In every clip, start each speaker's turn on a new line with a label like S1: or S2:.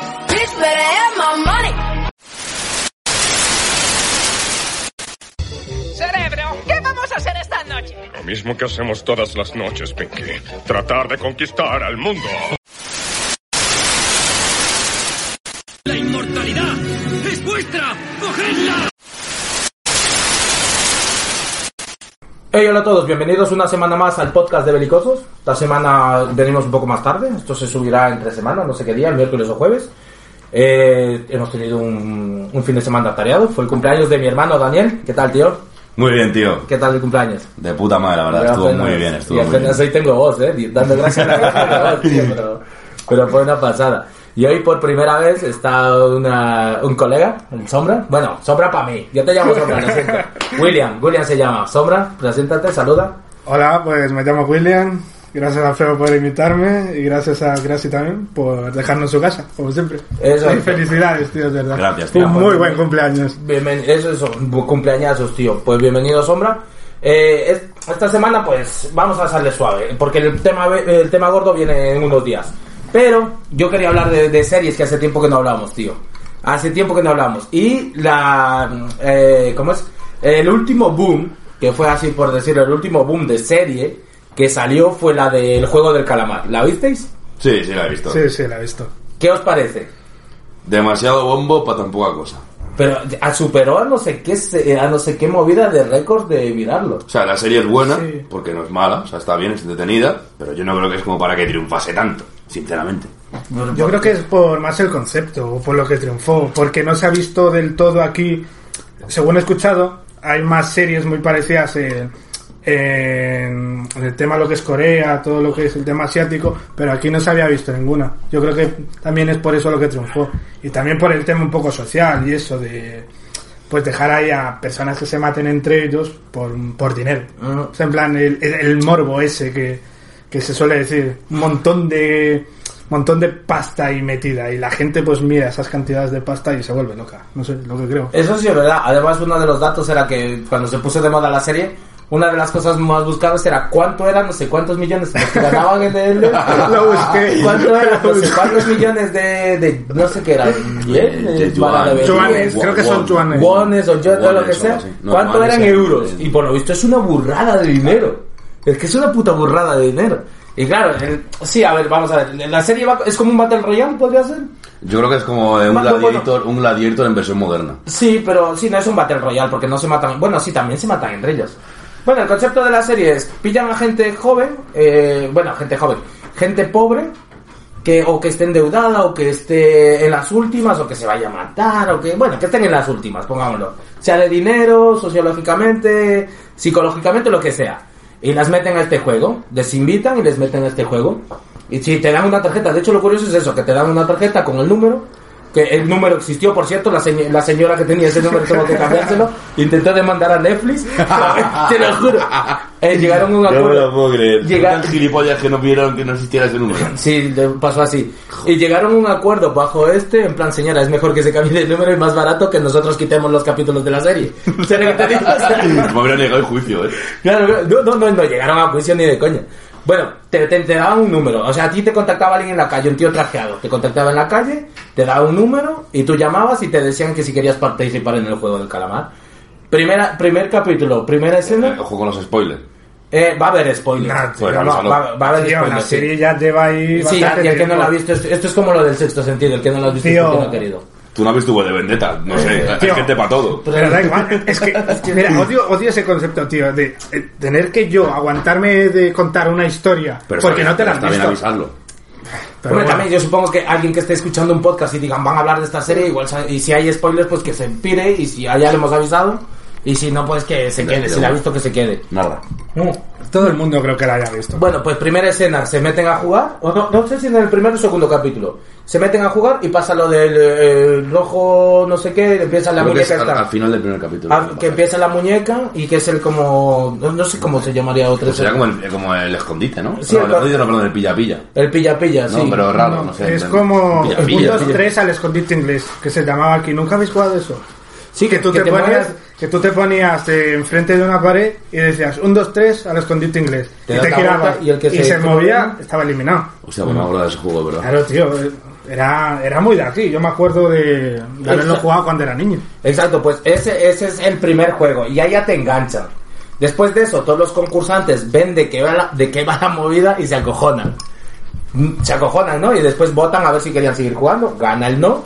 S1: better have my money.
S2: Cerebro, ¿qué vamos a hacer esta noche?
S3: Lo mismo que hacemos todas las noches, Pinky. Tratar de conquistar al mundo.
S4: La inmortalidad es vuestra. ¡Cogedla!
S5: Hey, hola a todos, bienvenidos una semana más al podcast de Belicosos. Esta semana venimos un poco más tarde, esto se subirá entre semana, no sé qué día, el miércoles o jueves. Eh, hemos tenido un, un fin de semana tareado, fue el cumpleaños de mi hermano Daniel. ¿Qué tal, tío?
S6: Muy bien, tío.
S5: ¿Qué tal el cumpleaños?
S6: De puta madre, la verdad. Estuvo muy bien, estuvo muy bien.
S5: Hoy tengo voz, ¿eh? Dando gracias a la voz, tío, pero, pero fue una pasada. Y hoy por primera vez está una, un colega, el Sombra. Bueno, Sombra para mí. Yo te llamo Sombra, lo siento. William, William se llama. Sombra, preséntate, saluda.
S7: Hola, pues me llamo William. Gracias a Feo por invitarme y gracias a Graci también por dejarnos su casa, como siempre.
S5: Eso.
S7: Y felicidades, tío, de verdad.
S6: Gracias, tío. Pues
S7: Un muy buen cumpleaños.
S5: Bienven- eso es un bu- cumpleañazos, tío. Pues bienvenido, Sombra. Eh, es- esta semana, pues, vamos a hacerle suave, porque el tema, ve- el tema gordo viene en unos días. Pero yo quería hablar de, de series que hace tiempo que no hablamos, tío. Hace tiempo que no hablamos. Y la... eh, ¿Cómo es? El último boom, que fue así por decirlo, el último boom de serie que salió fue la del Juego del Calamar. ¿La visteis?
S6: Sí, sí, la he visto.
S7: Sí, sí, la he visto.
S5: ¿Qué os parece?
S6: Demasiado bombo para tan poca cosa.
S5: Pero a superó a no sé qué se- a no sé qué movida de récord de mirarlo.
S6: O sea, la serie es buena,
S7: Sí.
S6: porque no es mala, o sea, está bien, es entretenida, pero yo no creo que es como para que triunfase tanto, sinceramente.
S7: Yo creo que es por más el concepto, o por lo que triunfó, porque no se ha visto del todo aquí. Según he escuchado, hay más series muy parecidas en, en- en el tema lo que es Corea, todo lo que es el tema asiático, pero aquí no se había visto ninguna. Yo creo que también es por eso lo que triunfó. Y también por el tema un poco social y eso de pues dejar ahí a personas que se maten entre ellos por, por dinero.
S5: Ajá.
S7: O sea, en plan, el, el- el morbo ese que, que se suele decir, un montón de montón de pasta ahí metida y la gente pues mira esas cantidades de pasta y se vuelve loca. No sé, lo que creo.
S6: Eh,
S5: Eso sí es verdad. Además, uno de los datos era que cuando se puso de moda la serie, una de las cosas más buscadas era cuánto eran, no sé cuántos millones los que ganaban en el.
S7: Lo busqué.
S5: ¿Cuánto eran,
S7: Lo
S5: no sé
S7: busqué.
S5: cuántos millones de, de- No sé qué eran. ¿Yen?
S6: De- de
S5: Eh, para
S6: yuanes.
S5: de-
S7: Yuanes,
S6: Wo-
S7: creo que son
S6: wo-
S7: yuanes.
S5: Wones o yo, todo lo que
S6: Wones o
S5: sea.
S6: algo así. No,
S5: ¿Cuánto
S6: yuanes
S5: eran
S6: es-
S5: euros?
S6: es-
S5: Y por lo visto es una burrada de dinero. Es que es una puta burrada de dinero. Y claro, el- sí, a ver, vamos a ver. La serie va- es como un Battle Royale, podría ser.
S6: Yo creo que es como de un,
S5: Ma- no, bueno.
S6: gladiator, un gladiator en versión moderna.
S5: Sí, pero sí, no es un Battle Royale porque no se matan. Bueno, sí, también se matan entre ellos. Bueno, el concepto de la serie es: pillan a gente joven, eh, bueno, gente joven, gente pobre, que o que esté endeudada, o que esté en las últimas, o que se vaya a matar, o que, bueno, que estén en las últimas, pongámoslo. Sea de dinero, sociológicamente, psicológicamente, lo que sea. Y las meten a este juego, les invitan y les meten a este juego. Y si te dan una tarjeta, de hecho lo curioso es eso, que te dan una tarjeta con el número, que el número existió, por cierto, la, señ- la señora que tenía ese número tuvo que cambiárselo, intentó demandar a Netflix, te lo juro. Eh, llegaron a un acuerdo. Llega-
S6: Son tan gilipollas que no vieron que no existiera ese número.
S5: Sí, le pasó así. Y llegaron a un acuerdo bajo este, en plan, señora, es mejor que se cambie el número y más barato que nosotros quitemos los capítulos de la serie. ¿Sabes lo que te digo? O sea,
S6: Me hubiera negado el juicio, ¿eh?
S5: Claro, no, no, no, no llegaron a juicio ni de coña. Bueno, te, te, te daban un número. O sea, a ti te contactaba alguien en la calle, un tío trajeado. Te contactaba en la calle, te daba un número y tú llamabas y te decían que si querías participar en el juego del calamar. Primera, primer capítulo, primera escena.
S6: Ojo con los spoilers.
S5: Eh, va a haber spoilers.
S7: Nah, tío,
S5: va,
S6: avísalo.
S5: va- va a haber
S7: Tío,
S5: spoilers.
S7: la
S5: sí.
S7: serie ya lleva ahí
S5: Sí,
S7: bastante
S5: y el que no
S7: tiempo.
S5: lo ha visto, esto, esto es como lo del sexto sentido, el que no lo ha visto es
S7: Tío.
S5: porque no ha querido. Pues,
S6: Tú no has visto V de Vendetta, no sé, hay
S7: tío.
S6: gente para todo.
S7: Pero da igual, es que, mira, odio, odio ese concepto, tío, de eh, tener que yo aguantarme de contar una historia
S6: Pero
S7: porque
S6: está bien,
S7: no te la
S6: pero
S7: han
S6: Está bien
S7: visto.
S6: avisarlo.
S7: Pero
S5: Hombre,
S7: bueno.
S5: también yo supongo que alguien que esté escuchando un podcast y digan van a hablar de esta serie, igual sabe- y si hay spoilers, pues que se empire, y si ya le hemos avisado, y si no, pues que se quede, si la ha visto que se quede.
S6: Nada.
S7: Todo el mundo creo que la haya visto.
S5: Bueno, pues primera escena, se meten a jugar, o no, no sé si en el primer o segundo capítulo, se meten a jugar y pasa lo del eh, el rojo, no sé qué, empieza la
S6: Creo que es
S5: muñeca
S6: al,
S5: esta.
S6: al final del primer capítulo.
S5: Ah, que empieza la muñeca y que es el como, no, no sé cómo se llamaría otra
S6: Pues sería
S5: escena.
S6: como el, como el escondite, ¿no?
S5: Sí,
S6: no,
S5: el
S6: el
S5: co-
S6: escondite no, perdón, el pilla-pilla.
S5: El pilla-pilla, sí.
S6: No, pero raro, no, sé.
S7: es
S6: en-
S7: como
S6: pilla-pilla.
S7: puntos 3 al escondite inglés, que se llamaba aquí. ¿Nunca habéis jugado eso?
S5: Sí,
S7: que tú te,
S5: mueves
S7: ponías que tú te ponías eh, enfrente de una pared y decías un, dos, tres al escondite inglés.
S5: Te
S7: y
S5: da
S7: te
S5: la
S7: giraba.
S5: vuelta y el que se-
S7: movía estaba eliminado.
S6: Hostia, pues me acuerdo de ese juego, ¿verdad?
S7: Claro, tío. eh, Era, era muy de aquí. Yo me acuerdo de, de haberlo
S5: Exacto.
S7: jugado cuando era niño.
S5: Exacto, pues ese, ese es el primer juego y ahí ya te enganchan. Después de eso, todos los concursantes ven de qué va la, de qué va la movida y se acojonan. Mm, Se acojonan, ¿no? Y después votan a ver si querían seguir jugando, gana el no.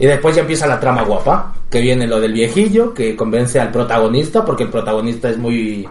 S5: Y después ya empieza la trama guapa, que viene lo del viejillo, que convence al protagonista, porque el protagonista es muy...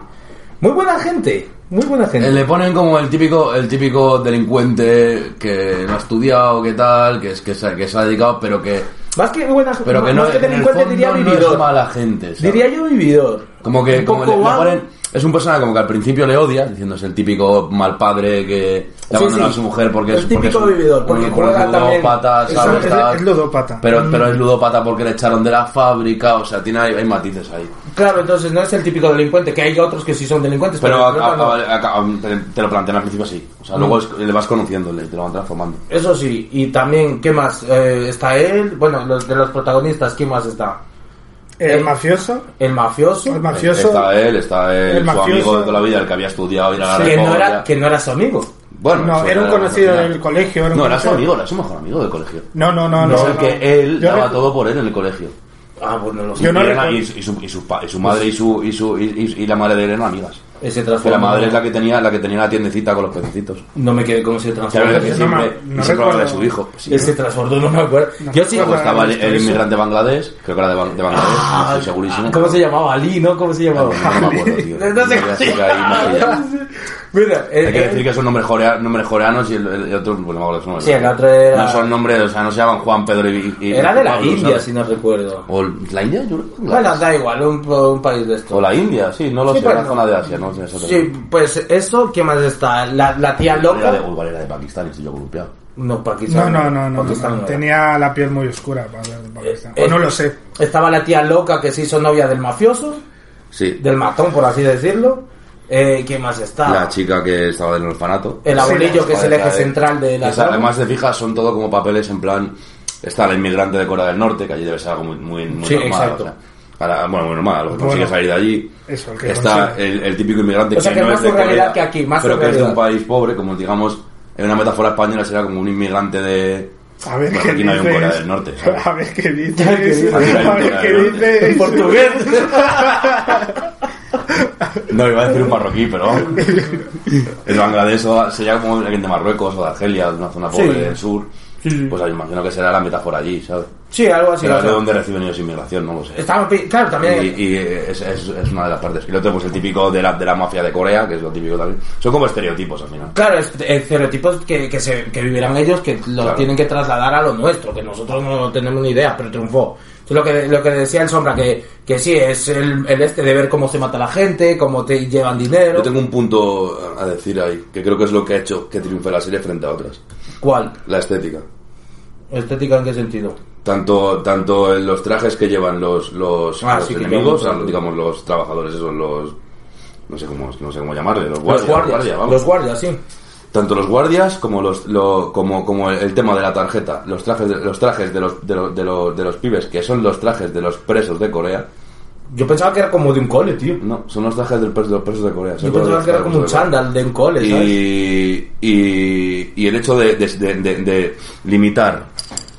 S5: Muy buena gente, muy buena gente.
S1: Eh, Le ponen como el típico, el típico delincuente que no ha estudiado, que tal, que es que se, que se ha dedicado, pero que,
S5: Más que buena gente,
S1: pero que no,
S5: más que
S1: en el
S5: delincuente
S1: fondo
S5: diría
S1: no
S5: vividor.
S1: es mala gente. ¿sabes?
S5: Diría yo vividor.
S1: Como que
S5: Un
S1: como le,
S5: poco
S1: le
S5: vago.
S1: ponen- es un personaje como que al principio le odia, diciendo es el típico mal padre que
S5: Sí,
S1: le abandona
S5: sí.
S1: a su mujer porque
S5: El
S1: es porque
S5: típico
S1: es un-
S5: vividor, porque
S1: un-
S5: juega
S1: un
S5: también-
S1: ludópata,
S5: Eso
S1: ¿sabes?
S7: es- es-
S1: Tal.
S7: es Mm. ludópata.
S1: Pero, pero es ludópata porque le echaron de la fábrica, o sea, tiene hay, hay matices ahí.
S5: Claro, entonces no es el típico delincuente, que hay otros que sí son delincuentes,
S1: Pero
S5: el prota
S1: a-
S5: no.
S1: a- a- a- te, te lo plantean al principio así. O sea, luego es- le vas conociendo, le- te lo van transformando.
S5: Eso sí, y también, ¿qué más? Eh, está él, bueno, los, de los protagonistas, ¿quién más está? Eh.
S7: El mafioso.
S5: El mafioso,
S7: El mafioso.
S1: Está él, está él,
S7: El
S1: su amigo
S7: mafioso.
S1: de toda la vida, el que había estudiado, ir a la
S5: que, no era,
S1: reforma.
S5: que no era su amigo.
S1: Bueno,
S7: No,
S1: eso
S7: era un conocido
S1: era-
S7: del colegio, era un
S1: No, era su
S7: conocido.
S1: amigo, era su mejor amigo del colegio.
S7: No, no, no, no.
S1: No, el
S7: no.
S1: que él
S7: Yo
S1: daba
S7: recu-
S1: todo por él en el colegio.
S5: Ah, bueno, lo sé.
S7: Yo no
S1: y, Elena-
S7: recuerdo.
S1: y su, y, su, y su pa- y su madre y su y su y, y- y la madre de él eran amigas.
S5: Ese
S1: Que la
S5: transforma.
S1: madre es la que tenía la que tenía la tiendecita con los pececitos.
S5: No me quedé con ese
S1: Claro,
S5: transforma.
S1: que
S7: no
S1: siempre,
S7: me- no
S1: y siempre
S7: recuerdo.
S1: hablaba de su hijo. Sí.
S5: Ese transforma, no me acuerdo.
S7: No
S5: Yo sí.
S1: Luego
S7: recuerdo.
S1: estaba el, el
S7: Eso.
S1: inmigrante de Bangladesh, creo que era de, Ban- de Bangladesh, no estoy segurísimo.
S5: Ah, ¿Cómo se llamaba? Ali, ¿no? ¿Cómo se llamaba?
S1: No, me acuerdo, tío.
S5: No sé
S1: Ya
S5: cómo
S1: sé
S5: se
S1: que ahí no sé ya.
S5: llamaba. Mira, eh,
S1: Hay que decir
S5: eh,
S1: que son nombres, corea- nombres coreanos y el, el- el otro, pues no me acuerdo su nombre.
S5: Sí, el otro era-
S1: No son nombres, o sea, no se llaman Juan, Pedro y... y-
S5: era de la
S1: Pablo,
S5: India,
S1: ¿sabes?
S5: si no recuerdo.
S1: ¿O la India? Yo creo que
S5: Bueno, da igual, un, un país de esto.
S1: O la India, sí, no lo
S5: Sí,
S1: sé,
S5: pero-
S1: la zona de Asia, no sé. Eso
S5: Sí, pues eso, ¿qué más está? La, la tía
S1: Era de,
S5: loca.
S1: uy, vale, era de Pakistán y estoy yo columpiado.
S5: No,
S7: No,
S5: Pakistán.
S7: no, no, no,
S5: Pakistán
S7: no.
S5: era.
S7: Tenía la piel muy oscura para hablar de Pakistán.
S5: Eh,
S7: O no
S5: eh.
S7: lo sé.
S5: Estaba la tía loca que se hizo novia del mafioso,
S1: Sí,
S5: del matón, por así decirlo. Eh, ¿Quién más está?
S1: la chica que estaba en el orfanato.
S5: El abuelillo, que es el eje
S1: Vale,
S5: central de la
S1: Esa-
S5: trama.
S1: además, te fijas, son todo como papeles en plan. Está la inmigrante de Corea del Norte, que allí debe ser algo muy, muy, muy
S5: Sí,
S1: normal.
S5: exacto.
S1: o sea, para- bueno, muy normal, lo que consigue
S7: Bueno,
S1: salir de allí.
S7: eso, el que
S1: está
S7: consigue.
S1: el, el típico inmigrante
S5: O sea, que
S1: no
S5: más
S1: es de
S5: su realidad
S1: Corea,
S5: que aquí, más
S1: pero
S5: su
S1: que es de un
S5: realidad.
S1: país pobre, como digamos, en una metáfora española será como un inmigrante de.
S7: A ver
S1: Bueno,
S7: qué
S1: aquí no hay un
S7: dices.
S1: Corea del Norte. ¿sabes?
S7: A ver qué dices.
S5: A ver qué dices.
S7: A ver qué
S5: En
S7: dices.
S5: portugués.
S1: No, iba a decir un marroquí, pero vamos. El Bangladesh o- sería como alguien de Marruecos o de Argelia, de una zona pobre
S5: Sí.
S1: del sur. Pues imagino que será la metáfora allí, ¿sabes?
S5: sí, algo así.
S1: Será
S5: o
S1: de
S5: sea.
S1: dónde reciben ellos inmigración, no lo sé.
S5: Estaba pi- claro,
S1: Y,
S5: también.
S1: y es, es- es una de las partes. Y el otro, pues el típico de la, de la mafia de Corea, que es lo típico también. Son como estereotipos al final.
S5: Claro, es- estereotipos que, que, se, que vivirán ellos que lo
S1: Claro.
S5: tienen que trasladar a lo nuestro, que nosotros no tenemos ni idea, pero triunfó. Es lo que, lo que decía el Sombra, que, que sí, es el, el este de ver cómo se mata la gente, cómo te llevan dinero.
S1: Yo tengo un punto a decir ahí, que creo que es lo que ha hecho que triunfe la serie frente a otras.
S5: ¿Cuál?
S1: La estética.
S5: ¿Estética en qué sentido?
S1: Tanto, tanto en los trajes que llevan los, los,
S5: Ah,
S1: los
S5: sí, que
S1: enemigos,
S5: llevan-
S1: a los, digamos los trabajadores, esos, los. No sé cómo, no sé cómo llamarle, los
S5: Los
S1: guardias.
S5: guardias,
S1: guardias, vamos.
S5: los guardias, sí.
S1: tanto los guardias como los lo- como como el tema de la tarjeta los trajes de, los trajes de los de, los- de los de los pibes que son los trajes de los presos de Corea
S5: Yo pensaba que era como de un cole, tío.
S1: no son los trajes del pres- de los presos de Corea
S5: Yo pensaba que era como un chándal de un cole, ¿sabes?
S1: y, y, y el hecho de, de- de- de- de limitar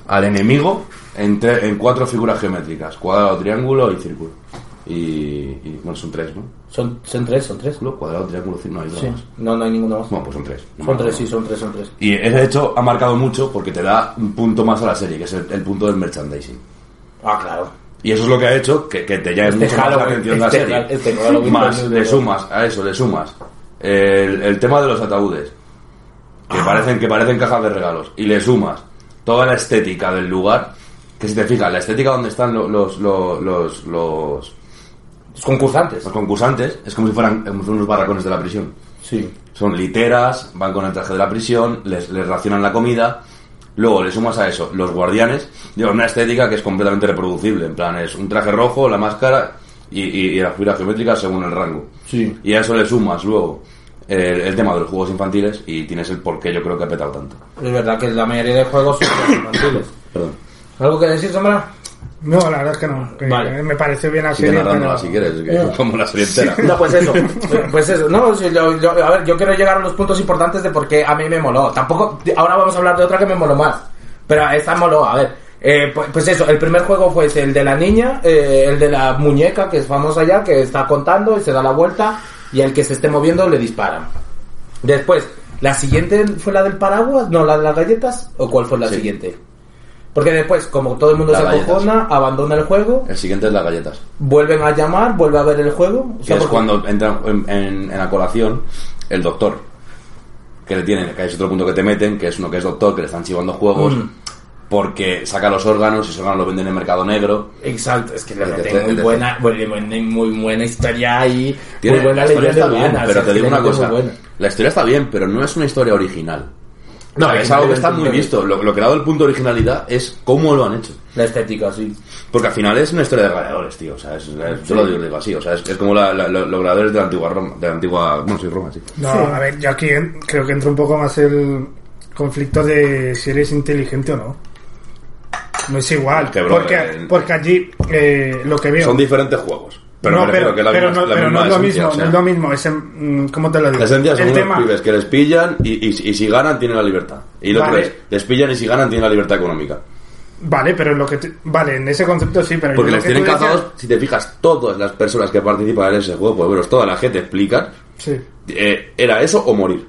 S1: al enemigo en, tre- en cuatro figuras geométricas cuadrado triángulo y círculo y, y, bueno son tres no
S5: Son, son tres, son tres.
S1: Círculo, cuadrado triángulo círculo no hay dos
S5: Sí. No, no hay ninguno más.
S1: bueno pues son tres No me
S5: Son tres,
S1: acuerdo.
S5: sí, son tres, son tres.
S1: Y ese hecho ha marcado mucho porque te da un punto más a la serie, que es el, el punto del merchandising.
S5: Ah, claro.
S1: Y eso es lo que ha hecho que, que te llame
S5: Este
S1: mucho más la
S5: Halloween, este
S1: atención la
S5: Hall-
S1: serie.
S5: este Halloween
S1: más,
S5: también
S1: le
S5: es
S1: sumas a eso, le sumas el, el tema de los ataúdes, que
S5: Ah.
S1: parecen, que parecen cajas de regalos, y le sumas toda la estética del lugar, que si te fijas, la estética donde están lo- los, los, los, los,
S5: Los concursantes.
S1: los concursantes es como si fueran como si fueran unos barracones de la prisión.
S5: Sí.
S1: Son literas, van con el traje de la prisión, les, les racionan la comida. Luego le sumas a eso los guardianes, llevan una estética que es completamente reproducible. En plan, es un traje rojo, la máscara y, y, y la figura geométrica según el rango.
S5: Sí.
S1: Y a eso le sumas luego eh, el, el tema de los juegos infantiles y tienes el por qué yo creo que ha petado tanto.
S5: Es verdad que la mayoría de juegos son infantiles.
S1: Perdón.
S5: ¿Algo que decir, Sombra?
S7: No, la verdad es que no. que eh,
S5: Vale.
S7: Me pareció bien así.
S1: Sigue narrándola si quieres, que como la serie entera.
S5: No, pues eso. Pues eso. No, sí, yo- yo- a ver, yo quiero llegar a los puntos importantes de por qué a mí me moló. Tampoco. Ahora vamos a hablar de otra que me moló más. Pero esta moló, a ver. Eh, pues, pues eso, el primer juego fue ese, el de la niña, eh, el de la muñeca que es famosa ya, que está contando y se da la vuelta y al que se esté moviendo le disparan. Después, ¿la siguiente fue la del paraguas? No, la de las galletas, ¿o cuál fue la
S1: Sí.
S5: siguiente? Porque después, como todo el mundo
S1: Las
S5: se
S1: galletas.
S5: acojona, abandona el juego,
S1: El siguiente es las galletas.
S5: vuelven a llamar, vuelve a ver el juego. O
S1: Que
S5: sea,
S1: es
S5: porque-
S1: cuando entra en, en- en la colación el doctor. Que le tienen, que es otro punto que te meten, que es uno que es doctor, que le están chivando juegos.
S5: Mm.
S1: Porque saca los órganos y esos órganos los venden en el mercado negro.
S5: Exacto, es que le
S1: El
S5: meten
S1: tercer-
S5: muy
S1: el tercer.
S5: buena, muy buena, muy buena historia ahí,
S1: Tiene,
S5: muy buena
S1: la historia
S5: leyenda
S1: está bien,
S5: urbana,
S1: pero
S5: o sea,
S1: te
S5: es que
S1: digo
S5: le
S1: una
S5: meten muy
S1: cosa.
S5: buena.
S1: La historia está bien, pero no es una historia original.
S5: No,
S1: O sea, es algo que está muy
S5: evidentemente.
S1: visto. Lo, lo que le ha dado el punto de originalidad es cómo lo han hecho.
S5: La estética, sí.
S1: Porque al final es una historia de gladiadores, tío. O sea, es- es- yo lo digo, digo así. O sea, es, es como la- la- lo- los gladiadores de la antigua Roma. De la antigua, bueno, sí, Roma, sí.
S7: No, a ver, yo aquí en- creo que entra un poco más el conflicto de si eres inteligente o no. No es igual,
S1: Que, bro,
S7: porque,
S1: eh,
S7: porque allí eh, lo que veo...
S1: Son diferentes juegos. Pero
S7: no,
S1: me refiero
S7: pero,
S1: que es la
S7: pero
S1: misma-
S7: no,
S1: la
S7: pero
S1: misma
S7: no es lo
S1: esencia,
S7: mismo,
S1: o sea.
S7: no es lo mismo. Es en- mm, ¿Cómo te lo digo?
S1: La esencia son
S7: el
S1: unos
S7: tema,
S1: pibes que les pillan y, y- y si ganan tienen la libertad. Y lo
S7: Vale.
S1: que es, les pillan y si ganan tienen la libertad económica.
S7: Vale, pero en lo que... te- vale, en ese concepto sí, pero...
S1: Porque
S7: yo lo
S1: los
S7: que
S1: tienen
S7: tú decías-
S1: cazados, si te fijas, todas las personas que participan en ese juego, pues veros, toda la gente explica,
S7: Sí.
S1: eh, era eso o morir.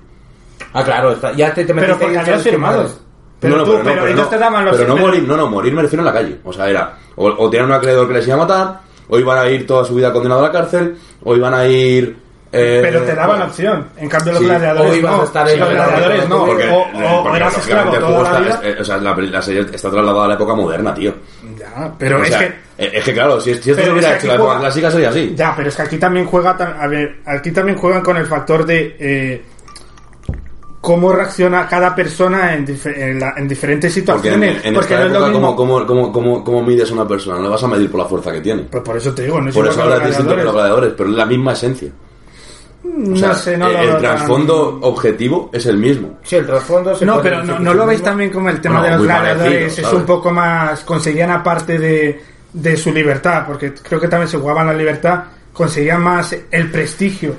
S5: Ah, claro, está, ya te, te
S7: Pero
S5: metiste
S7: porque
S5: en
S7: habías
S5: los quemados.
S7: firmado. Pero tú, pero, ellos te daban los...
S1: pero no morir, no, no, morir me refiero a la calle. O sea, era, o, o tenían un acreedor que les iba a matar, o iban a ir toda su vida condenado a la cárcel, o iban a ir... eh,
S7: Pero te daban la
S1: bueno,
S7: opción. En cambio, los
S1: Sí,
S7: gladiadores
S5: o ibas
S7: no.
S5: a estar
S7: los
S5: en-
S7: gladiadores no.
S5: porque-
S7: o o
S1: porque
S7: eras esclavo
S1: lógicamente eh, el
S7: toda
S1: juego
S7: la vida.
S1: está- es- es- o sea, la, peli- la serie está trasladada a la época moderna, tío.
S7: Ya, pero
S1: O
S7: es
S1: sea,
S7: que...
S1: eh, es que claro, si, si esto
S7: Pero
S1: se
S7: es
S1: hubiera
S7: que
S1: hecho
S7: aquí
S1: en la época
S7: juega-
S1: clásica sería así.
S7: Ya, pero es que aquí también juega tan- a ver, aquí también juegan con el factor de eh, cómo reacciona cada persona en, dife- en la- en diferentes
S1: Porque
S7: situaciones.
S1: en, en
S7: porque
S1: esta
S7: no es lo
S1: época,
S7: mismo.
S1: ¿cómo, cómo, cómo, cómo, cómo mides a una persona? No le vas a medir por la fuerza que tiene.
S7: Pues por eso te digo, no es
S1: Por
S7: igual
S1: eso
S7: que los
S1: ahora es distinto que los gladiadores,
S7: gladiadores.
S1: pero es la misma esencia. O sea,
S7: No sé, no
S1: eh,
S7: lo
S1: El
S7: veo tan-
S1: trasfondo objetivo es el mismo.
S5: Sí, el trasfondo... se
S7: No,
S5: puede
S7: pero
S5: decir
S7: no,
S5: que
S7: no
S5: se
S7: lo veis
S5: firma.
S7: también como el tema
S1: Bueno,
S7: de los
S1: muy parecido,
S7: gladiadores. Es
S1: ¿sabes?
S7: un poco más. Conseguían, aparte de, de su libertad, porque creo que también se jugaban la libertad, conseguían más el prestigio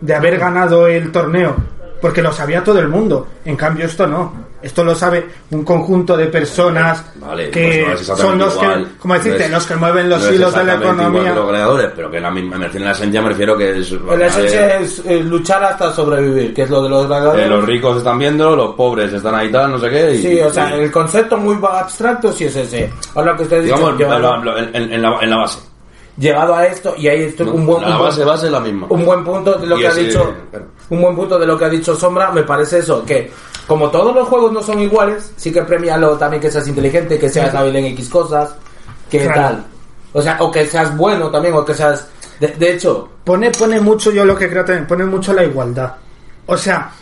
S7: de haber ganado el torneo. Porque lo sabía todo el mundo. En cambio, esto no. Esto lo sabe un conjunto de personas
S1: Vale, pues
S7: que
S1: no es exactamente
S7: son los
S1: igual,
S7: que, como decirte,
S1: no es-
S7: los que mueven los
S1: no es
S7: hilos de la
S1: exactamente igual
S7: economía.
S1: que los gladiadores, pero que en la misma, me refiero en la esencia, me refiero que es.
S5: La esencia es eh, luchar hasta sobrevivir, que es lo de los
S1: Eh,
S5: gladiadores.
S1: los ricos están viendo, los pobres están ahí tal, no sé qué. y-
S5: Sí, o sea,
S1: y-
S5: el concepto muy abstracto sí es ese. Ahora lo que ustedes
S1: digamos,
S5: dicen, llevado,
S1: lo- lo- en, en la, en la base.
S5: llevado a esto, y ahí estoy
S1: ¿no?
S5: un buen...
S1: la
S5: un buen-
S1: base, base es la misma.
S5: un buen punto de lo
S1: Y
S5: que ha
S1: ese-
S5: dicho
S1: claro.
S5: un buen punto de lo que ha dicho sombra me parece eso que como todos los juegos no son iguales sí que premia lo también que seas inteligente que seas hábil en x cosas que
S7: Claro.
S5: tal o sea o que seas bueno también o que seas de, de hecho
S7: Pone, pone mucho, yo lo que creo también, pone mucho la igualdad. O sea,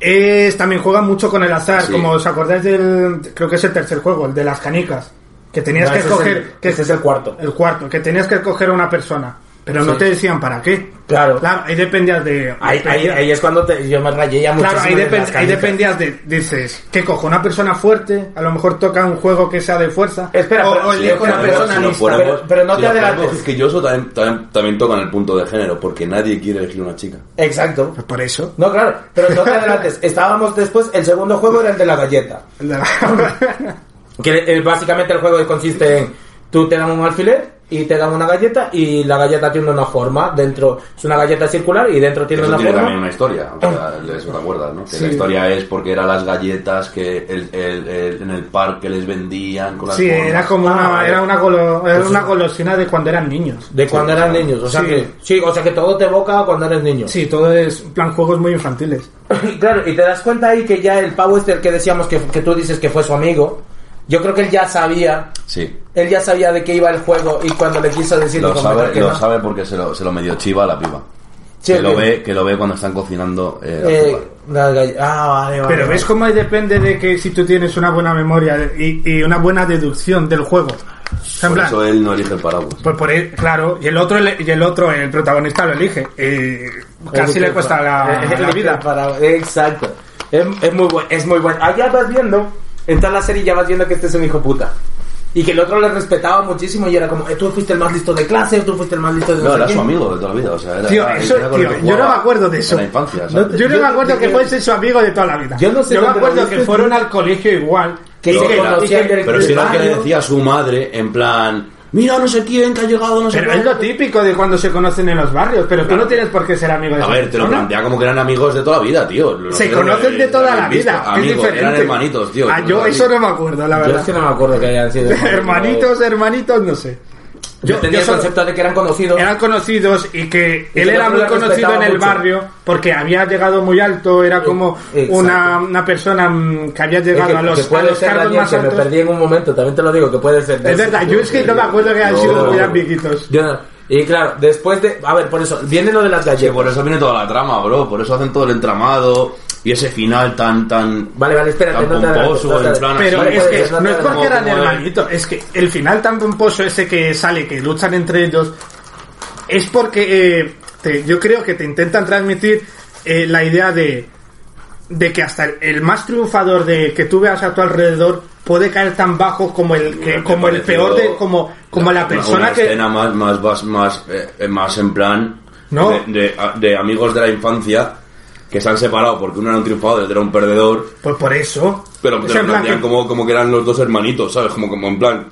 S7: es, también juega mucho con el azar,
S1: Sí.
S7: como os acordáis del, creo que es el tercer juego, el de las canicas, que tenías
S5: No,
S7: que
S5: ese es
S7: escoger,
S5: el-
S7: que
S5: ese es el cuarto
S7: el cuarto, que tenías que escoger a una persona, pero no
S5: Sí.
S7: te decían para qué.
S5: Claro.
S7: ahí dependías de...
S5: ahí, ahí,
S7: dependía-
S5: ahí es cuando te- yo me rayé ya mucho
S7: Claro, ahí, depen- ahí dependías de, dices, que cojo una persona fuerte, a lo mejor toca un juego que sea de fuerza,
S5: Espera,
S7: o,
S5: pero-
S7: o
S5: sí,
S7: elijo una
S5: pero-
S7: persona
S5: si no
S7: lista.
S5: fuéramos- pero- pero no
S1: si
S5: te
S1: nos ponemos
S5: adelantes.
S1: quisquilloso, también, también, también tocan el punto de género, porque nadie quiere elegir una chica.
S5: exacto
S7: Por eso.
S5: no claro pero no te adelantes estábamos después el segundo juego era el de la galleta Que eh, básicamente el juego consiste en tú te dan un alfiler y te dan una galleta y la galleta tiene una forma dentro es una galleta circular y dentro tiene
S1: Eso
S5: una
S1: tiene
S5: forma Ah.
S1: también una historia, o sea, de eso te acuerdas, ¿no? Que la historia es porque eran las galletas que el- el- el- en el parque les vendían con las
S7: Sí,
S1: formas.
S7: era como
S5: Ah,
S7: una,
S5: vale.
S7: era una, golo- era
S5: Pues
S7: una
S5: sí.
S7: golosina de cuando eran niños.
S5: de cuando eran niños o sea
S7: Sí.
S5: que sí o sea que todo te evoca cuando eres niño
S7: Sí, todo es en plan juegos muy infantiles.
S5: Y claro y te das cuenta ahí que ya el pavo este el que decíamos que, que tú dices que fue su amigo yo creo que él ya sabía
S1: Sí.
S5: él ya sabía de qué iba el juego y cuando le quiso decir
S1: Lo
S5: dijo, "Mejor
S1: sabe,
S5: que
S1: lo
S5: no".
S1: sabe porque se lo, se lo medio chiva a la piba.
S5: Sí,
S1: que, lo
S5: ok.
S1: ve, que lo ve cuando están cocinando eh,
S5: Eh,
S1: azúcar.
S5: la galle- ah vale vale
S7: Pero
S5: vale.
S7: ves cómo ahí depende de que si tú tienes una buena memoria y, y una buena deducción del juego. O sea, en
S1: Por
S7: plan,
S1: eso él no elige el paraguas.
S7: pues por él, claro, y el otro, el- y el otro, el protagonista lo elige. Eh, casi le cuesta
S5: Eh,
S7: la, la vida.
S5: Para- exacto. Es, es muy bueno, es muy bueno. Allá vas viendo, en toda la serie ya vas viendo que este es un hijo puta. Y que el otro le respetaba muchísimo y era como, eh, tú fuiste el más listo de clase, tú fuiste el más listo de...
S1: No,
S5: sé
S1: era
S5: qué".
S1: su amigo de toda la vida. O sea, era,
S7: Tío,
S1: era-
S7: eso,
S1: era con el
S7: tío,
S1: que
S7: yo no me
S1: eh, jugaba
S7: acuerdo de eso.
S1: En la infancia,
S5: No
S1: ¿sabes?
S5: te-
S7: Yo no
S5: Yo-
S7: me acuerdo que
S5: yo-
S7: fuese su amigo de toda la vida.
S5: Yo no sé
S7: me
S5: dónde
S7: acuerdo
S5: lo
S7: que
S5: dejé.
S7: fueron al colegio igual.
S5: Que
S7: y
S5: se
S7: y
S5: conocían del-
S1: Pero si era el que le
S5: barrio.
S1: decía a su madre, en plan, mira, no sé quién que ha llegado, no sé
S7: Pero
S1: cuál".
S7: es lo típico de cuando se conocen en los barrios, pero tú no tienes por qué ser amigo de
S1: A
S7: esa
S1: ver, te lo
S7: persona.
S1: plantea como que eran amigos de toda la vida, tío. Lo
S7: Se
S1: que-
S7: conocen de
S1: eh,
S7: toda la
S1: habían visto.
S7: vida, es
S1: Amigos,
S7: diferente.
S1: eran hermanitos, tío.
S7: Ah, yo eso no me acuerdo, la
S5: Yo es
S7: verdad.
S5: que no me acuerdo que hayan sido...
S7: hermanitos, hermanitos, no sé.
S5: Yo, tenía el
S7: solo-
S5: concepto de que eran conocidos.
S7: eran conocidos y que
S5: Y
S7: él
S5: que
S7: era
S5: el otro
S7: muy
S5: le
S7: conocido en
S5: respetaba
S7: el
S5: mucho.
S7: barrio porque había llegado muy alto, era como
S5: Exacto.
S7: una, una persona mm, que había
S5: Es
S7: llegado
S5: que-
S7: a
S5: que
S7: los, a
S5: puede
S7: los
S5: ser,
S7: cargos
S5: Daniel,
S7: más
S5: que me
S7: altos.
S5: perdí en un momento, también te lo digo, que puede ser... de
S7: Es
S5: eso.
S7: verdad, yo es que no me acuerdo que hayan sido muy amiguitos.
S5: Yo no- Y claro, después de... A ver, por eso, viene lo de las
S1: Que por
S5: galletas.
S1: eso viene toda la trama, bro. Por eso hacen todo el entramado y ese final tan, tan.
S5: Vale, vale, espérate,
S1: Tan
S5: no te adelantes,
S1: pomposo,
S5: no te
S1: en
S5: adelantes.
S1: plan así.
S7: Pero
S5: Vale,
S7: es
S5: puede
S7: que
S5: ser, no
S7: no es
S5: te
S7: porque
S5: adelantes.
S7: eran
S1: como-
S7: hermanitos, es que el final tan pomposo ese que sale, que luchan entre ellos, es porque eh, te- yo creo que te intentan transmitir eh, la idea de, de que hasta el, el más triunfador de que tú veas a tu alrededor puede caer tan bajo como el que-
S1: Me
S7: Eh, como el
S1: pareció
S7: peor de como como la
S1: una-
S7: persona
S1: una
S7: que
S1: escena más, más, más, más, eh, más en plan.
S7: No.
S1: De, de- a- de amigos de la infancia que se han separado porque uno era un triunfador y otro era un perdedor.
S7: pues por eso
S1: Pero
S7: O
S1: te
S7: sea,
S1: lo
S7: en plan
S1: plantean
S7: que-
S1: como, como que eran los dos hermanitos, ¿sabes? Como, como en plan.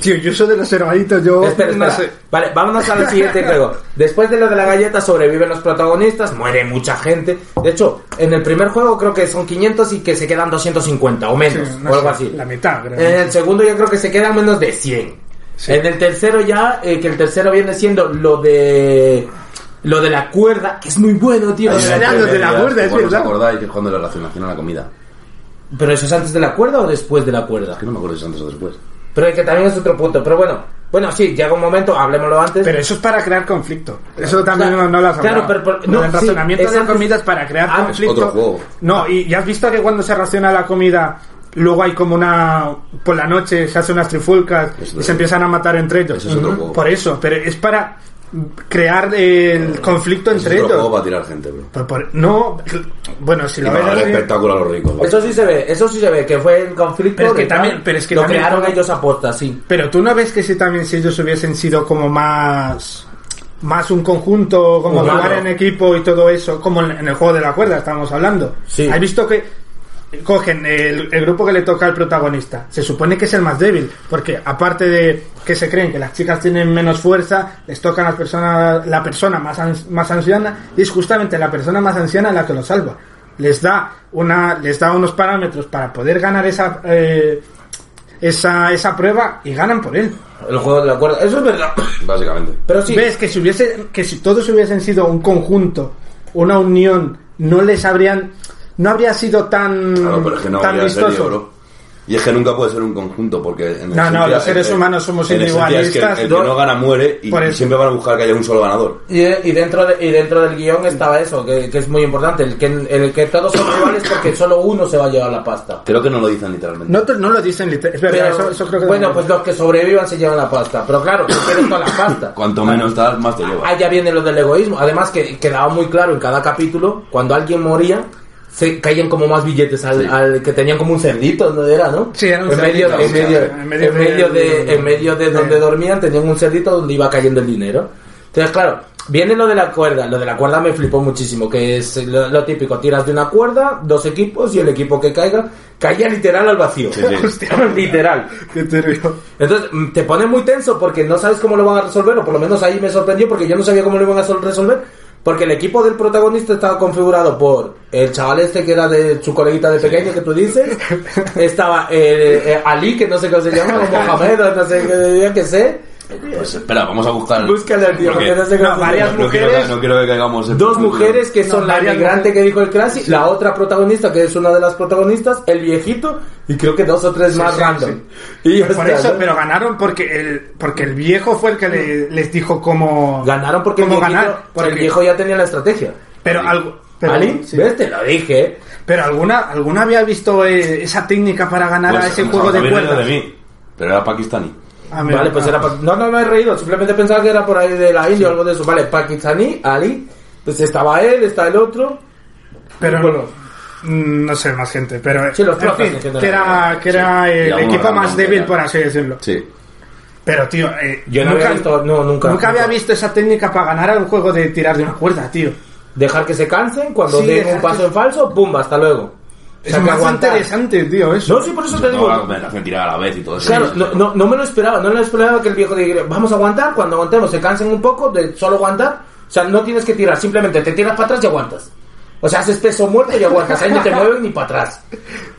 S7: tío yo soy de los hermanitos yo
S5: Espera,
S7: no
S5: espera.
S7: sé.
S5: Vale, vámonos al siguiente juego. Después de lo de la galleta sobreviven los protagonistas, muere mucha gente. De hecho, en el primer juego creo que son 500 y que se quedan 250 o menos,
S7: Sí, no
S5: o algo
S7: sé,
S5: así.
S7: la mitad, creo.
S5: En el segundo yo creo que se quedan menos de 100.
S7: Sí.
S5: En el tercero ya, eh, que el tercero viene siendo lo de... Lo de la cuerda, que es muy bueno, tío.
S7: Ay, ay, ay. los de la cuerda, es
S1: como os
S7: verdad.
S1: acordáis que es cuando la relacionación a la comida?
S5: Pero eso es antes de la cuerda o después de la cuerda.
S1: Es que no me acuerdo si es antes o después.
S5: Pero es que también es otro punto. Pero bueno, bueno, sí, llega un momento, hablemoslo antes.
S7: Pero eso es para crear conflicto. Eso también
S5: Claro,
S7: no, no lo has
S5: claro,
S7: hablado.
S5: pero por-
S7: Lo
S5: no,
S7: del
S5: sí,
S7: racionamiento
S5: es
S7: de
S5: antes-
S7: comidas para crear
S5: Ah, es
S7: conflicto.
S1: otro juego.
S7: No, y, y has visto que cuando se raciona la comida, luego hay como una. Por la noche se hacen unas trifulcas
S1: Eso
S7: y
S1: es-
S7: se empiezan a matar entre ellos.
S1: eso es otro juego.
S7: Por eso, pero es para crear eh, el conflicto
S1: Es
S7: entre
S1: otro juego
S7: ellos.
S1: para tirar gente, bro.
S7: Pero por- no, bueno, si
S1: Y
S7: lo
S1: para
S7: ves
S1: dar
S7: así-
S1: espectáculo a los ricos. ¿vale?
S5: Eso sí se ve, eso sí se ve, que fue el conflicto.
S7: Pero es que
S5: de tal.
S7: también- pero es que
S5: lo
S7: también-
S5: crearon ellos a posta, sí.
S7: Pero tú no ves que si también si ellos hubiesen sido como más más un conjunto, como
S5: Claro.
S7: jugar en equipo y todo eso, como en en el juego de la cuerda estábamos hablando.
S5: Sí.
S7: ¿Has visto que cogen el, el grupo que le toca al protagonista? Se supone que es el más débil, porque aparte de que se creen que las chicas tienen menos fuerza, les toca a la persona, la persona más, ans- más anciana y es justamente la persona más anciana la que lo salva. Les da una les da unos parámetros para poder ganar esa eh, esa, esa prueba y ganan por él.
S5: El juego de la cuerda, eso es verdad.
S1: Básicamente.
S5: Pero sí,
S7: ¿Ves? Que si, hubiese, que si todos hubiesen sido un conjunto, una unión, no les habrían. No habría sido tan.
S1: Claro, pero es que no
S7: tan
S1: habría serie,
S7: vistoso.
S1: bro. Y es que nunca puede ser un conjunto, porque... En
S7: No, no,
S1: esencia-
S7: los seres
S1: en-
S7: humanos somos
S1: en esencia es que
S7: individualistas.
S1: el que no gana muere y,
S7: Por
S1: y
S7: eso.
S1: siempre van a buscar que haya un solo ganador.
S5: y, y dentro de- y dentro del guión estaba eso, que, que es muy importante, el que, el que todos son rivales porque solo uno se va a llevar la pasta.
S1: Creo que no lo dicen literalmente.
S7: No, te- no lo dicen literal. Es verdad,
S5: Pero-
S7: eso, eso creo que.
S5: bueno, pues los que sobrevivan se llevan la pasta. Pero claro, tú quieres toda la pasta.
S1: Cuanto menos tal, más te lleva.
S5: Allá viene lo del egoísmo. Además que quedaba muy claro en cada capítulo, cuando alguien moría, se caían como más billetes al,
S1: Sí.
S5: al que tenían como un cerdito, ¿no era, no?
S7: Sí, era un
S5: en medio,
S7: cerdito,
S5: en,
S7: sí,
S5: medio,
S7: en medio
S5: en medio
S7: del-
S5: de, en medio de donde
S7: de-
S5: dormían tenían un cerdito donde iba cayendo el dinero. Entonces, claro, viene lo de la cuerda. Lo de la cuerda me flipó muchísimo, que es lo, lo típico. Tiras de una cuerda, dos equipos y el equipo que caiga caía literal al vacío.
S1: Sí, sí.
S5: literal.
S7: Qué turbio.
S5: Entonces mm, te pone muy tenso porque no sabes cómo lo van a resolver, o por lo menos ahí me sorprendió porque yo no sabía cómo lo iban a sol- resolver, porque el equipo del protagonista estaba configurado por el chaval este que era de su coleguita de pequeño que tú dices, estaba eh, eh, Ali, que no sé cómo se llama, o Mohamed, o no sé qué, yo qué sé,
S1: Pues espera, vamos a buscar...
S5: búscale al tío,
S1: Porque-
S5: porque no sé cómo
S7: no,
S5: se
S7: varias
S5: llama.
S1: no, quiero,
S7: mujeres-
S1: no quiero que caigamos... en-
S5: Dos mujeres que
S7: No,
S5: son la
S7: varias
S5: migrante
S7: mujeres.
S5: que dijo el Crashy, la otra protagonista que es una de las protagonistas, el viejito y creo que dos o tres más
S7: sí,
S5: random. Y,
S7: Por
S5: hostia,
S7: eso,
S5: ¿no?
S7: pero ganaron porque el, porque el viejo fue el que le- les dijo cómo.
S5: Ganaron porque el
S7: cómo
S5: viejito,
S7: ganar. Porque,
S5: el viejo ya tenía la estrategia.
S7: Pero algo. Pero,
S5: ¿Ali?
S7: sí.
S5: ¿Ves? Te lo dije. ¿eh?
S7: Pero alguna, alguna había visto eh, esa técnica para ganar
S1: Pues,
S7: a ese
S1: no,
S7: juego de
S1: también era
S7: cuerdas.
S1: de mí, pero era pakistaní.
S7: Ah, mira,
S5: Vale, pues
S7: ah.
S5: era... pa- No, no me he reído. Simplemente pensaba que era por ahí de la India o algo de eso. Vale, pakistaní, Ali. Pues estaba él, está el otro.
S7: Pero
S5: Bueno,
S7: mm, no sé, más gente, pero
S5: Sí, los
S7: en
S5: protas,
S7: fin,
S5: entiendo
S7: que
S5: la
S7: era,
S5: verdad.
S7: que era
S1: Y
S7: el
S1: algunos
S7: equipo
S1: eran
S7: más
S1: más
S7: débil,
S1: de-
S7: por así decirlo.
S1: Sí.
S7: Pero, tío, eh,
S5: Yo no había visto- no, nunca,
S7: había
S5: nunca.
S7: visto esa técnica para ganar a un juego de tirar de una cuerda, tío.
S5: Dejar que se cansen, cuando
S7: Sí,
S5: den
S7: dejar
S5: un paso
S7: que-
S5: en falso, ¡pum! Hasta luego. O
S7: Es
S5: sea, que
S7: más
S5: aguantar.
S7: interesante, tío, eso.
S5: No, sí, por eso te
S1: Toda la
S5: digo.
S1: documentación tirada a la vez y todo eso.
S5: Claro, no, no, no me lo esperaba, no me lo esperaba que el viejo dijera, vamos a aguantar, cuando aguantemos se cansen un poco de solo aguantar, o sea, no tienes que tirar, simplemente te tiras para atrás y aguantas. O sea, haces peso muerto y aguantas, ahí no te mueven ni para atrás.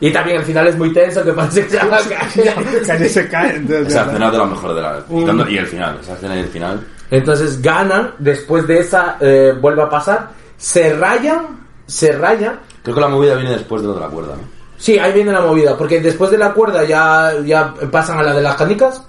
S5: Y también al final es muy tenso, que parece que se va a caer.
S7: Calle se cae. entonces,
S1: Esa
S7: ya.
S1: escena es de la mejor de la vez. Quitando- Y el final, esa escena y el final.
S5: Entonces ganan, después de esa eh, vuelve a pasar, se rayan, se rayan.
S1: Creo que la movida viene después de lo de la cuerda, ¿no?
S5: Sí, ahí viene la movida, porque después de la cuerda ya, ya pasan a la de las canicas,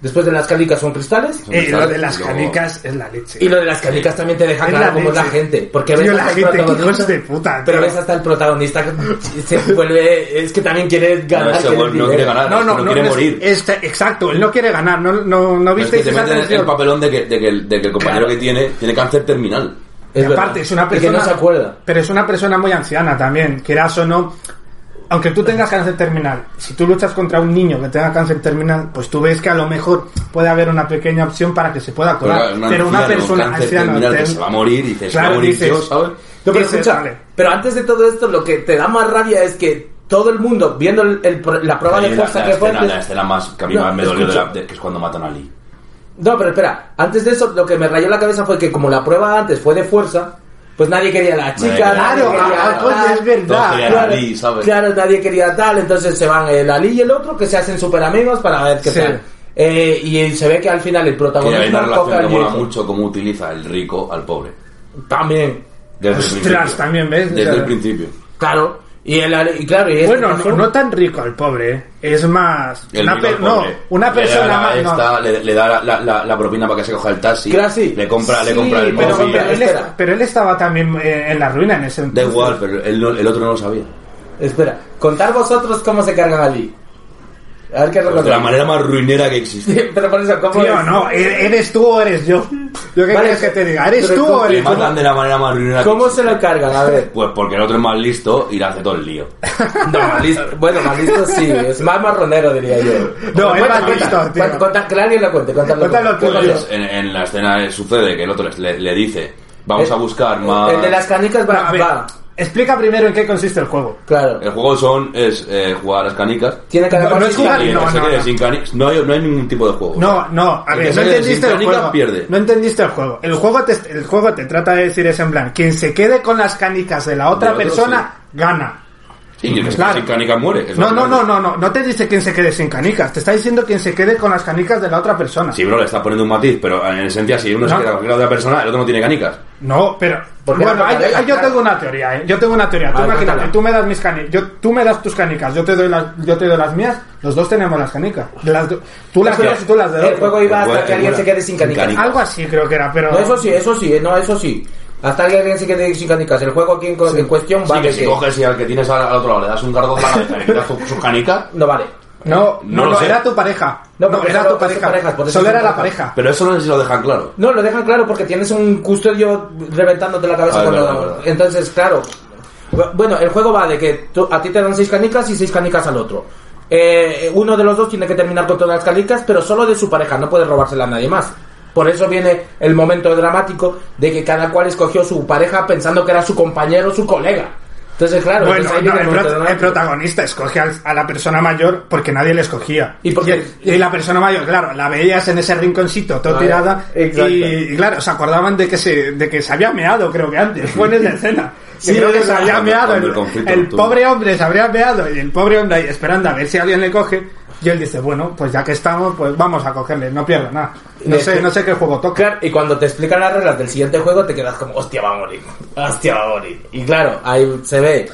S5: después de las canicas son cristales.
S1: Son
S7: Eh, lo
S1: cristales
S7: de las
S1: y luego-
S7: canicas es la leche.
S5: Y lo de las canicas también te deja
S7: Es
S5: claro
S7: la
S5: cómo es la
S7: leche.
S5: gente. Porque
S7: Tío,
S5: ves
S7: la
S5: hasta el
S7: gente, qué
S5: protagonista-
S7: hijos de puta, tío.
S5: Pero ves hasta el protagonista que se vuelve. Es que también quiere ganar.
S1: ese
S5: quiere
S1: güey no
S5: dinero.
S1: quiere ganar.
S7: no,
S1: es
S7: no,
S1: que no
S7: no,
S1: quiere
S7: no es-
S1: morir.
S7: este- exacto, él no quiere ganar. No, no, no
S1: Pero es que
S7: visteis
S1: te
S7: esa
S1: meten el
S7: tensión.
S1: papelón de que, de que el, de que el compañero
S5: Claro.
S1: que tiene tiene cáncer terminal.
S7: Y
S5: Es verdad.
S7: aparte, es una
S5: Y
S7: persona.
S5: que no se acuerda.
S7: Pero es una persona muy anciana también. Quieras o no. Aunque tú tengas cáncer terminal, si tú luchas contra un niño que tenga cáncer terminal, pues tú ves que a lo mejor puede haber una pequeña opción para que se pueda
S1: Pero,
S7: curar.
S1: claro,
S7: Pero
S1: anciana
S7: una
S1: con
S7: persona
S1: cáncer
S7: anciana.
S1: terminal que
S7: ten-
S1: se va a morir y dice, se va a
S7: Claro,
S1: morir
S7: dices-
S1: yo, ¿sabes?
S5: No, pero,
S7: Dices,
S5: escucha,
S7: vale.
S5: pero antes de todo esto, lo que te da más rabia es que todo el mundo, viendo el- el pro- la prueba
S1: Ahí
S5: de
S1: la,
S5: fuerza
S1: la
S5: que fue.
S1: escena,
S5: antes-
S1: la escena más que a mí
S5: No,
S1: más me dolió de la-
S5: escucha.
S1: de- que es cuando matan a Lee.
S5: No, pero espera, antes de eso lo que me rayó la cabeza fue que como la prueba antes fue de fuerza, pues nadie quería a la
S1: Nadie
S5: chica,
S1: quería a
S5: nadie
S1: la
S5: quería
S7: chica.
S5: a
S7: Ah, coño, es verdad.
S1: Todos querían a
S5: claro,
S1: Lee, ¿sabes?
S5: claro, nadie quería tal, entonces se van el Ali y el otro que se hacen super amigos para ver qué
S7: Sí.
S5: tal. Eh, y se ve que al final el
S1: Que hay
S5: protagonista
S1: una relación que mola
S5: viejo.
S1: mucho cómo utiliza el rico al pobre.
S5: También,
S1: Desde el
S7: Ostras,
S1: principio.
S7: también, ¿ves?
S1: Desde
S7: O sea,
S1: el principio.
S5: claro. Y el Ali- y claro, y este es
S7: Bueno,
S5: una
S7: no,
S5: forma-
S7: no tan rico al pobre, ¿eh? es más.
S1: El
S7: una
S1: rico
S7: pe-
S1: al
S7: no,
S1: pobre.
S7: una
S1: Le da
S7: persona
S1: la
S7: más. no.
S1: esta, le, le da la, la- la- la propina para que se coja el taxi.
S5: Claro, sí.
S1: Le compra, le
S5: Sí,
S1: compra el
S5: pero-
S1: móvil.
S7: Pero él,
S5: Espera.
S7: es- pero él estaba también eh, en la ruina en ese
S1: Da
S7: entonces.
S1: igual, pero él no- el otro no lo sabía.
S5: Espera, contar vosotros cómo se cargan a Lee. A ver qué
S1: De la
S5: recordáis.
S1: manera más ruinera que existe.
S5: pero por eso, ¿cómo
S7: Tío,
S5: es?
S7: no, e- eres tú o eres yo. ¿Yo qué
S5: Pues, eh, Vale,
S7: quieres que te diga? ¿Eres
S5: pero
S7: tú
S5: tú-
S1: Le
S7: o eres yo?
S1: matan de la manera más ruinera que
S5: ¿Cómo
S1: existe.
S5: se lo cargan? A ver.
S1: Pues porque el otro es más listo y le hace todo el lío.
S5: No, más listo. Bueno, más listo sí, es más marronero diría yo.
S7: No, es
S5: Bueno,
S7: más
S5: cuenta,
S7: listo, tío.
S5: cuenta, cuenta, que alguien lo cuente, cuéntalo.
S7: Cuéntalo tú,
S5: Cuéntalo.
S7: tío.
S1: Pues en, en la escena eh, sucede que el otro les- le, le dice, vamos
S5: Eh, El-
S1: a buscar más...
S5: El de las canicas
S7: No,
S5: va,
S7: a ver,
S5: va.
S7: explica primero en qué consiste el juego.
S5: Claro.
S1: El juego son es eh, jugar a las canicas.
S5: Tiene que
S7: No,
S5: haber
S7: no es
S5: más-
S7: jugar,
S1: Y el
S7: no,
S1: que se
S7: no,
S1: quede
S7: no.
S1: sin canicas. No hay, no hay ningún tipo de juego.
S7: No, no, a
S1: El que
S7: ver,
S1: se
S7: no
S1: quede sin
S7: entendiste el
S1: canicas
S7: juego.
S1: pierde.
S7: No entendiste el juego. El juego te, el juego te trata de decir es en plan, quien se quede con las canicas de la otra
S1: Del otro,
S7: persona, gana.
S1: Sí, y el que se quede
S7: Claro.
S1: sin canicas muere. es
S7: No, no,
S1: básicamente.
S7: no, no, no, no te dice quien se quede sin canicas, te está diciendo quien se quede con las canicas de la otra persona.
S1: Sí, bro, le está poniendo un matiz, pero en esencia si uno se
S7: No.
S1: queda con la otra persona, el otro no tiene canicas.
S7: No, pero
S5: Porque
S7: bueno,
S5: no te
S7: hay-
S5: pareja,
S7: hay- yo
S5: claro.
S7: tengo una teoría, ¿eh? Yo tengo una teoría. Tú
S5: Vale,
S7: imagínate,
S5: cuéntala.
S7: tú me das mis canicas, yo tú me das tus canicas, yo te doy las yo te doy las mías, los dos tenemos las canicas. Las do- tú las
S5: Hostia,
S7: mías y tú las de
S5: El juego iba hasta
S1: Bueno,
S5: que alguien
S1: bueno.
S5: se quede sin canicas.
S1: Sin
S7: Algo así creo que era, pero
S5: No, eso sí, eso sí, eh, no, eso sí. Hasta que alguien se quede sin canicas. El juego aquí en, co- en cuestión
S1: Sí,
S5: va
S1: que
S5: de
S1: si
S5: que-
S1: coges y al que tienes al, al otro lado le das un cargo a la cabeza y le quitas sus sus canicas,
S5: No vale.
S7: no, no,
S1: No lo
S7: no,
S1: sé.
S7: era tu pareja.
S5: No,
S7: No,
S5: porque
S7: era
S5: solo-
S7: tu pareja.
S5: son parejas, por eso
S7: Solo
S5: son
S7: era la
S5: parejas.
S7: pareja.
S1: pero eso no sé si lo dejan claro.
S5: No, lo dejan claro porque tienes un custodio reventándote la cabeza
S1: Ah,
S5: con
S1: es
S5: la
S1: verdad, es verdad.
S5: Entonces, claro. Bueno, el juego va de que tú- a ti te dan seis canicas y seis canicas al otro. Eh, uno de los dos tiene que terminar con todas las canicas, pero solo de su pareja, no puede robársela a nadie más. Por eso viene el momento dramático de que cada cual escogió su pareja pensando que era su compañero, su colega. Entonces, claro,
S7: Bueno,
S5: entonces ahí
S7: no,
S5: viene
S7: el,
S5: el momento
S7: prota- el
S5: dramático.
S7: protagonista escoge al- a la persona mayor porque nadie le escogía.
S5: Y porque-
S7: y, y la persona mayor, claro, la veías en ese rinconcito, todo
S5: Ah,
S7: tirada. Y,
S5: exacto.
S7: y claro, se acordaban de que se, de que se había meado, creo que antes. Fue en esa escena.
S5: Sí,
S7: creo que
S5: es
S7: se
S5: verdad.
S7: había
S1: Cuando-
S7: meado.
S1: cuando el
S7: El,
S1: conflicto
S7: el
S1: nocturno.
S7: pobre hombre se habría meado y el pobre hombre ahí esperando a ver si alguien le coge. Y él dice, bueno, pues ya que estamos, pues vamos a cogerle, no pierdo nada. No
S5: De-
S7: sé, no sé qué juego toca.
S5: Claro, y cuando te explican las reglas del siguiente juego te quedas como, hostia, va a morir, hostia, va a morir. Y claro, ahí se ve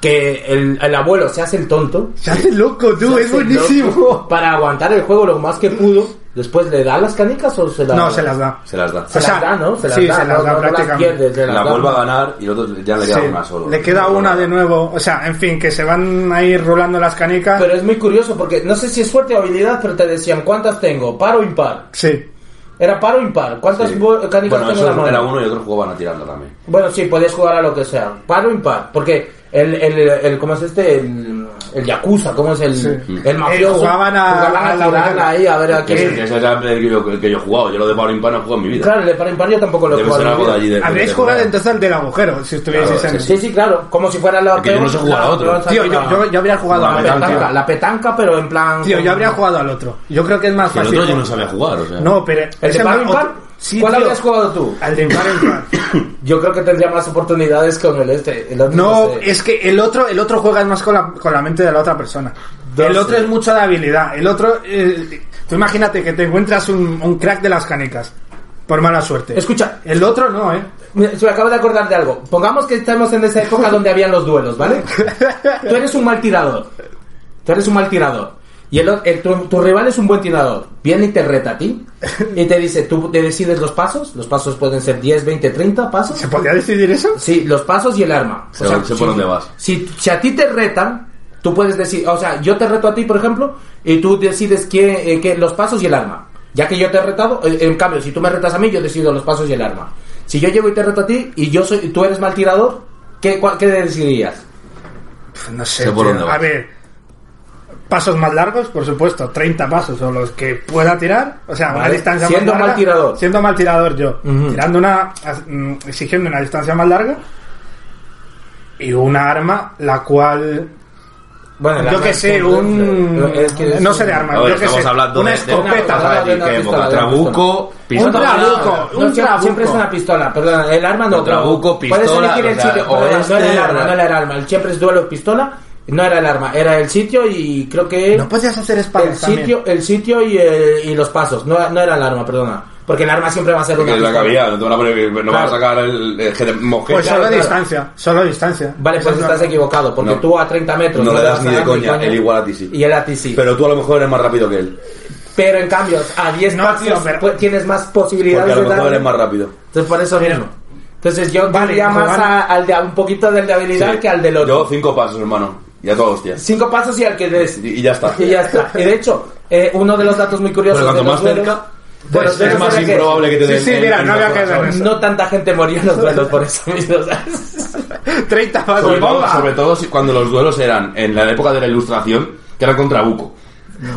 S5: que el, el abuelo se hace el tonto.
S7: Se hace loco, tú,
S5: se
S7: es
S5: hace el
S7: buenísimo.
S5: loco Para aguantar el juego lo más que pudo. Después le da las canicas o se las
S7: No, se las da.
S1: Se las da.
S5: Se
S7: O
S5: las
S7: sea,
S5: da, ¿no? Se las
S7: sí,
S5: da,
S7: se las
S5: no-
S7: da
S5: no las
S7: prácticamente.
S5: pierde, se las
S1: La
S5: da.
S1: vuelve a ganar y el otro ya le queda
S7: Sí,
S1: una solo.
S7: Le queda una de nuevo. O sea, en fin, que se van a ir rulando las canicas.
S5: Pero es muy curioso porque no sé si es suerte o habilidad, pero te decían cuántas tengo, par o impar.
S7: sí.
S5: Era par o impar. ¿Cuántas
S1: Sí.
S5: bo- canicas
S1: Bueno,
S5: tengo en la
S1: eso
S5: mano?
S1: era uno y otro jugaban a tirarla también.
S5: Bueno, sí, podías jugar a lo que sea. Par o impar. Porque El, el, el- ¿Cómo es este? El, el Yakuza, ¿cómo es el,
S7: Sí.
S5: el mafioso?
S7: Eh, jugaban a-
S5: Jugaban a
S7: a la
S5: tirar
S7: bala.
S5: ahí a ver a
S1: Que
S5: quién.
S1: ese, que ese es el que yo, el que yo he jugado. Yo lo de Pablo Impa no he jugado en mi vida.
S5: Claro, el de par en par yo tampoco lo he
S1: Debe ser
S5: jugado.
S1: algo de allí. De,
S7: Habréis
S1: de-
S7: jugado
S1: de-
S7: entonces al del agujero, si estuvieseis
S1: Claro,
S7: en
S5: Sí, sí, claro. Como si fuera el
S1: Porque yo no sé jugar a otro.
S7: Tío, yo, yo, yo habría jugado
S5: la
S7: al otro.
S5: petanca, la petanca, pero en plan.
S7: tío. Tío, yo habría jugado al otro. Yo creo que es más
S1: Que el
S7: fácil.
S1: otro yo no sabía jugar, o sea.
S7: No, pero.
S5: ¿El
S7: ese
S5: de par en
S7: más-
S5: par?
S7: otro- Sí,
S5: ¿Cuál
S7: tío.
S5: habrías jugado tú?
S7: Al de par en par.
S5: Yo creo que tendría más oportunidades con el este. El otro
S7: No,
S5: sé.
S7: es que el otro, el otro juegas más con la, con la mente de la otra persona.
S5: No
S7: el
S5: sé.
S7: otro es mucho de habilidad. El otro, eh, tú imagínate que te encuentras un, un crack de las canicas. Por mala suerte.
S5: Escucha.
S7: El otro no, eh.
S5: Mira, Se me acaba de acordar de algo. Pongamos que estamos en esa época donde habían los duelos, ¿vale? Tú eres un mal tirador. Tú eres un mal tirador. Y el, o- el- tu, tu rival es un buen tirador. Viene y te reta a ti. Y te dice, tú te decides los pasos. Los pasos pueden ser 10, 20, 30 pasos.
S7: ¿Se podía decidir eso?
S5: Sí, los pasos y el arma.
S1: Sé- sé por dónde vas.
S5: Si, si a ti te retan, tú puedes decir, o sea, yo te reto a ti, por ejemplo, y tú decides qué, eh, qué- los pasos y el arma. Ya que yo te he retado, eh, en cambio, si tú me retas a mí, yo decido los pasos y el arma. Si yo llego y te reto a ti y yo soy, tú eres mal tirador, ¿qué, cua- qué decidirías?
S7: Pf, No sé.
S1: Sé por
S7: tío.
S1: dónde vas.
S7: A ver. Pasos más largos, por supuesto, 30 pasos o los que pueda tirar, o sea, una
S5: Vale.
S7: distancia
S5: Siendo
S7: más larga.
S5: mal tirador.
S7: Siendo mal tirador yo,
S5: Ujú.
S7: tirando una mm, exigiendo una distancia más larga y una arma la cual
S5: Bueno, el
S7: Yo
S5: arma
S7: que
S5: es
S7: sé, un.
S5: es que es
S7: no
S5: un-
S7: sé de arma,
S1: A ver,
S7: yo que
S1: estamos
S7: sé.
S1: hablando
S7: Una
S1: de- de-
S7: escopeta.
S1: vamos a ver,
S5: de
S1: ¿qué
S5: una
S1: época?
S5: pistola, de una
S1: Trabuco,
S7: un
S1: pistola.
S7: trabuco,
S5: No,
S7: un
S5: siempre-
S7: trabuco.
S5: Siempre es una pistola, perdón, el arma no.
S1: Un trabuco,
S5: pero Puedes
S1: pistola,
S5: elegir el
S1: o este, sea,
S5: sitio, perdón,
S1: oeste,
S5: no era el arma,
S1: ¿verdad?
S5: no era el arma, el siempre es duelo pistola, no era el arma, era el sitio y creo que...
S7: No podías hacer
S5: Eh, el
S7: espadas también.
S5: sitio, el sitio y, el- y los pasos, no, no era el arma, perdona, porque el arma siempre va a ser una
S1: Porque es la que
S5: pistola.
S1: había, no te van a poner, no van a
S5: Claro.
S1: sacar el, el GT mojete.
S7: Pues
S5: Claro,
S7: solo
S5: claro.
S7: distancia, solo distancia.
S5: Vale, pues
S7: Eso es
S5: estás
S7: lo-
S5: equivocado, porque
S1: No.
S5: tú a 30 metros
S1: No le das
S5: vas
S1: ni
S5: a
S1: de
S5: dar
S1: coña, él igual a ti sí.
S5: Y él a ti sí. Pero,
S1: Pero tú a lo mejor eres más rápido que él.
S5: en cambio, a 10
S7: No,
S5: pasos
S7: tío, pero-
S5: pues, tienes más posibilidades
S1: Porque a lo
S5: de
S1: mejor
S5: darle.
S1: eres más rápido.
S5: Entonces por eso mismo. Entonces yo
S7: Vale,
S5: daría más
S7: Giovanni.
S5: a- al de, a un poquito del de habilidad
S1: Sí.
S5: que al del
S1: Yo
S5: otro.
S1: cinco pasos, hermano. Y a toda hostia.
S5: Cinco pasos y al que des.
S1: Y, y ya está.
S5: Y ya está. Y de hecho, eh, uno de los datos muy curiosos.
S1: Pero cuanto
S5: de los
S1: más
S5: duelos-
S1: cerca,
S5: de los
S1: Pues es
S5: duelos
S1: más
S5: era que
S1: improbable que te
S7: Sí,
S1: den.
S7: sí,
S1: el-
S7: mira, no había
S1: el-
S7: que ver eso.
S5: No tanta gente moría en los duelos por eso mismo. ¿sabes?
S7: 30 pasos,
S1: Sobre todo,
S7: bomba.
S1: sobre todo si- cuando los duelos eran en la época de la ilustración, que era contra Buco.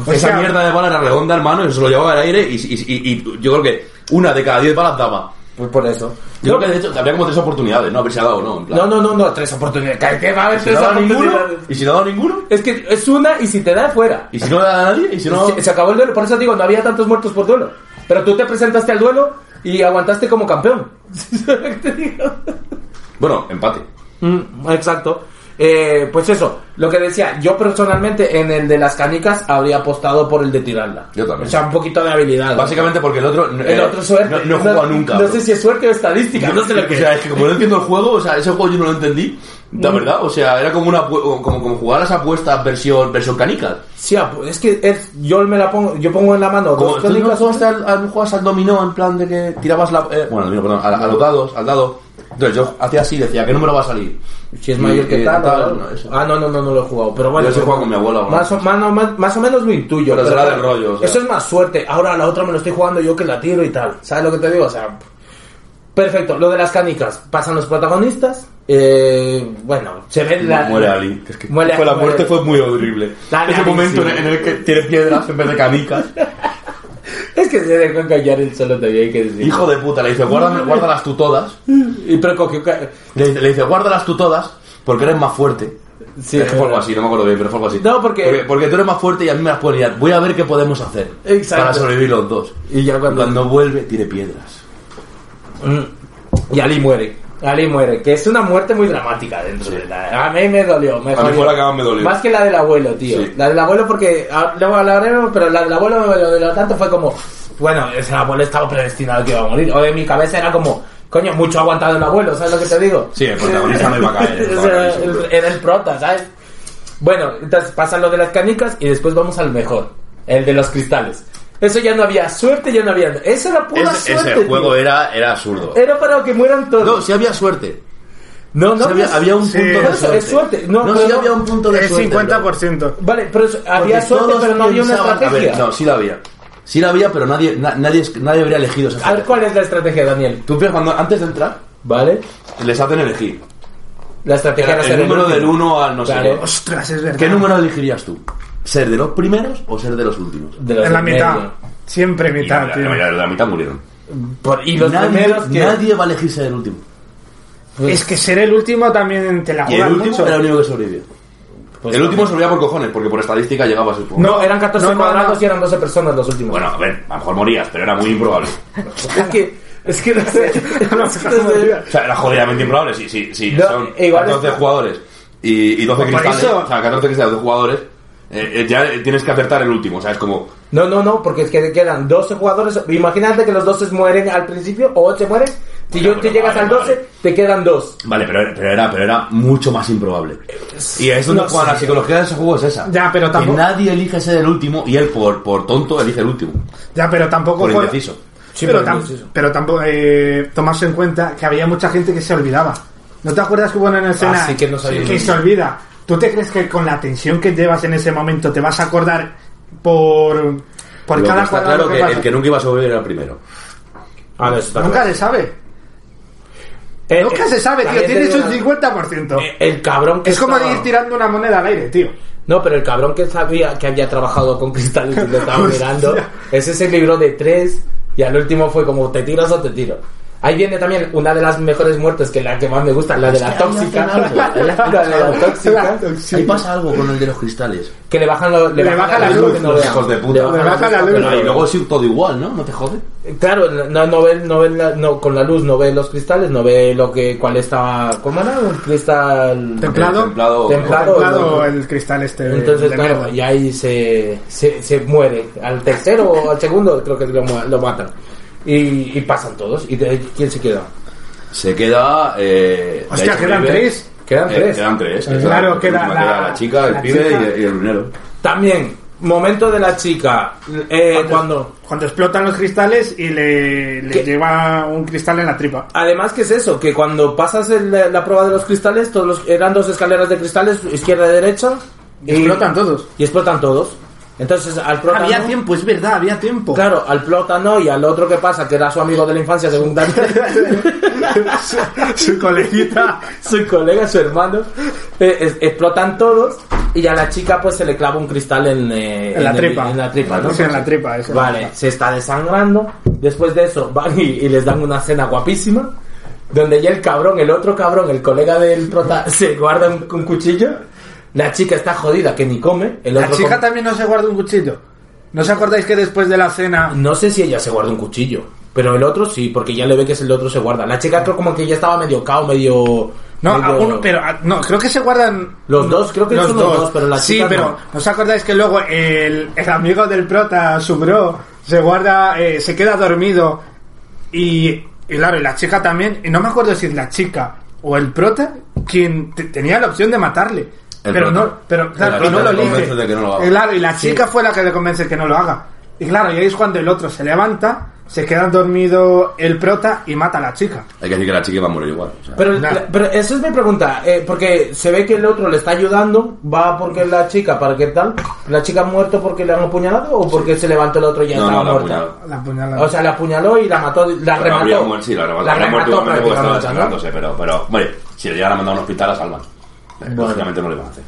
S7: O
S1: Esa
S7: sea,
S1: mierda de bala era redonda, hermano, y se lo llevaba al aire. Y, y- y- y yo creo que una de cada diez balas daba.
S5: Pues por eso.
S1: Yo creo que de hecho habría como tres oportunidades, ¿no? Habría dado o no. En plan,
S5: No, no, no, no, tres oportunidades. ¿Qué va a haber
S1: Si no
S5: tres
S1: ha dado ninguno,
S5: oportunidades?
S1: y si no ha dado ninguno,
S5: Es que es una y si te da, fuera.
S1: y si no da a nadie, y si no.
S5: Se- Se acabó el duelo, por eso digo, no había tantos muertos por duelo. Pero tú te presentaste al duelo y aguantaste como campeón. ¿Sabes lo que te digo?
S1: Bueno, empate.
S5: Mm, exacto. Eh, pues eso, lo que decía, yo personalmente en el de las canicas habría apostado por el de tirarla.
S1: Yo también.
S5: O sea, un poquito de habilidad.
S1: Básicamente porque el otro.
S5: El
S1: eh,
S5: otro suerte.
S1: No, no he jugado nunca.
S5: No
S1: bro.
S5: sé si es suerte o estadística, no sé lo que
S1: O sea,
S5: es.
S1: es Mm. que como no entiendo el juego, o sea, ese juego yo no lo entendí. La verdad, o sea, era como una apu- como, como jugar a las apuestas versión, versión canicas.
S5: Sí, ah, pues es que es- yo me la pongo, yo pongo en la mano
S1: Como
S5: dos
S1: tú no
S5: canicas.
S1: jugaste al, al- juegas al dominó en plan de que tirabas la. eh, este, bueno, al dominó, perdón, a, a los dados, al dado. Entonces yo hacía así, decía, ¿qué número va a salir?
S5: Si es mayor que
S1: Eh,
S5: tal,
S1: tal,
S5: o-
S1: no, eso.
S5: Ah, no, no, no, no lo he jugado. Pero bueno.
S1: Yo sí he jugado con mi abuela, bueno.
S5: Más o, más, o- más- más o menos lo intuyo.
S1: Pero será del rollo, o sea.
S5: Eso es más suerte. Ahora la otra me lo estoy jugando yo que la tiro y tal. ¿Sabes lo que te digo? O sea. Perfecto, lo de las canicas. Pasan los protagonistas. Eh, bueno, se ve la.
S1: Muere Ali. que es que
S5: Muere-
S1: fue la
S5: muere-
S1: muerte fue muy horrible.
S5: Dale,
S1: Ese
S5: Ali,
S1: momento
S5: sí.
S1: en, el- en el que tienes piedras en vez de canicas.
S5: Es que se dejó engañar el solo todavía hay que decir.
S1: Hijo de puta, le dice, "Guárdame- guárdalas tú todas.
S5: Y pero cogió ca-
S1: Le, dice- le dice, guárdalas tú todas porque eres más fuerte.
S5: Sí, es
S1: es que fue algo
S5: verdad.
S1: así, no me acuerdo bien, pero fue algo así.
S5: No, porque-
S1: porque, porque tú eres más fuerte y a mí me las puedo liar. Voy a ver qué podemos hacer
S5: Exacto.
S1: para sobrevivir los dos.
S5: Y ya cuando-
S1: cuando vuelve, tiene piedras.
S5: Mm. Y Ali muere. Ali muere, que es una muerte muy dramática dentro de la. A mí me dolió. Me
S1: A mí
S5: jodió.
S1: fue la que más me dolió.
S5: Más que la del abuelo, tío.
S1: Sí.
S5: La del abuelo, porque ah, luego hablaremos, pero la del abuelo me dolió tanto. Fue como, bueno, ese abuelo estaba predestinado que iba a morir. O en mi cabeza era como, coño, mucho ha aguantado el abuelo, ¿sabes lo que te digo?
S1: Sí, el protagonista no iba a caer,
S5: O
S1: estaba
S5: sea,
S1: clarísimo.
S5: era el prota, ¿sabes? Bueno, entonces pasa lo de las canicas y después vamos al mejor, el de los cristales. Eso ya no había suerte, ya no había. Eso era pura
S1: Ese,
S5: suerte.
S1: ese juego
S5: tío.
S1: era, era absurdo.
S5: Era para que mueran
S1: No,
S5: todos.
S1: si había suerte.
S5: No, no,
S1: Si había,
S5: es-
S1: había un
S7: sí.
S1: punto
S7: No,
S1: de
S5: es
S1: suerte.
S5: suerte. No,
S1: no
S5: pero
S1: si
S5: no-
S1: había un punto de
S7: Es
S1: suerte. bro.
S7: 50%.
S5: Vale, pero es-
S1: Porque
S5: había suerte,
S1: todos
S5: pero no había una
S1: pensaban- a ver,
S5: estrategia.
S1: no, sí la había. Sí la había, pero nadie, na- nadie, nadie habría elegido
S5: A
S1: esa
S5: ver,
S1: estrategia.
S5: ¿Cuál es la estrategia, Daniel?
S1: Tú piensas, cuando, antes de entrar,
S5: ¿Vale?
S1: les hacen elegir.
S5: La estrategia era
S1: El
S5: ser
S1: número
S5: último.
S1: del 1 al no
S5: Claro.
S1: sé
S7: Ostras, es verdad.
S1: qué. ¿Qué número elegirías tú? ¿Ser de los primeros o ser de los últimos?
S5: De los
S7: En la
S5: del medio.
S7: mitad. Siempre
S1: Y la,
S7: mitad,
S1: la-
S7: tío.
S1: la mitad- la mitad murieron.
S5: Por- y los
S1: nadie,
S5: primeros que.
S1: nadie va a elegir ser el último.
S5: pues,
S7: Es que ser el último también te la
S1: Y el
S7: juegas
S1: último
S7: mucho.
S1: era el único que sobrevivió.
S5: Ah, pues,
S1: el último sobrevivía por cojones, porque por estadística llegaba a ser
S5: No, eran 14
S7: No, no,
S5: cuadrados
S7: no.
S5: y eran 12 personas los últimos.
S1: Bueno, a ver, a lo mejor morías, pero era muy improbable.
S5: es que. Es que no sé. es que no sé.
S1: O sea, era jodidamente improbable. Si, si, si
S5: No,
S1: son
S5: e igual
S1: 14
S5: es-
S1: jugadores y, y 12
S7: Pues eh, por
S1: cristales,
S7: eso-
S1: o sea, 14 cristales de jugadores, eh, eh, ya tienes que acertar el último. O sea, es como,
S5: No, no, no, porque es que quedan 12 jugadores. Imagínate que los 12 mueren al principio o 8 mueren. Si
S1: Bueno,
S5: yo te
S1: pero
S5: llegas
S1: vale,
S5: al 12,
S1: vale.
S5: te quedan 2.
S1: Vale, pero, pero, era, pero era mucho más improbable. Y es donde
S5: No
S1: juega
S5: sé.
S1: la psicología de ese juego es esa.
S7: Ya, pero tampoco-
S1: Que nadie elige ser el último y él, por, por tonto, elige el último.
S7: Ya, pero tampoco.
S1: Por
S7: fue-
S1: indeciso.
S5: Sí,
S7: pero,
S5: por
S7: tam-
S5: indeciso.
S7: pero tampoco. Eh, tomarse en cuenta que había mucha gente que se olvidaba. ¿No te acuerdas que hubo una escena
S5: Ah, sí, que no sabía
S7: que
S5: el
S7: se
S5: nombre.
S7: olvida? ¿Tú te crees que con la tensión que llevas en ese momento te vas a acordar por, por
S1: Lo que
S7: cada
S1: está
S7: cuadrado
S1: claro
S7: que
S1: que
S7: pasa?
S1: el que nunca iba a sobrevivir era el primero.
S5: Ah, no, eso está
S7: Nunca
S5: claro.
S7: se sabe.
S5: Eh,
S7: Nunca
S5: eh,
S7: se sabe, tío.
S5: también te
S7: Tienes
S5: digo
S7: un
S5: una-
S7: 50%.
S5: Eh, El cabrón que
S7: es como
S5: estaba-
S7: ir tirando una moneda al aire, tío.
S5: No, pero el cabrón que sabía que había trabajado con cristales y lo estaba
S7: Hostia.
S5: mirando, ese se libró de tres y al último fue como te tiras o te tiro. Ahí viene también una de las mejores muertes que la que más me gusta, la de la tóxica. La de la tóxica.
S7: La tóxica.
S1: algo con el de los cristales.
S5: Que le bajan, lo-
S7: Le baja la
S5: las
S7: luz,
S5: luces, no
S1: los
S5: vean.
S1: hijos de puta.
S5: Le bajan
S7: Le
S5: las
S7: baja
S5: luces,
S7: la luz.
S5: pero-
S1: y luego es todo igual, ¿no? ¿No te jode?
S5: Claro, no, no ve, no ve la- no, con la luz, no ve los cristales, no ve lo que, cuál estaba, ¿cómo era? Un cristal
S7: Templado.
S1: Templado.
S5: Templado.
S7: Claro,
S5: no.
S7: el cristal este. de-
S5: Entonces,
S7: de
S5: claro,
S7: mierda.
S5: y ahí se, se, se muere. Al tercero o al segundo, creo que lo, mu- lo matan. Y, y pasan todos. ¿Y de- quién se queda?
S1: Se queda. Eh,
S7: Hostia,
S1: la chica
S7: quedan
S1: pibe.
S7: tres.
S5: Quedan
S1: Eh,
S5: tres.
S1: Quedan tres.
S7: Pues claro,
S1: que la,
S7: queda la-
S1: queda la chica, el
S7: la
S1: pibe
S7: chica.
S1: y- y el dinero.
S5: También, momento de la chica. eh, cuando.
S7: Cuando explotan los cristales y le, le
S5: ¿Qué?
S7: lleva un cristal en la tripa.
S5: Además, ¿qué es eso? Que cuando pasas el- la, la prueba de los cristales, todos los- eran dos escaleras de cristales, izquierda y derecha.
S7: Y explotan todos.
S5: Y explotan todos. Entonces, al prota no-
S7: tiempo, es verdad, había tiempo.
S5: Claro, al prota no y al otro que pasa, que era su amigo de la infancia, según Dante.
S7: su, su coleguita.
S5: su colega, su hermano, eh, es- explotan todos y a la chica pues se le clava un cristal en, eh,
S7: En la
S5: el-
S7: tripa.
S5: en la tripa, ¿no?
S7: Sí, en la tripa, eso.
S5: Vale, se está desangrando. Después de eso van y, y les dan una cena guapísima. Donde ya el cabrón, el otro cabrón, el colega del prota, se guarda un, un cuchillo. La chica está jodida, que ni come. El
S7: La
S5: otro
S7: chica
S5: come-
S7: también no se guarda un cuchillo. ¿No os acordáis que después de la cena
S5: No sé si ella se guarda un cuchillo. Pero el otro sí, porque ya le ve que es el otro se guarda. La chica creo como que ya estaba medio cao, medio...
S7: No,
S5: medio-
S7: a uno, pero a- no, creo que se guardan.
S5: Los dos, creo que son los dos, pero la
S7: Sí,
S5: chica
S7: pero
S5: no.
S7: ¿no os acordáis que luego el, el amigo del prota, su bro, se guarda, eh, se queda dormido y, y claro, y la chica también, y no me acuerdo si es la chica o el prota quien te- tenía la opción de matarle.
S1: El
S7: pero
S1: prota.
S7: no, pero
S1: La
S7: claro, y
S1: chica
S7: no lo
S1: le
S7: elige.
S1: convence de que no lo haga.
S7: Y claro, y la chica fue la que le convence que no lo haga. Y claro, y ahí es cuando el otro se levanta, se queda dormido el prota y mata a la chica.
S1: Hay que decir que la chica va a morir igual. o sea.
S5: Pero,
S7: Nah.
S5: la- pero esa es mi pregunta, eh, porque se ve que el otro le está ayudando, va porque la chica, ¿para qué tal? ¿La chica ha muerto porque le han apuñalado o porque se levantó el otro y ya
S1: no,
S5: estaba
S1: no, la
S5: muerta?
S1: apuñalada.
S7: La apuñala.
S5: O sea, la apuñaló y la mató, la
S1: Pero habría
S5: remató.
S1: muer- Sí, la remató. Habría muerto
S5: remató
S1: igualmente porque estaba
S5: prácticamente, ¿no?
S1: desangrándose, pero, pero, hombre, si le llegan a mandar a un hospital, la salvan. Eh,
S5: Bueno.
S1: Lógicamente no le van a hacer.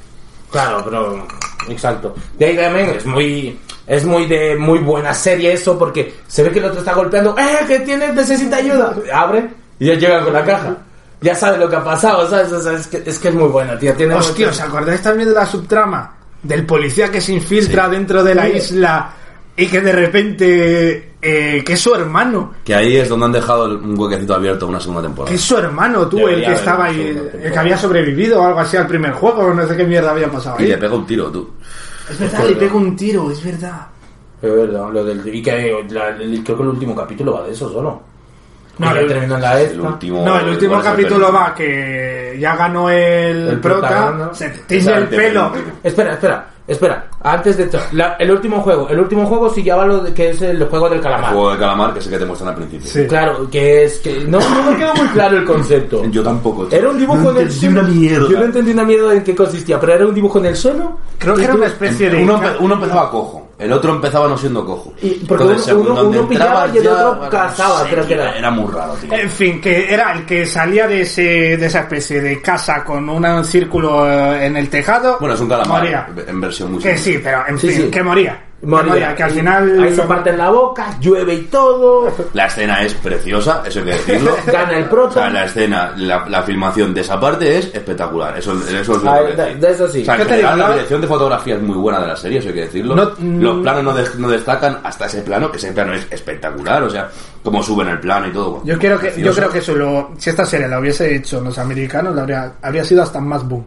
S5: Claro, pero exacto. De ahí también es muy es muy de muy buena serie eso porque se ve que el otro está golpeando, eh, que tiene necesita ayuda. Abre y ya llega con la caja. Ya sabe lo que ha pasado, ¿sabes? O sea, es, que, es que es muy buena, tía. Tiene
S7: Hostia, ¿os acordáis también de la subtrama? Del policía que se infiltra dentro de la
S5: Sí.
S7: isla y que de repente... eh, que es su hermano.
S1: Que ahí es donde han dejado el- un huequecito abierto una segunda temporada.
S7: Que es su hermano, tú,
S5: Debería
S7: el que
S5: haber
S7: estaba
S5: una
S7: ahí...
S5: segunda
S7: El que
S5: temporada.
S7: había sobrevivido o algo así al primer juego. No sé qué mierda había pasado
S1: Y
S7: ahí.
S1: le pega un tiro, tú.
S7: Es verdad, le pego un tiro, es verdad.
S5: Es verdad, lo del. Y que la- el- creo que el último capítulo va de eso solo.
S7: No,
S5: No,
S7: el-
S5: terminó en la
S1: El
S5: esta.
S1: último,
S7: No, el último
S1: igual es
S7: capítulo
S1: penúltimo.
S7: va que ya ganó el,
S5: El
S7: prota,
S5: protagonista.
S7: se tiñe el
S1: Exactamente,
S7: pelo.
S1: penúltimo.
S5: Espera, espera, espera. Antes de. to- la- el último juego. El último juego sí ya va lo de, que es el juego del
S1: El
S5: calamar.
S1: juego de calamar que sé que te muestran al principio.
S7: Sí.
S5: Claro, que es que. No, no me quedó muy claro el concepto.
S1: Yo tampoco. tío.
S5: Era un dibujo
S1: No
S5: en el
S1: entendí una mierda.
S5: Yo no entendí una mierda en qué consistía, pero era un dibujo en el suelo.
S7: Creo que era una especie de...
S1: Uno, Em, empe- uno empezaba cojo. El otro empezaba no siendo cojo.
S5: Y- porque uno- uno-
S1: según donde
S5: uno pillaba
S1: entrabas
S5: y el otro
S1: bueno,
S5: cazaba,
S1: no sé,
S5: creo que era.
S1: Era muy raro, tío.
S7: En fin, que era el que salía de, ese, de esa especie de casa con un círculo eh, en el tejado.
S1: Bueno, es un calamar eh,
S7: Moría.
S1: en versión muy
S7: Que
S1: simple.
S7: sí, pero en
S5: Sí,
S7: fin,
S5: sí.
S7: que moría. Que
S5: Moría.
S7: moría, que al
S5: Y
S7: final.
S5: Ahí se parte en la boca, llueve y todo.
S1: La escena es preciosa, eso hay que decirlo.
S5: Gana el
S1: O sea,
S5: prota.
S1: la escena, la, la filmación de esa parte es espectacular. Eso, eso es lo
S5: Ah,
S1: que
S5: de-
S1: decir.
S5: de eso sí.
S1: O sea, en
S7: ¿Qué te
S1: general,
S7: digo?
S1: la dirección de fotografía es muy buena de la serie, eso hay que decirlo.
S7: No-
S5: mm.
S1: Los planos no, de- no destacan hasta ese plano, que ese plano es espectacular. O sea, cómo suben el plano y todo. bueno,
S7: Yo, quiero que, yo
S1: precioso.
S7: creo que eso lo, si esta serie la hubiese hecho los americanos, la habría, habría sido hasta más boom.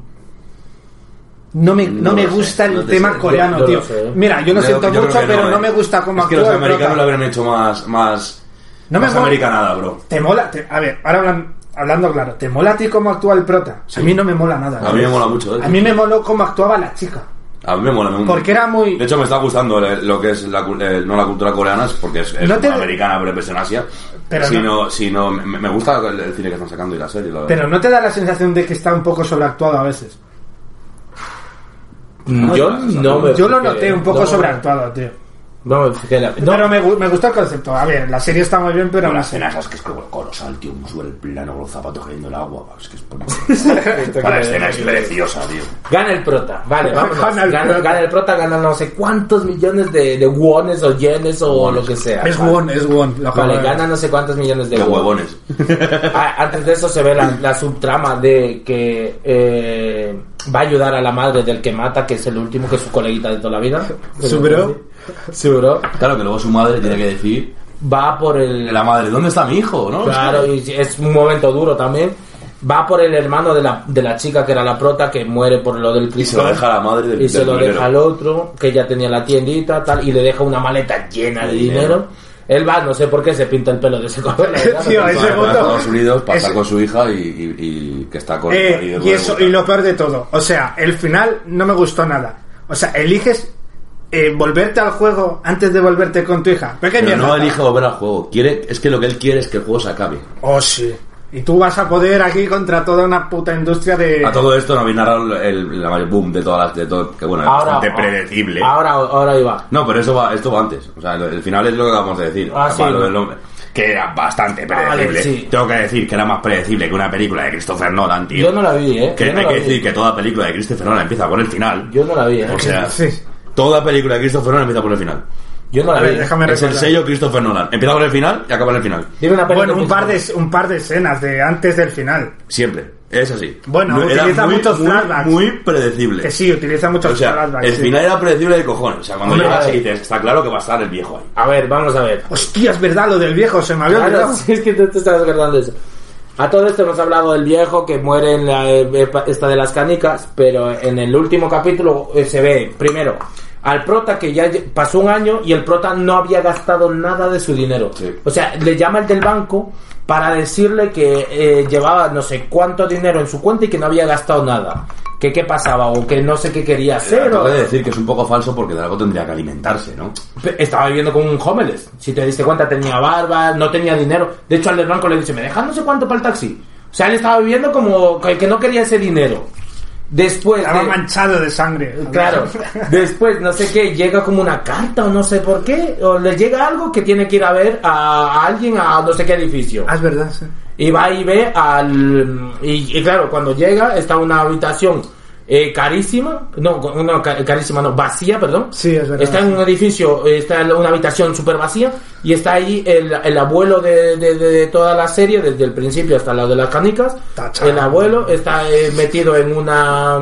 S7: No me, no
S1: No
S7: me
S1: lo sé,
S7: gusta el
S1: no te
S7: tema
S1: sé.
S7: coreano,
S5: Yo- yo
S7: tío.
S5: lo sé.
S7: Mira, yo lo
S1: Creo-
S7: siento
S1: yo creo
S7: mucho,
S1: que
S7: pero no,
S1: eh.
S7: me gusta cómo
S1: Es que
S7: actúa
S1: los
S7: el prota.
S1: americanos lo habrían hecho más. más
S7: No me
S1: más
S7: mola.
S1: americanada, bro.
S7: Te mola, te- a ver, ahora hablan- hablando claro, ¿te mola a ti cómo actúa el prota? A mí no me mola nada.
S1: A mí me mola mucho, ¿eh?
S7: A mí me moló cómo actuaba la chica.
S1: A mí me mola. me-
S7: Porque era muy...
S1: De hecho, me está gustando eh, lo que es la, cu- eh, no la cultura coreana, es porque es, es
S7: No te-
S1: americana, pero es en Asia.
S7: Pero
S1: si
S7: no-
S1: no, si no, me, me gusta el, el cine que están sacando y la serie, la verdad.
S7: Pero no te da la sensación de que está un poco sobreactuado a veces.
S5: Yo no me
S7: Yo lo
S5: fijé,
S7: noté un poco
S5: no-
S7: sobreactuado, tío.
S5: No me fijé la. No,
S7: Pero me, gu- me gustó el concepto. A ver, la serie está muy bien, pero
S1: Pero
S7: no
S1: las
S7: sé.
S1: escenas es que es como colosal, tío. Un sube el plano con los zapatos cayendo en el agua. Es que es por...
S5: esto
S1: La
S5: que-
S1: escena es preciosa, tío.
S5: Gana el prota, vale, vámonos. Gana
S7: Gana el
S5: el,
S7: prota.
S5: gana, el prota, gana no sé cuántos millones de, de wones o yenes o lo que sea.
S7: Es
S5: Vale.
S7: Won, es Won. La
S5: Vale,
S7: palabra.
S5: gana no sé cuántos millones de
S1: Qué
S5: won.
S1: huevones.
S5: Ah, Antes de eso se ve la, la subtrama de que eh, va a ayudar a la madre del que mata, que es el último, que es su coleguita de toda la vida.
S7: Su bro.
S5: Su bro.
S1: Claro que luego su madre tiene que decir:
S5: Va por el...
S1: La madre, ¿dónde está mi hijo? ¿No?
S5: Claro, y es un momento duro también. Va por el hermano de la, de la chica que era la prota que muere por lo del
S1: Y se lo
S5: cristal.
S1: deja a la madre del
S5: y se
S1: del
S5: lo
S1: primero.
S5: deja al otro, que ya tenía la tiendita, tal, y le deja una maleta llena de dinero. Él va, no sé por qué, se pinta el pelo de ese color.
S7: Tío,
S1: Para,
S7: ese
S1: para
S7: voto-
S1: Estados Unidos, para
S7: ese-
S1: estar con su hija y, y- y que está con el
S7: Eh,
S1: marido
S7: y
S1: con el
S7: eso,
S1: vuelta.
S7: y lo peor de todo, o sea, el final no me gustó nada. O sea, eliges eh, volverte al juego antes de volverte con tu hija. Pero qué
S1: Pero no
S7: mierda.
S1: elige volver al juego. Quiere, es que lo que él quiere es que el juego se acabe.
S7: Oh, sí. Y tú vas a poder aquí contra toda una puta industria de.
S1: A todo esto no habéis narrado el, la- el boom de todas las. De todo, que bueno, es bastante predecible.
S5: ah, Ahora, ahora iba.
S1: No, pero eso va, esto va antes. O sea, el, el final es lo que acabamos de decir.
S5: Ah, sí,
S1: Para lo
S5: ¿no?
S1: del hombre. Que era bastante
S5: Ah, vale,
S1: predecible.
S5: sí.
S1: Tengo que decir que era más predecible que una película de Christopher Nolan, tío.
S5: Yo no la vi, ¿eh?
S1: que
S5: Yo no
S1: hay
S5: la
S1: que
S5: vi.
S1: decir que toda película de Christopher Nolan empieza por el final.
S5: Yo no la vi, ¿eh?
S1: o sea,
S7: Sí.
S1: toda película de Christopher Nolan empieza por el final.
S5: Yo no la
S7: A ver,
S5: vi.
S7: déjame
S1: es el
S7: recordar.
S1: sello Christopher Nolan. Empieza por el final y acaba en el final.
S5: Dime una peli
S7: Bueno,
S5: que
S7: un
S5: te
S7: par, de,
S5: guste.
S7: un par de escenas de antes del final.
S1: Siempre. Es así.
S7: Bueno,
S1: era
S7: utiliza
S1: muy-
S7: muchos
S1: muy,
S7: flashbacks.
S1: Muy predecible.
S7: Que sí, utiliza muchos
S1: O sea,
S7: flashbacks,
S1: el
S7: sí. eh.
S1: final era predecible de cojones. O sea, cuando
S5: Hombre,
S1: llegas y
S5: vale.
S1: dices, está claro que va a estar el viejo ahí.
S5: A ver, vamos a ver.
S7: Hostia, es verdad lo del viejo, se me había
S5: Claro,
S7: olvidado.
S5: sí, es que tú te estás acordando de eso. A todo esto hemos hablado del viejo que muere en la eh, esta de las canicas, pero en el último capítulo eh, se ve primero al prota que ya lle- pasó un año y el prota no había gastado nada de su dinero.
S1: Sí.
S5: O sea, le llama el del banco para decirle que eh, llevaba no sé cuánto dinero en su cuenta y que no había gastado nada. Que qué pasaba o que no sé qué quería hacer.
S1: Tengo
S5: o-
S1: que decir que es un poco falso porque de algo tendría que alimentarse, ¿no?
S5: Pe- Estaba viviendo con un homeless. Si te diste cuenta, tenía barba, no tenía dinero. De hecho, al del banco le dice, me dejas no sé cuánto para el taxi. O sea, él estaba viviendo como que que no quería ese dinero. Después...
S7: Estaba
S5: de-
S7: manchado de sangre.
S5: Claro. Después, no sé qué, llega como una carta o no sé por qué. O le llega algo que tiene que ir a ver a, a alguien a no sé qué edificio.
S7: Ah, es verdad, sí.
S5: Y va y ve al... Y, y claro, cuando llega está una habitación eh, carísima. No, con- no, ca- carísima, no, vacía, perdón.
S7: Sí, es verdad.
S5: Está en un edificio, eh, está en una habitación súper vacía y está ahí el, el abuelo de, de- de- de toda la serie, desde el principio hasta la de las canicas.
S7: Tachán.
S5: El abuelo está eh, metido en una...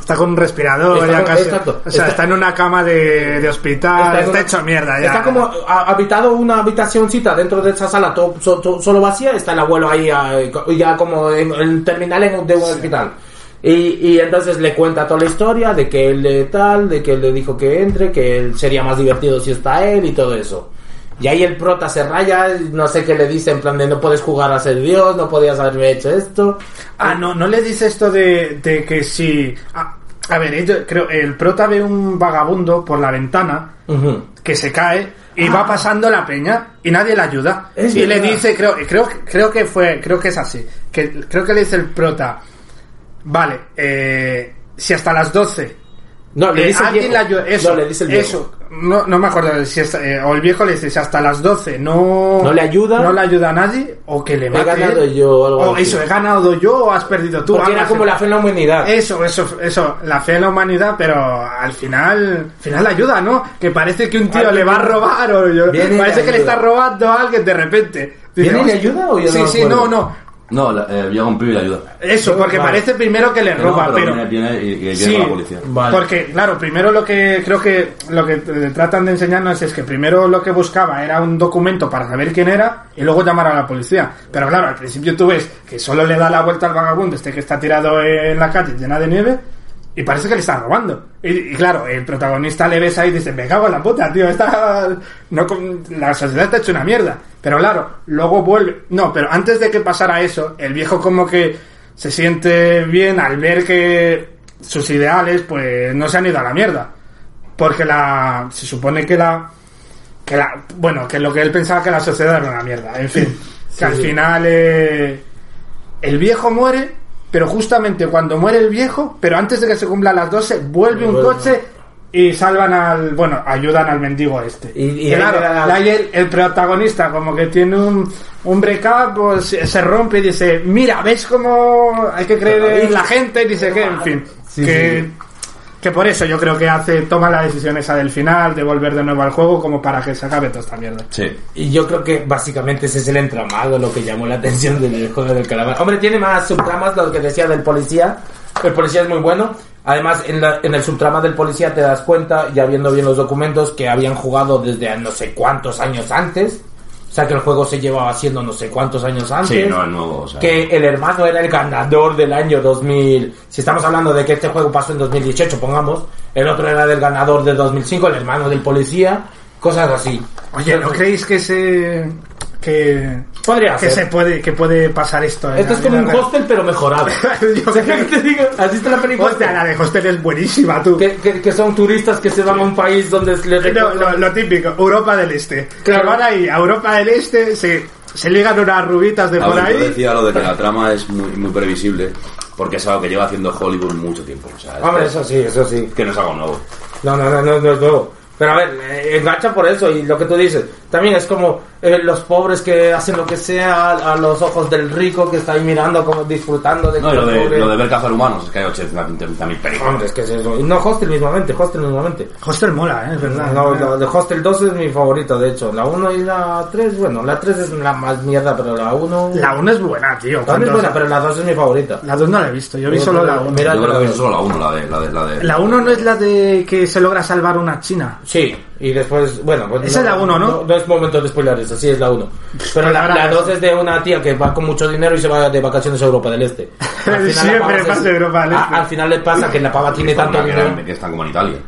S7: Está con un respirador,
S5: Está
S7: ya
S5: con-
S7: casi.
S5: exacto,
S7: o sea, está,
S5: está-
S7: en una cama de, de hospital, está,
S5: en una-
S7: hecho mierda ya.
S5: Está como ha- habitado una habitacioncita dentro de esa sala todo, so- to- solo vacía. Está el abuelo ahí ah, ya como en el terminal en- de un hospital. Y, y entonces le cuenta toda la historia de que él eh, tal, de que él le dijo que entre, que él sería más divertido si está él y todo eso. Y ahí el prota se raya, no sé qué le dice, en plan de no puedes jugar a ser Dios, no podías haberme hecho esto.
S7: Ah, no, no le dice esto de, de que si. ah, a ver, ello- creo, el prota ve un vagabundo por la ventana
S5: Ujú.
S7: que se cae y va pasando la peña y nadie le ayuda.
S5: Ah. Es
S7: y le
S5: verdad.
S7: dice, creo, creo, creo que fue, creo que es así. Que, creo que le dice el prota. Vale, eh, si hasta las 12
S5: No, le
S7: Eh,
S5: dice el
S7: alguien
S5: viejo.
S7: la ayuda- Eso,
S5: No, le dice el viejo.
S7: eso. No, no me acuerdo si es- eh, o el viejo le dice hasta las 12. No,
S5: No le ayuda.
S7: No le ayuda a nadie. O que le mate.
S5: ganado yo, o algo
S7: O
S5: así.
S7: eso, he ganado yo o has perdido tú.
S5: Porque
S7: algo
S5: era
S7: así.
S5: como la fe en la humanidad.
S7: Eso, eso, eso, la fe en la humanidad, pero al final, al final ayuda, ¿no? Que parece que un tío
S5: Alguien-
S7: le va a robar o yo-
S5: Viene y
S7: parece
S5: le
S7: que le
S5: ayuda.
S7: está robando a alguien de repente.
S5: ¿Viene y le
S7: "Hostia".
S5: ayuda o yo
S7: Sí,
S5: no me
S7: sí,
S5: acuerdo?
S7: no, no.
S1: No, la- eh, llega un pibe y le ayuda.
S7: Eso, porque
S5: Vale.
S7: parece primero que le
S1: Que no,
S7: roba, pero...
S1: viene, viene y, y viene
S7: Sí.
S1: con la policía.
S5: Vale.
S7: Porque, claro, primero lo que creo que lo que eh, tratan de enseñarnos es que primero lo que buscaba era un documento para saber quién era y luego llamar a la policía. Pero claro, al principio tú ves que solo le da la vuelta al vagabundo este que está tirado en la calle llena de nieve y parece que le está robando. Y, y claro, el protagonista le ves ahí y dice, me cago en la puta, tío, esta... No, con- la sociedad está hecha una mierda. Pero claro, luego vuelve... No, pero antes de que pasara eso, el viejo como que se siente bien al ver que sus ideales pues no se han ido a la mierda porque la se supone que la que la bueno que lo que él pensaba que la sociedad era una mierda en fin que al final eh, el viejo muere pero justamente cuando muere el viejo pero antes de que se cumplan las 12 vuelve un
S5: Bueno.
S7: coche y salvan al bueno ayudan al mendigo este
S5: Y- y
S7: Que
S5: ahí
S7: claro,
S5: le da la-
S7: ahí el, el protagonista como que tiene un un break-up pues, se se rompe y dice mira ves cómo hay que creer en la gente y dice que en fin
S5: Sí,
S7: que
S5: sí.
S7: que por eso yo creo que hace toma la decisión esa del final de volver de nuevo al juego como para que se acabe toda esta mierda.
S1: Sí.
S5: Y yo creo que básicamente ese es el entramado, lo que llamó la atención del juego del calamar. Hombre, tiene más subtramas, lo que decía del policía. El policía es muy bueno. Además, en, la- en el subtrama del policía te das cuenta, ya viendo bien los documentos, que habían jugado desde no sé cuántos años antes. O sea, que el juego se llevaba haciendo no sé cuántos años antes.
S1: Sí, no es nuevo. O sea,
S5: Que el hermano era el ganador del año 2000. Si estamos hablando de que este juego pasó en 2018, pongamos. El otro era del ganador de 2005, el hermano del policía. Cosas así.
S7: Oye, ¿no
S5: Entonces,
S7: creéis que se que
S5: Podría
S7: que
S5: ser.
S7: se puede que puede pasar esto? en
S5: Esto
S7: la
S5: es como
S7: vida
S5: un
S7: real?
S5: hostel, pero mejorado.
S7: Yo
S5: O sea,
S7: creo-
S5: que te digo, ¿Has visto la película?
S7: Hostia, la de Hostel es buenísima, tú.
S5: que, que, que son turistas que se van a un país donde se les
S7: No, lo, lo típico, Europa del Este.
S5: Claro.
S7: Que van ahí a Europa del Este, se, se ligan unas rubitas de
S1: A
S7: por
S1: ver,
S7: ahí.
S1: Yo Ah, decía lo de que la trama es muy, muy previsible, porque es algo que lleva haciendo Hollywood mucho tiempo. O sea, es
S5: Hombre,
S1: que-
S5: eso sí, eso sí.
S1: que no es algo nuevo.
S5: No, no, no, no, no es nuevo. Pero a ver, eh, engancha por eso y lo que tú dices. También es como eh, los pobres que hacen lo que sea a, a los ojos del rico que está ahí mirando, como disfrutando de
S1: No,
S5: que
S1: y lo
S5: los
S1: de,
S5: pobres-
S1: lo de ver cazar humanos, es que hay 80.000 películas.
S5: Hombre, es que es eso. Y No, Hostel mismamente, Hostel mismamente.
S7: Hostel mola, ¿eh? es verdad.
S5: No, la de Hostel 2 es mi favorita, de hecho. La 1 y la 3, bueno, la 3 es la más mierda, pero la 1...
S7: La 1 es buena, tío.
S5: La 1
S7: cuando-
S5: es buena, pero la 2 es mi favorita.
S7: La 2 no la he visto, yo vi solo la 1.
S5: Mira,
S1: Yo creo
S5: la
S1: que es
S5: dos.
S1: solo la 1, la de... La de, la de
S7: La 1 no es la de que se logra salvar una china.
S5: Sí, y después, bueno... pues
S7: Esa es la uno, ¿no?
S5: No, es momento de spoiler eso, sí es la 1. Pero la,
S7: Ahora-
S5: la 2 es de una tía que va con mucho dinero y se va de vacaciones a Europa del Este. Al final la
S7: Siempre
S5: pava se-
S7: pasa de Europa del
S5: a-
S7: Este.
S5: al final le pasa que la pava tiene
S1: Está
S5: tanto
S1: una que,
S5: dinero...
S1: era- que está como en Italia.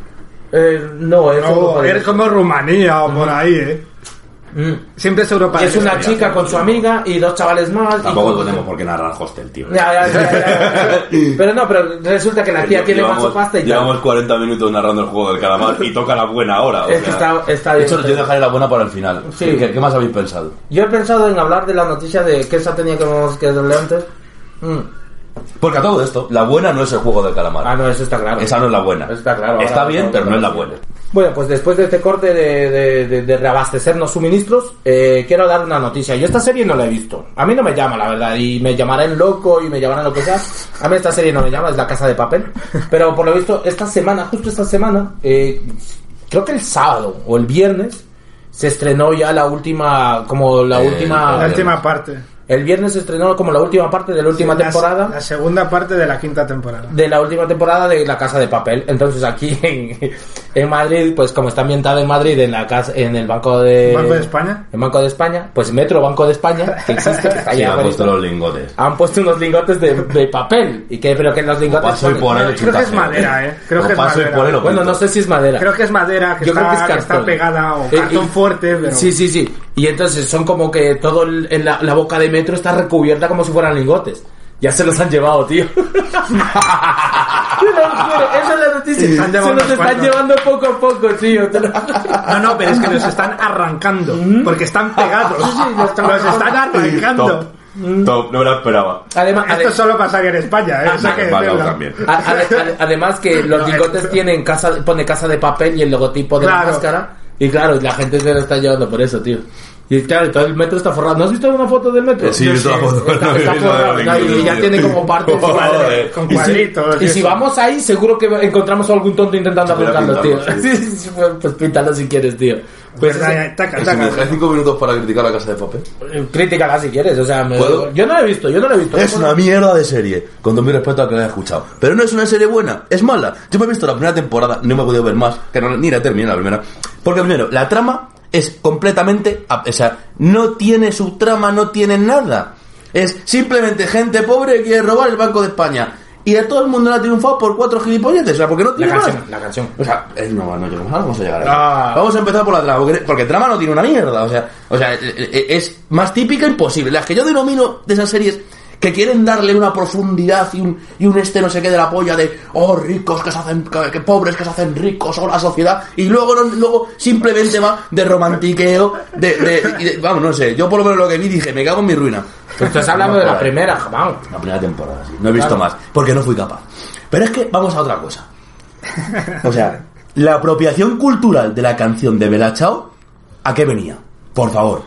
S5: Eh, no, es Europa
S7: No,
S5: del
S7: es
S5: Este.
S7: como Rumanía o por ahí, ¿eh?
S5: Mm.
S7: Siempre es Europa. Este,
S5: Es una chica con su amiga y dos chavales más. y
S1: Tampoco
S5: como-
S1: tenemos por qué narrar Hostel, tío.
S5: Ya, ya, ya, ya, ya. Pero no, pero resulta que la tía tiene más su pasta y
S1: Llevamos
S5: tal.
S1: 40 minutos narrando el juego del calamar y toca la buena ahora. o
S5: Es que
S1: sea.
S5: está- está
S1: de
S5: bien,
S1: hecho,
S5: pero-
S1: yo dejaré la buena para el final.
S5: Sí.
S1: ¿Qué, qué más habéis pensado?
S5: Yo he pensado en hablar de la noticia de que esa tenía que vamos que darle antes. Mm.
S1: Porque a todo esto, la buena no es el juego del calamar.
S5: Ah, no, eso está claro.
S1: Esa no es la buena.
S5: Está claro, ahora
S1: Está bien,
S5: vamos a
S1: pero no es la
S5: hablar.
S1: buena.
S5: Bueno, pues después de este corte de, de- de- de reabastecernos suministros, eh, quiero dar una noticia. Yo esta serie no la he visto. A mí no me llama, la verdad. Y me llamarán loco y me llamarán lo que sea. A mí esta serie no me llama, es La Casa de Papel. Pero por lo visto, esta semana, justo esta semana, eh, creo que el sábado o el viernes, se estrenó ya la última, como la
S1: Eh,
S5: última...
S7: La última parte.
S5: El viernes se estrenó como la última parte de la última
S7: La-
S5: temporada
S7: La segunda parte de la quinta temporada.
S5: de la última temporada de La Casa de Papel. Entonces aquí en, en Madrid, pues como está ambientada en Madrid, en la casa, en el Banco de
S1: Eh,
S7: ¿Banco de España?
S5: el Banco de España, pues Metro Banco de España que existe, que está
S1: Sí,
S5: allá
S1: ha
S5: bonito.
S1: puesto los lingotes.
S5: han puesto unos lingotes de, de papel y que pero que los lingotes
S1: Paso y
S5: son-
S1: por él.
S7: Creo que es madera, ¿eh? Creo
S1: O
S7: que es
S1: paso y
S7: madera.
S1: por él, lo
S5: bueno,
S1: pinto.
S5: no sé si es madera.
S7: Creo que es madera que,
S5: Yo
S7: está,
S5: creo que es
S7: que
S5: cartón.
S7: está pegada o
S5: Eh,
S7: cartón
S5: y-
S7: fuerte. Pero...
S5: Sí, sí, sí. Y entonces son como que todo el- en la, la boca de metro está recubierta como si fueran lingotes. Ya se los han llevado, tío. Te lo juro, Esa es la noticia.
S7: Se han llevado
S5: Se los
S7: unos
S5: están
S7: cuantos.
S5: llevando poco a poco, tío. Te lo-
S7: No, no, pero es que los están arrancando. Porque están pegados.
S5: Sí, sí, los
S7: los
S5: están-
S7: están arrancando.
S1: Top. Top, no me la esperaba.
S5: Además,
S7: Esto solo pasaría en España, ¿eh? O sea que,
S1: Valao
S7: venga.
S1: también.
S5: A- ade- ade- además que los
S7: No,
S5: bigotes
S7: es-
S5: tienen casa, pone casa de papel y el logotipo de la
S7: Claro.
S5: máscara. Y claro, la gente se lo está llevando por eso, tío. Y claro, todo el metro está forrado. ¿No has visto una foto del metro?
S1: Eh, Sí,
S5: Yo
S1: he visto la foto.
S5: Está, está forrado, claro, y ya tiene como partes.
S1: Joder.
S7: Con
S5: Y si-
S7: cuadritos.
S5: Y si
S7: eso.
S5: vamos ahí, seguro que encontramos a algún tonto intentando
S1: Voy a
S5: arrancarlo, tío.
S1: pintarlo,
S5: Sí, pues, pues píntalo si quieres, tío. Pues
S7: Verdad,
S5: ese-
S7: eh, taca,
S1: Si me
S7: taca.
S1: dejáis cinco minutos para criticar la casa de papel.
S5: eh, críticala si quieres, o sea, me-
S1: ¿Puedo?
S5: yo no lo he visto, yo no lo he visto.
S1: Es
S5: Bueno,
S1: una mierda de serie, con todo mi respeto al que la haya escuchado. Pero no es una serie buena, es mala. Yo me he visto la primera temporada, no me he podido ver más, que no, ni la terminé la primera. Porque primero, la trama es completamente... ab- O sea, no tiene subtrama, no tiene nada. Es simplemente gente pobre que quiere robar el Banco de España. Y a todo el mundo la ha triunfado por cuatro gilipolleces, o sea, porque no
S5: La
S1: tiene más.
S5: canción, la canción.
S1: O sea, eh, no, no, yo- ahora vamos a llegar ahí.
S5: Ah.
S1: Vamos a empezar por la trama, porque, porque trama no tiene una mierda. O sea, o sea, eh, eh, es más típica imposible. Las que yo denomino de esas series que quieren darle una profundidad y un, y un este no sé qué de la polla de, oh, ricos que se hacen, que, que pobres que se hacen ricos, o la sociedad, y luego, no- luego simplemente va de romantiqueo, de, de- y de- vamos, no sé, yo por lo menos lo que vi dije, me cago en mi ruina.
S5: Pero estás hablando de la primera, vamos.
S1: La primera temporada, sí. No he visto
S5: Claro.
S1: más, porque no fui capaz. Pero es que vamos a otra cosa. O sea, la apropiación cultural de la canción de Bella Chao, ¿a qué venía? Por favor.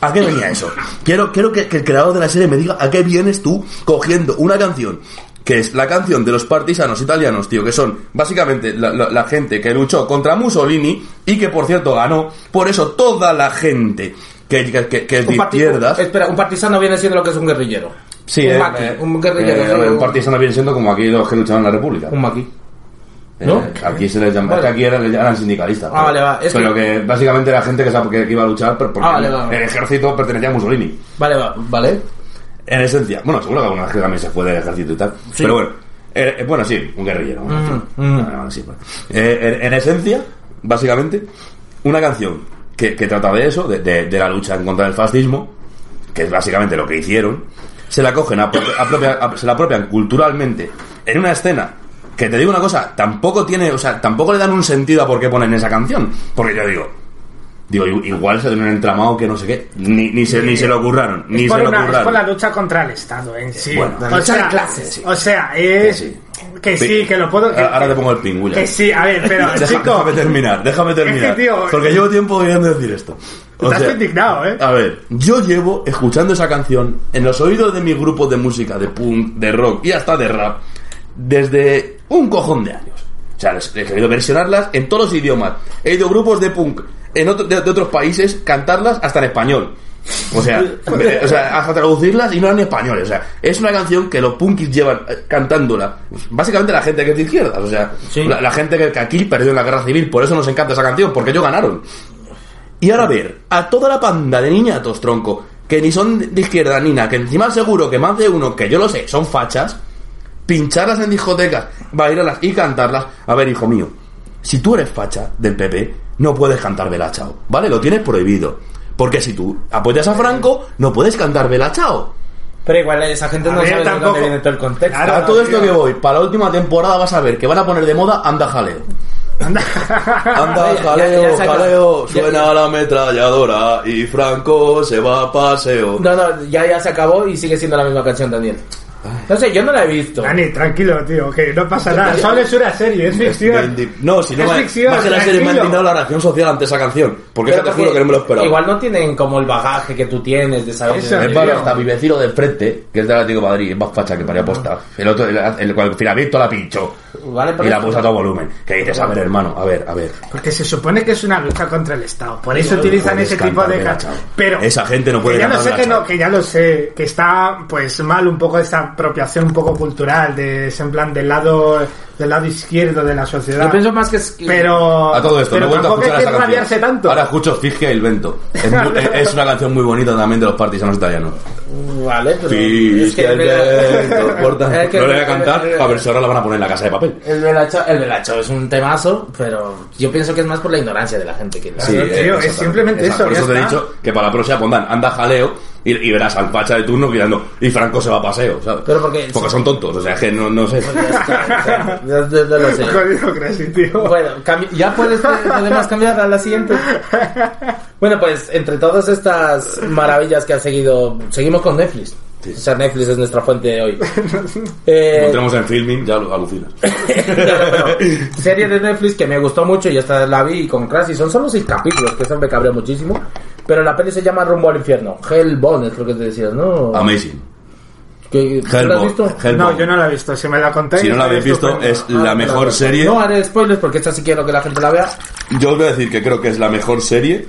S1: ¿A qué venía eso? Quiero, quiero que, que el creador de la serie me diga a qué vienes tú cogiendo una canción que es la canción de los partisanos italianos, tío, que son básicamente la, la- la gente que luchó contra Mussolini y que, por cierto, ganó. Por eso toda la gente que, que, que- que es de
S5: Un parti-
S1: izquierdas...
S5: Espera, un partisano viene siendo lo que es un guerrillero.
S1: Sí,
S5: un
S1: eh,
S5: maqui,
S1: eh,
S5: un guerrillero.
S1: eh,
S5: sí,
S1: un partisano viene siendo como aquí los que lucharon en la República.
S5: Un maqui.
S1: Eh,
S5: ¿no?
S1: aquí se les llama,
S5: Vale.
S1: es que aquí eran, eran sindicalistas.
S5: Ah, vale, va, es
S1: pero que... básicamente era gente que, sa- que iba a luchar por- porque
S5: Ah, vale, va, va.
S1: el ejército pertenecía a Mussolini.
S5: Vale, va, vale.
S1: En esencia, bueno, seguro que alguna vez que también se fue del ejército y tal.
S5: Sí.
S1: Pero bueno, eh, eh, bueno, sí, un guerrillero. bueno,
S5: Mm,
S1: sí.
S5: mm.
S1: Ah, no, sí, bueno. Eh, en, en esencia, básicamente, una canción que, que trata de eso, de, de- de la lucha en contra del fascismo, que es básicamente lo que hicieron, se la cogen, apro- apropia- ap- se la apropian culturalmente en una escena. Que te digo una cosa, tampoco tiene, o sea, tampoco le dan un sentido a por qué ponen esa canción. Porque yo digo, digo, i- igual se tiene un entramado que no sé qué, ni, ni se, ni se lo curraron, ni
S7: Es
S1: se
S7: por,
S1: lo
S7: una- es
S1: curraron.
S7: por la lucha contra el Estado en sí.
S1: Bueno, la
S7: o,
S5: lucha
S7: sea,
S5: de clases.
S7: o sea, es
S1: Que
S7: que sí, que lo puedo. Que,
S1: Ahora ahora te pongo el pingüino.
S7: que sí, a ver, pero
S1: Deja-
S7: chico,
S1: déjame terminar, déjame terminar.
S7: tío,
S1: porque llevo tiempo queriendo decir esto. O
S7: estás
S1: sea,
S7: indignado, ¿eh?
S1: a ver, yo llevo escuchando esa canción en los oídos de mi grupo de música, de punk, de rock y hasta de rap, desde un cojón de años. O sea, les- he querido versionarlas en todos los idiomas. He ido a grupos de punk en otro- de, de otros países cantarlas hasta en español. O sea, me- o sea, hasta traducirlas y no eran ni españoles. O sea, es una canción que los punkis llevan eh, cantándola. Básicamente la gente que es de izquierdas. O sea,
S5: Sí.
S1: la, la gente que, que aquí perdió en la guerra civil. Por eso nos encanta esa canción, porque ellos ganaron. Y ahora ver a toda la panda de niñatos, tronco, que ni son de izquierda ni nada, que encima seguro que más de uno, que yo lo sé, son fachas, pincharlas en discotecas, bailarlas y cantarlas. A ver, hijo mío, si tú eres facha del PP, no puedes cantar Vela Chao, ¿vale? Lo tienes prohibido. Porque si tú apoyas a Franco, no puedes cantar Vela Chao.
S5: Pero igual esa gente
S7: A
S5: no
S7: ver,
S5: sabe de
S7: tampoco-
S5: dónde viene todo el contexto.
S7: Claro,
S1: a todo
S7: tío.
S1: esto que voy, para la última temporada vas a ver que van a poner de moda Anda Jaleo. Anda,
S5: Ya, ya,
S1: jaleo,
S5: ya se acaba.
S1: jaleo,
S5: Ya,
S1: suena la ametralladora y Franco se va a paseo.
S5: No, no, ya, ya se acabó y sigue siendo la misma canción, Daniel. No sé, yo no la he visto.
S7: Dani, tranquilo, tío, que no pasa nada. Solo es una serie, es ficción.
S1: Vendi- No, si no
S7: Es
S1: me,
S7: ficción,
S1: más que la serie me ha
S7: tranquilo.
S1: indignado la reacción social ante esa canción. Porque
S5: Pero
S1: eso te juro que no me lo esperaba.
S5: Igual no tienen como el bagaje que tú tienes de saber.
S7: Eso
S5: de-
S1: Es para hasta mi vecino de enfrente, que es del Atlético de Madrid, es más facha que paría posta. El otro, el, el, el filamento la pinchó.
S5: Vale, pero-
S1: y la puso a todo volumen. Que dices, a ver, hermano, a ver, a ver.
S7: Porque se supone que es una lucha contra el Estado. Por eso
S1: No
S7: utilizan
S1: puedes
S7: ese tipo de
S1: cantar,
S7: ca-
S1: chao.
S7: Pero
S1: Esa gente no
S7: que
S1: puede
S7: ya lo
S1: cantar,
S7: sé que
S1: chao.
S7: no, que ya lo sé, que está pues mal un poco esa apropiación un poco cultural de ese en plan del lado del lado izquierdo de la sociedad.
S5: Yo pienso más que es que-
S7: Pero
S1: A todo esto, no
S7: pero
S1: he vuelto a
S7: tampoco
S1: escuchar
S7: hay
S1: esa
S7: que rabiarse
S1: canción.
S7: tanto.
S1: Ahora escucho Figia y el Vento. Es, muy- es- es una canción muy bonita también de los partisanos italianos.
S5: Vale, pero. es que
S1: Figia
S5: el
S1: el Vento. porta-
S5: Es que-
S1: No le voy a cantar, a ver si ahora la van a poner en la casa de papel.
S5: El velacho, el velacho es un temazo, pero yo pienso que es más por la ignorancia de la gente que
S7: Claro, tío, es
S1: exactamente.
S7: simplemente
S1: Exacto,
S7: eso,
S1: Por
S7: ya
S1: eso te he
S7: está.
S1: dicho que para la próxima pondrán anda jaleo
S8: Y, y verás al pacha de turno gritando, y Franco se va a paseo, ¿sabes?
S5: Pero porque- eh,
S8: son tontos, o sea, es que no, no sé.
S5: Ya está, ya está. Ya- ya- ya lo sé.
S7: Jodido Crazy, tío.
S5: Bueno, cambi- ya puedes eh, además cambiar a la siguiente. Bueno, pues entre todas estas maravillas que han seguido, seguimos con Netflix. O sea, Netflix es nuestra fuente de hoy. Eh,
S8: Encontramos en filming, ya lo alucinas.
S5: Pero, bueno, serie de Netflix que me gustó mucho y esta la vi con Crash y son solo seis capítulos que eso me cabreó muchísimo. Pero la peli se llama Rumbo al Infierno. Hellbound es lo que te decías, ¿no?
S8: Amazing.
S5: ¿Qué- ¿tú la has
S8: Hellbound.
S5: visto?
S8: Hellbound.
S7: No, yo no la he visto. Si me la contáis.
S8: Si no la habéis
S7: estaría
S8: visto,
S7: estupendo.
S8: es la
S5: Ah,
S8: mejor
S5: pero-
S8: serie.
S5: No haré spoilers porque esta sí quiero que la gente la vea.
S8: Yo os voy a decir que creo que es la mejor serie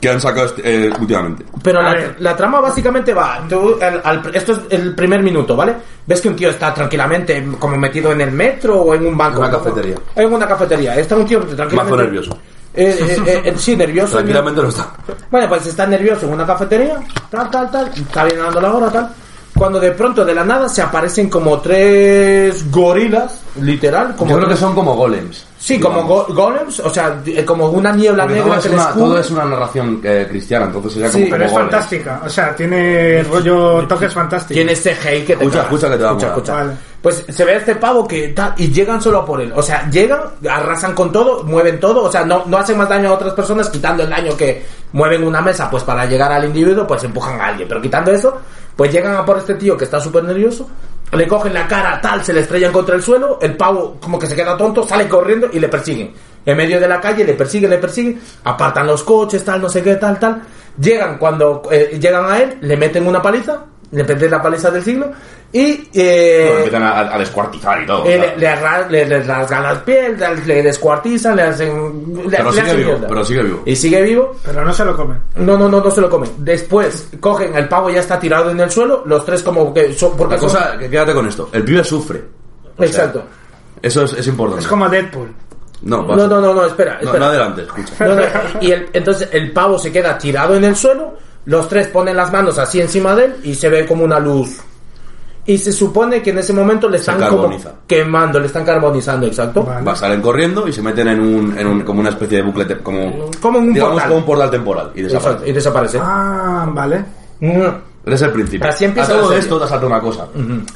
S8: que han sacado este- eh, últimamente.
S5: Pero
S7: A
S5: la,
S7: ver.
S5: la trama básicamente va, tú, al- al- esto es el primer minuto, ¿vale? Ves que un tío está tranquilamente como metido en el metro o en un banco.
S8: En una cafetería.
S5: En una cafetería. Está un tío tranquilamente...
S8: Mazo nervioso.
S5: Eh, eh, eh, eh, sí, nervioso.
S8: Tranquilamente no está.
S5: Bueno, pues está nervioso en una cafetería, tal, tal, tal, está bien dando la hora, tal. Cuando de pronto, de la nada, se aparecen como tres gorilas, literal, como...
S8: son como golems.
S5: Sí, como go- golems, o sea, eh, como una niebla
S8: Porque
S5: negra que les cubre.
S8: narración eh, cristiana, entonces sería
S5: Sí,
S7: Pero es
S1: ¿eh?
S8: golems.
S7: fantástica. O sea, tiene rollo toques fantásticos.
S5: Tiene ese CGI que te
S8: Escucha,
S5: cagas.
S8: escucha que te va a
S5: Escucha,
S8: molar.
S5: escucha.
S7: Vale.
S5: Pues se ve este pavo que tal y llegan solo por él. O sea, llegan, arrasan con todo, mueven todo. O sea, no, no hacen más daño a otras personas quitando el daño que mueven una mesa. Pues para llegar al individuo, pues empujan a alguien. Pero quitando eso, pues llegan a por este tío que está súper nervioso. Le cogen la cara, tal, se le estrellan contra el suelo. El pavo, como que se queda tonto, sale corriendo y le persiguen. En medio de la calle, le persiguen, le persiguen. Apartan los coches, tal, no sé qué, tal, tal. Llegan cuando eh, llegan a él, le meten una paliza. Le meten la paliza del siglo. Y. eh,
S8: Bueno, empiezan a, a descuartizar y todo.
S5: eh,
S8: claro.
S5: le, le arra- le- le rasgan las piel, le descuartizan, le hacen. le-
S8: Pero
S5: le
S8: sigue
S5: hacen
S8: vivo,
S5: mierda.
S8: pero sigue vivo.
S5: Y sigue vivo.
S7: Pero no se lo comen.
S5: No, no, no, no se lo comen. Después cogen el pavo, ya está tirado en el suelo. Los tres, como que. Son, porque
S8: La
S5: son-
S8: cosa, que quédate con esto. El pibe sufre.
S5: Exacto.
S8: Eso es, es importante.
S7: Es como Deadpool.
S8: No,
S5: no,
S8: pasa.
S5: no, no, no, espera.
S8: No,
S5: espera.
S8: no adelante, escucha.
S5: No, no, y el- entonces el pavo se queda tirado en el suelo, los tres ponen las manos así encima de él y se ve como una luz. Y se supone que en ese momento le
S8: Se
S5: están como
S8: carboniza.
S5: quemando, le están carbonizando, exacto.
S7: Vale.
S8: Va, salen corriendo y se meten en un, en un como una especie de bucle te- como
S5: Como un
S8: digamos,
S5: portal.
S8: como un portal temporal y
S5: Exacto,
S8: desaparece.
S5: y desaparece.
S7: Ah, vale.
S5: Mm.
S8: Eres el principio.
S5: Así empieza
S8: a
S5: la
S8: todo
S5: serie.
S8: esto te salta una cosa,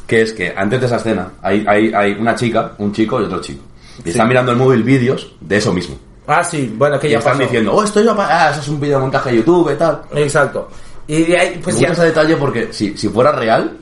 S8: que es que antes de esa escena hay, hay, hay una chica, un chico y otro chico. Y están mirando el móvil vídeos de eso mismo.
S5: Ah, sí, bueno, que
S8: Y
S5: ya
S8: están
S5: pasó.
S8: diciendo, oh, esto yo, pa- ah, eso es un video de montaje de YouTube y tal.
S5: Exacto. Y de ahí, pues
S8: Me gusta
S5: ya
S8: ese detalle porque si, si fuera real,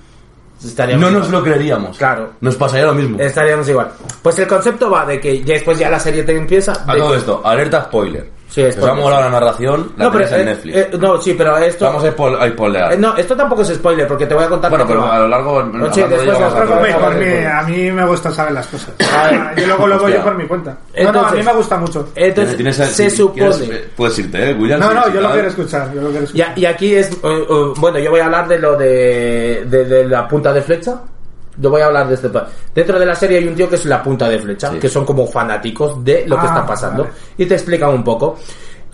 S5: estaría
S8: no nos lo creeríamos.
S5: Claro.
S8: Nos pasaría lo mismo.
S5: Estaríamos igual. Pues el concepto va de que ya después ya la serie te empieza.
S8: A
S5: de-
S8: todo esto, alerta spoiler.
S5: Sí,
S8: Os
S5: spoiler,
S8: ha molado
S5: sí.
S8: la narración, la
S5: no, pero,
S8: tenéis en
S5: eh,
S8: Netflix.
S5: eh, no, sí, pero esto.
S8: Vamos a, spoil- a spoilear.
S5: Eh, no, esto tampoco es spoiler porque te voy a contar.
S8: bueno,
S5: de qué
S8: pero
S5: va.
S8: a lo largo...
S5: No,
S8: hablando
S5: sí,
S8: de ello,
S5: después
S8: vamos
S5: las
S8: a
S5: cosas-
S8: tratar-
S7: Hombre,
S5: vale,
S7: porque
S5: vale.
S7: a mí me gusta saber las cosas.
S5: Vale.
S7: Yo luego lo voy
S8: Hostia.
S7: yo por mi cuenta. no, no, a
S5: Entonces-
S7: mí me gusta mucho.
S5: Entonces,
S8: Tienes- tienes-
S5: se
S8: si
S5: supone.
S8: quieres- eh, puedes irte, eh, William.
S7: No,
S8: si-
S7: no,
S8: si
S7: yo
S8: te
S7: lo
S8: da-
S7: quiero escuchar. Yo lo quiero
S5: Y,
S7: escuchar.
S5: a- y aquí es. eh, eh, bueno, yo voy a hablar de lo de, de, de la punta de flecha. Yo voy a hablar de este. pa- Dentro de la serie hay un tío que es la punta de flecha,
S8: Sí.
S5: que son como fanáticos de lo que
S7: Ah,
S5: está pasando.
S7: vale.
S5: Y te explican un poco.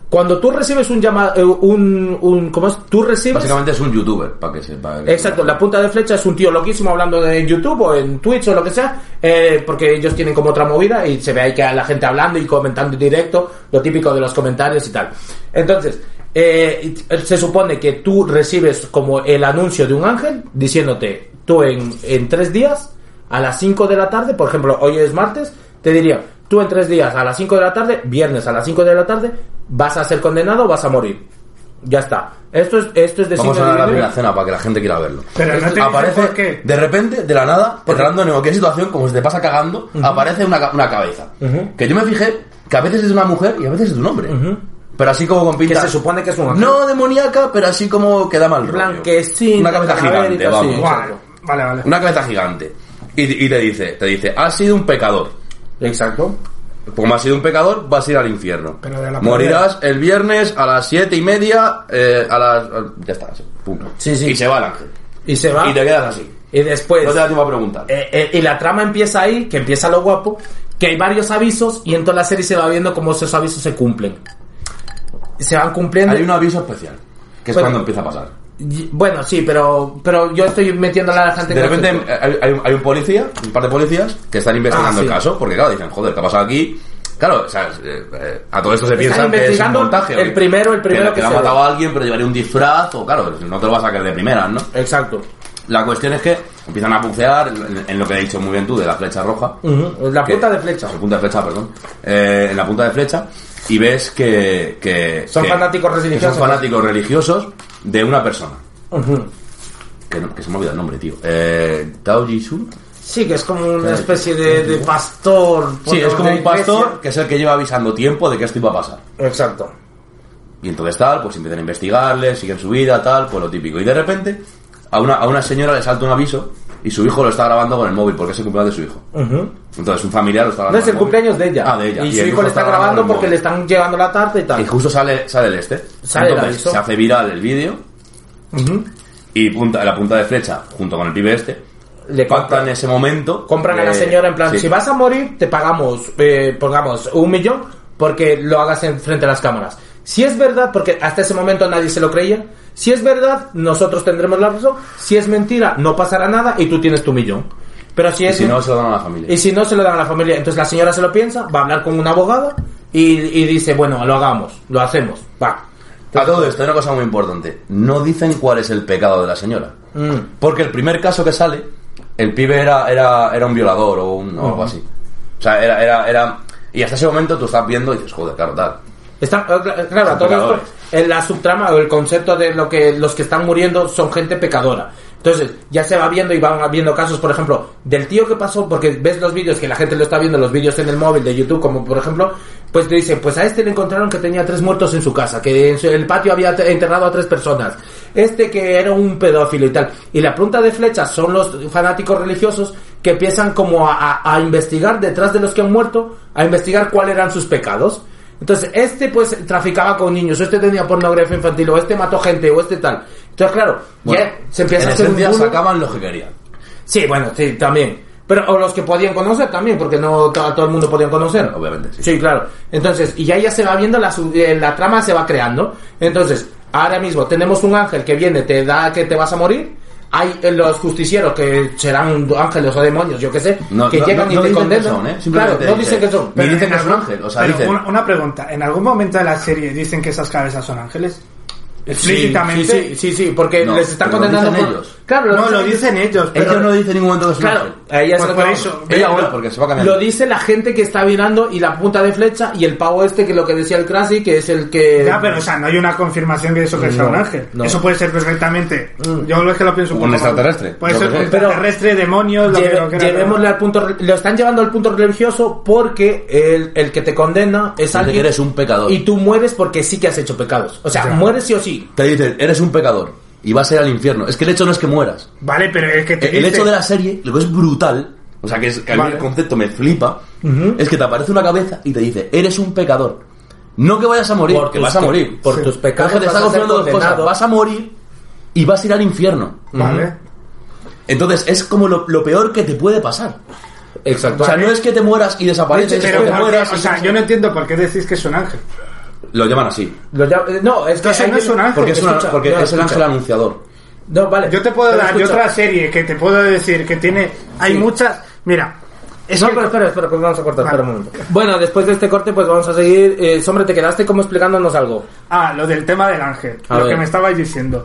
S5: Cuando tú recibes un llamado. Un, un, ¿Cómo es? Tú recibes.
S8: Básicamente es un youtuber, para que sepa.
S5: Exacto, la punta de flecha es un tío loquísimo hablando de- en YouTube o en Twitch o lo que sea, eh, porque ellos tienen como otra movida y se ve ahí que a la gente hablando y comentando en directo, lo típico de los comentarios y tal. Entonces, eh, se supone que tú recibes como el anuncio de un ángel diciéndote, tú en, en tres días, a las 5 de la tarde, por ejemplo, hoy es martes, te diría, tú en tres días, a las 5 de la tarde, viernes a las 5 de la tarde, vas a ser condenado o vas a morir. Ya está. Esto es, esto es de
S8: Vamos a
S5: signo
S8: dar la
S5: divino.
S8: primera cena para que la gente quiera verlo.
S7: Pero no te
S8: aparece
S7: dice por qué.
S8: de repente, de la nada, entrando en cualquier situación, como se te pasa cagando, aparece una, ca- una cabeza. Que yo me fijé que a veces es una mujer y a veces es un hombre. Pero así como con pinta.
S5: Que se supone que es un ángel.
S8: No demoníaca, pero así como que da mal rollo.
S5: Blanquecina,
S8: Una cabeza gigante,
S5: calaverita,
S8: vamos.
S5: sí.
S7: Guau, Vale, vale.
S8: Una cabeza gigante. Y, y te dice, te dice, has sido un pecador.
S5: Exacto.
S8: Como has sido un pecador, vas a ir al infierno.
S7: Pero de la
S8: Morirás el viernes a las siete y media, eh, a las... Ya está, sí, punto.
S5: Sí, sí.
S8: Y se va el ángel.
S5: Y se va.
S8: Y te quedas así.
S5: Y después.
S8: No te da tiempo a preguntar.
S5: eh, eh, y la trama empieza ahí, que empieza lo guapo, que hay varios avisos y en toda la serie se va viendo cómo esos avisos se cumplen. Se van cumpliendo.
S8: Hay un aviso especial, que es
S5: Bueno.
S8: cuando empieza a pasar.
S5: Y- Bueno, sí, pero pero yo estoy metiéndole a la gente.
S8: De
S5: en
S8: repente
S5: concepto.
S8: eh, hay, hay un- hay un policía, un par de policías, que están investigando
S5: Ah, sí.
S8: el caso, porque claro, dicen, joder, ¿qué ha pasado aquí? Claro, o sea, eh, eh, a todo esto se
S5: Están
S8: piensa que es un
S5: investigando
S8: montaje.
S5: el primero, el primero
S8: que,
S5: que
S8: le ha
S5: se
S8: matado a alguien, pero llevaría un disfraz, o claro, no te lo vas a sacar de primeras, ¿no?
S5: Exacto.
S8: La cuestión es que empiezan a bucear en, en lo que he dicho muy bien tú, de la flecha roja.
S5: Ujú, La
S8: que-
S5: punta de flecha.
S8: la punta de flecha, perdón. Eh, en la punta de flecha. Y ves que... que-
S5: Son
S8: que-
S5: fanáticos
S8: que
S5: religiosos.
S8: son fanáticos religiosos de una persona.
S5: Ujú.
S8: Que, no- que se me olvida el nombre, tío. Eh, Tao Jisoo.
S5: Sí, que es como una especie de, de pastor. por
S8: Sí, es
S5: lo
S8: como
S5: de
S8: un pastor
S5: iglesia.
S8: que es el que lleva avisando tiempo de que esto iba a pasar.
S5: Exacto.
S8: Y entonces tal, pues empiezan a investigarle, siguen su vida, tal, pues lo típico. Y de repente, a una, a una señora le salta un aviso y su hijo lo está grabando con el móvil porque es el cumpleaños de su hijo.
S5: Ujú.
S8: Entonces un familiar lo está grabando.
S5: No es el
S8: con móvil.
S5: cumpleaños de ella.
S8: Ah, de ella.
S5: Y,
S8: el
S5: su hijo le está grabando
S8: grabando con
S5: porque
S8: el
S5: le
S8: móvil.
S5: están llevando la tarta y tal.
S8: Y justo sale, sale el este.
S5: Sale el
S8: entonces
S5: aviso.
S8: se hace viral el vídeo
S5: Ujú.
S8: y punta, la punta de flecha, junto con el pibe este,
S5: Le
S8: pactan ese momento.
S5: Compran a la
S8: de-
S5: señora en plan,
S8: Eh, sí.
S5: si vas a morir, te pagamos, eh, pongamos, un millón porque lo hagas en frente a las cámaras. Si es verdad, porque hasta ese momento nadie se lo creía, si es verdad, nosotros tendremos la razón. Si es mentira, no pasará nada y tú tienes tu millón. Pero si
S8: Y
S5: es
S8: si no, se lo dan a la familia.
S5: Y si no, se lo dan a la familia. Entonces la señora se lo piensa, va a hablar con un abogado y, y dice, bueno, lo hagamos, lo hacemos, va.
S8: A todo esto, hay una cosa muy importante. No dicen cuál es el pecado de la señora.
S5: Mm.
S8: Porque el primer caso que sale, el pibe era, era, era un violador o, un- o algo así. O sea, era, era, era... Y hasta ese momento tú estás viendo y dices, joder, claro, tal.
S5: Está, eh, claro, a
S8: Son
S5: todo esto,
S8: pecadores.
S5: en la subtrama o el concepto de lo que los que están muriendo son gente pecadora. Entonces, ya se va viendo y van viendo casos, por ejemplo, del tío que pasó, porque ves los vídeos que la gente lo está viendo, los vídeos en el móvil de YouTube, como por ejemplo, pues te dicen, pues a este le encontraron que tenía tres muertos en su casa, que en su- el patio había te- enterrado a tres personas, este que era un pedófilo y tal. Y la punta de flecha son los fanáticos religiosos que empiezan como a- a- a investigar detrás de los que han muerto, a investigar cuáles eran sus pecados. Entonces, este pues traficaba con niños, o este tenía pornografía infantil, o este mató gente, o este tal. Entonces, claro,
S8: Bueno,
S5: ya se empieza
S8: en
S5: a hacer un
S8: esencia
S5: bulo.
S8: sacaban lo que querían.
S5: Sí, bueno, sí, también. Pero, o los que podían conocer también, porque no to- todo el mundo podía conocer.
S8: Obviamente, sí.
S5: claro. Entonces, y ya ya se va viendo, la, su- eh, la trama se va creando. Entonces, ahora mismo tenemos un ángel que viene, te da que te vas a morir. Hay eh, los justicieros que serán ángeles o demonios, yo qué sé,
S8: No,
S5: que
S8: no-
S5: llegan
S8: no-
S5: y
S8: no
S5: te
S8: dicen que
S5: condenan.
S8: son, ¿eh?
S5: Claro,
S8: Simplemente
S5: no dicen que son.
S8: Ni dicen que
S7: en
S8: es un
S7: algún-
S8: ángel, o sea,
S7: pero
S8: dicen-
S7: una, una pregunta, ¿en algún momento de la serie dicen que esas cabezas son ángeles? Explícitamente.
S5: Sí, sí, sí, sí, porque
S8: No,
S5: les están
S8: pero lo
S5: condenando.
S8: dicen
S5: por-
S8: ellos.
S5: Claro,
S7: No, lo dicen ellos, pero
S8: Ella no dice en ningún momento que es un
S5: Claro,
S8: ángel.
S5: ahí ya
S7: Pues
S5: se lo
S7: por
S5: tomamos.
S7: eso,
S8: Ella
S5: Pero
S8: bueno, porque se va cambiando.
S5: Lo dice la gente que está mirando y la punta de flecha y el pavo este que lo que decía el Krasi, que es el que.
S7: Ya, pero o sea, no hay una confirmación que eso que sea
S5: No,
S7: un ángel.
S5: no.
S7: Eso puede ser perfectamente.
S5: Mm.
S7: Yo es que lo pienso
S8: Un
S7: poco más.
S8: extraterrestre,
S7: Puede
S8: yo
S7: ser
S8: qué
S7: un
S8: sé.
S5: Pero
S7: extraterrestre, demonios, lo que
S5: Lleve-
S7: lo que era.
S5: llevémosle al punto. re- Lo están llevando al punto religioso porque el, el que te condena es
S8: Dicen que
S5: alguien.
S8: eres un pecador.
S5: Y tú mueres porque sí que has hecho pecados. O sea,
S7: Ya.
S5: mueres sí o sí.
S8: Te dicen, eres un pecador. Y vas a ir al infierno. Es que el hecho no es que mueras.
S7: Vale, pero es que te
S8: El, el
S7: dice-
S8: hecho de la serie, lo que es brutal, o sea, que, es, que a mí
S7: Vale.
S8: el concepto me flipa, es que te aparece una cabeza y te dice, eres un pecador. No que vayas a morir,
S5: Por
S8: que
S5: tus
S8: vas a
S5: pe-
S8: morir.
S5: por tus pecados
S8: Ojo, te
S5: vas
S8: está
S5: a ser
S8: confirmando dos cosas.
S5: condenado.
S8: Vas a morir y vas a ir al infierno.
S7: Vale.
S8: Entonces, es como lo, lo peor que te puede pasar.
S5: Exacto.
S8: O sea, no es que te mueras y desapareces,
S7: Pero,
S8: o te
S7: ¿por qué?
S8: mueras y
S7: o sea, yo no entiendo por qué decís que es un ángel.
S8: Lo llaman así.
S5: Lo llama- eh, no, es que.
S7: Entonces
S5: hay
S7: no es un ángel.
S8: Porque es, una-
S5: Escucha,
S8: porque
S5: no,
S8: es el
S5: escucha.
S8: ángel anunciador.
S5: No, vale.
S7: Yo te puedo
S5: Pero
S7: dar yo
S5: escucha.
S7: otra serie que te puedo decir que tiene. Hay
S5: Sí.
S7: muchas. Mira, es
S5: no,
S7: que-
S5: pero espera, espera, pues vamos a cortar,
S7: Vale.
S5: espera un momento. Bueno, después de este corte, pues vamos a seguir. Eh, Sombre, te quedaste como explicándonos algo.
S7: Ah, lo del tema del ángel.
S5: A
S7: lo
S5: ver.
S7: que me estabais diciendo.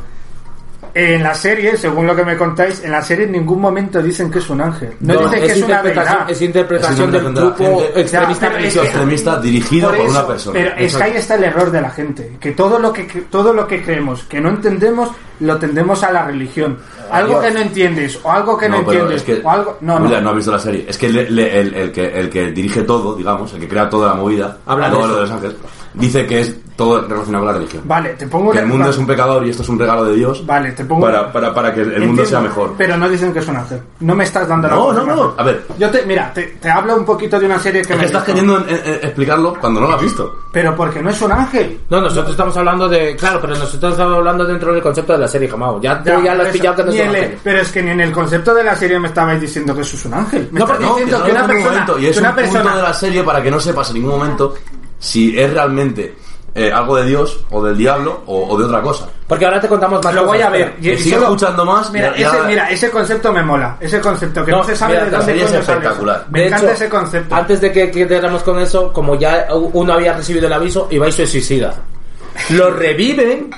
S7: En la serie, según lo que me contáis, en la serie en ningún momento dicen que es un ángel. No, dicen que es, una
S5: interpretación,
S7: deidad.
S5: es interpretación
S8: Es
S5: del
S8: interpretación de la
S5: grupo
S8: gente.
S5: extremista
S7: Ya, pero es
S5: religioso.
S8: Extremista dirigido por,
S7: eso,
S8: una persona.
S7: Pero es que
S8: Exacto.
S7: ahí está el error de la gente, que todo lo que todo lo que creemos, que no entendemos, lo tendemos a la religión. Algo
S8: Dios.
S7: que no entiendes o algo que no,
S8: pero
S7: entiendes
S8: es que-
S7: o algo no,
S8: Julia,
S7: no.
S8: has visto la serie. Es que le- le- el, el que el que dirige todo, digamos, el que crea toda la movida,
S5: Habla de
S8: todo
S5: eso.
S8: lo de los ángeles, dice que es todo relacionado con la religión.
S7: Vale, te pongo
S8: que
S7: una-
S8: el mundo es un pecador y esto es un regalo de Dios
S7: Vale, te pongo
S8: para, para, para que el mundo
S7: Entiendo,
S8: sea mejor.
S7: Pero no dicen que es un ángel. No me estás dando la
S8: No, no,
S7: confirmación.
S8: no. A ver.
S7: Yo te mira, te, te hablo un poquito de una serie que me
S8: Es que estás
S7: gustó.
S8: queriendo eh, eh, explicarlo cuando no lo has visto.
S7: Pero porque no es un ángel.
S5: No, nosotros estamos hablando de. Claro, pero nosotros estamos hablando dentro del concepto de la serie, jamás. Ya tú ya, lo has
S7: eso,
S5: pillado que no
S7: ni
S5: es un
S7: en el- E.
S5: ángel.
S7: Pero es que ni en el concepto de la serie me estabais diciendo que eso es un ángel. Me
S5: No, porque
S7: estabais
S8: No,
S7: diciendo
S8: no
S7: que
S8: lo
S7: una
S8: hacen en ningún
S7: persona,
S8: momento, y es
S7: que una
S8: un punto
S7: persona
S8: de la serie para que no sepas en ningún momento si es realmente eh, algo de Dios o del diablo o, o de otra cosa.
S5: Porque ahora te contamos más
S7: Lo
S5: cosas,
S7: voy a ver.
S5: pero-
S8: Y- sigo escuchando más,
S7: Mira,
S8: ya-
S7: ese,
S8: ya-
S7: mira, ese concepto me mola. Ese concepto que
S5: No,
S7: no, se sabe
S5: mira,
S7: de
S5: la
S7: dónde
S8: serie es
S7: coño sale.
S8: espectacular.
S7: Me
S5: De
S7: encanta
S5: hecho,
S7: ese concepto.
S5: Antes de que quedáramos con eso, como ya u- uno había recibido el aviso, Ibai se suicida. Lo reviven.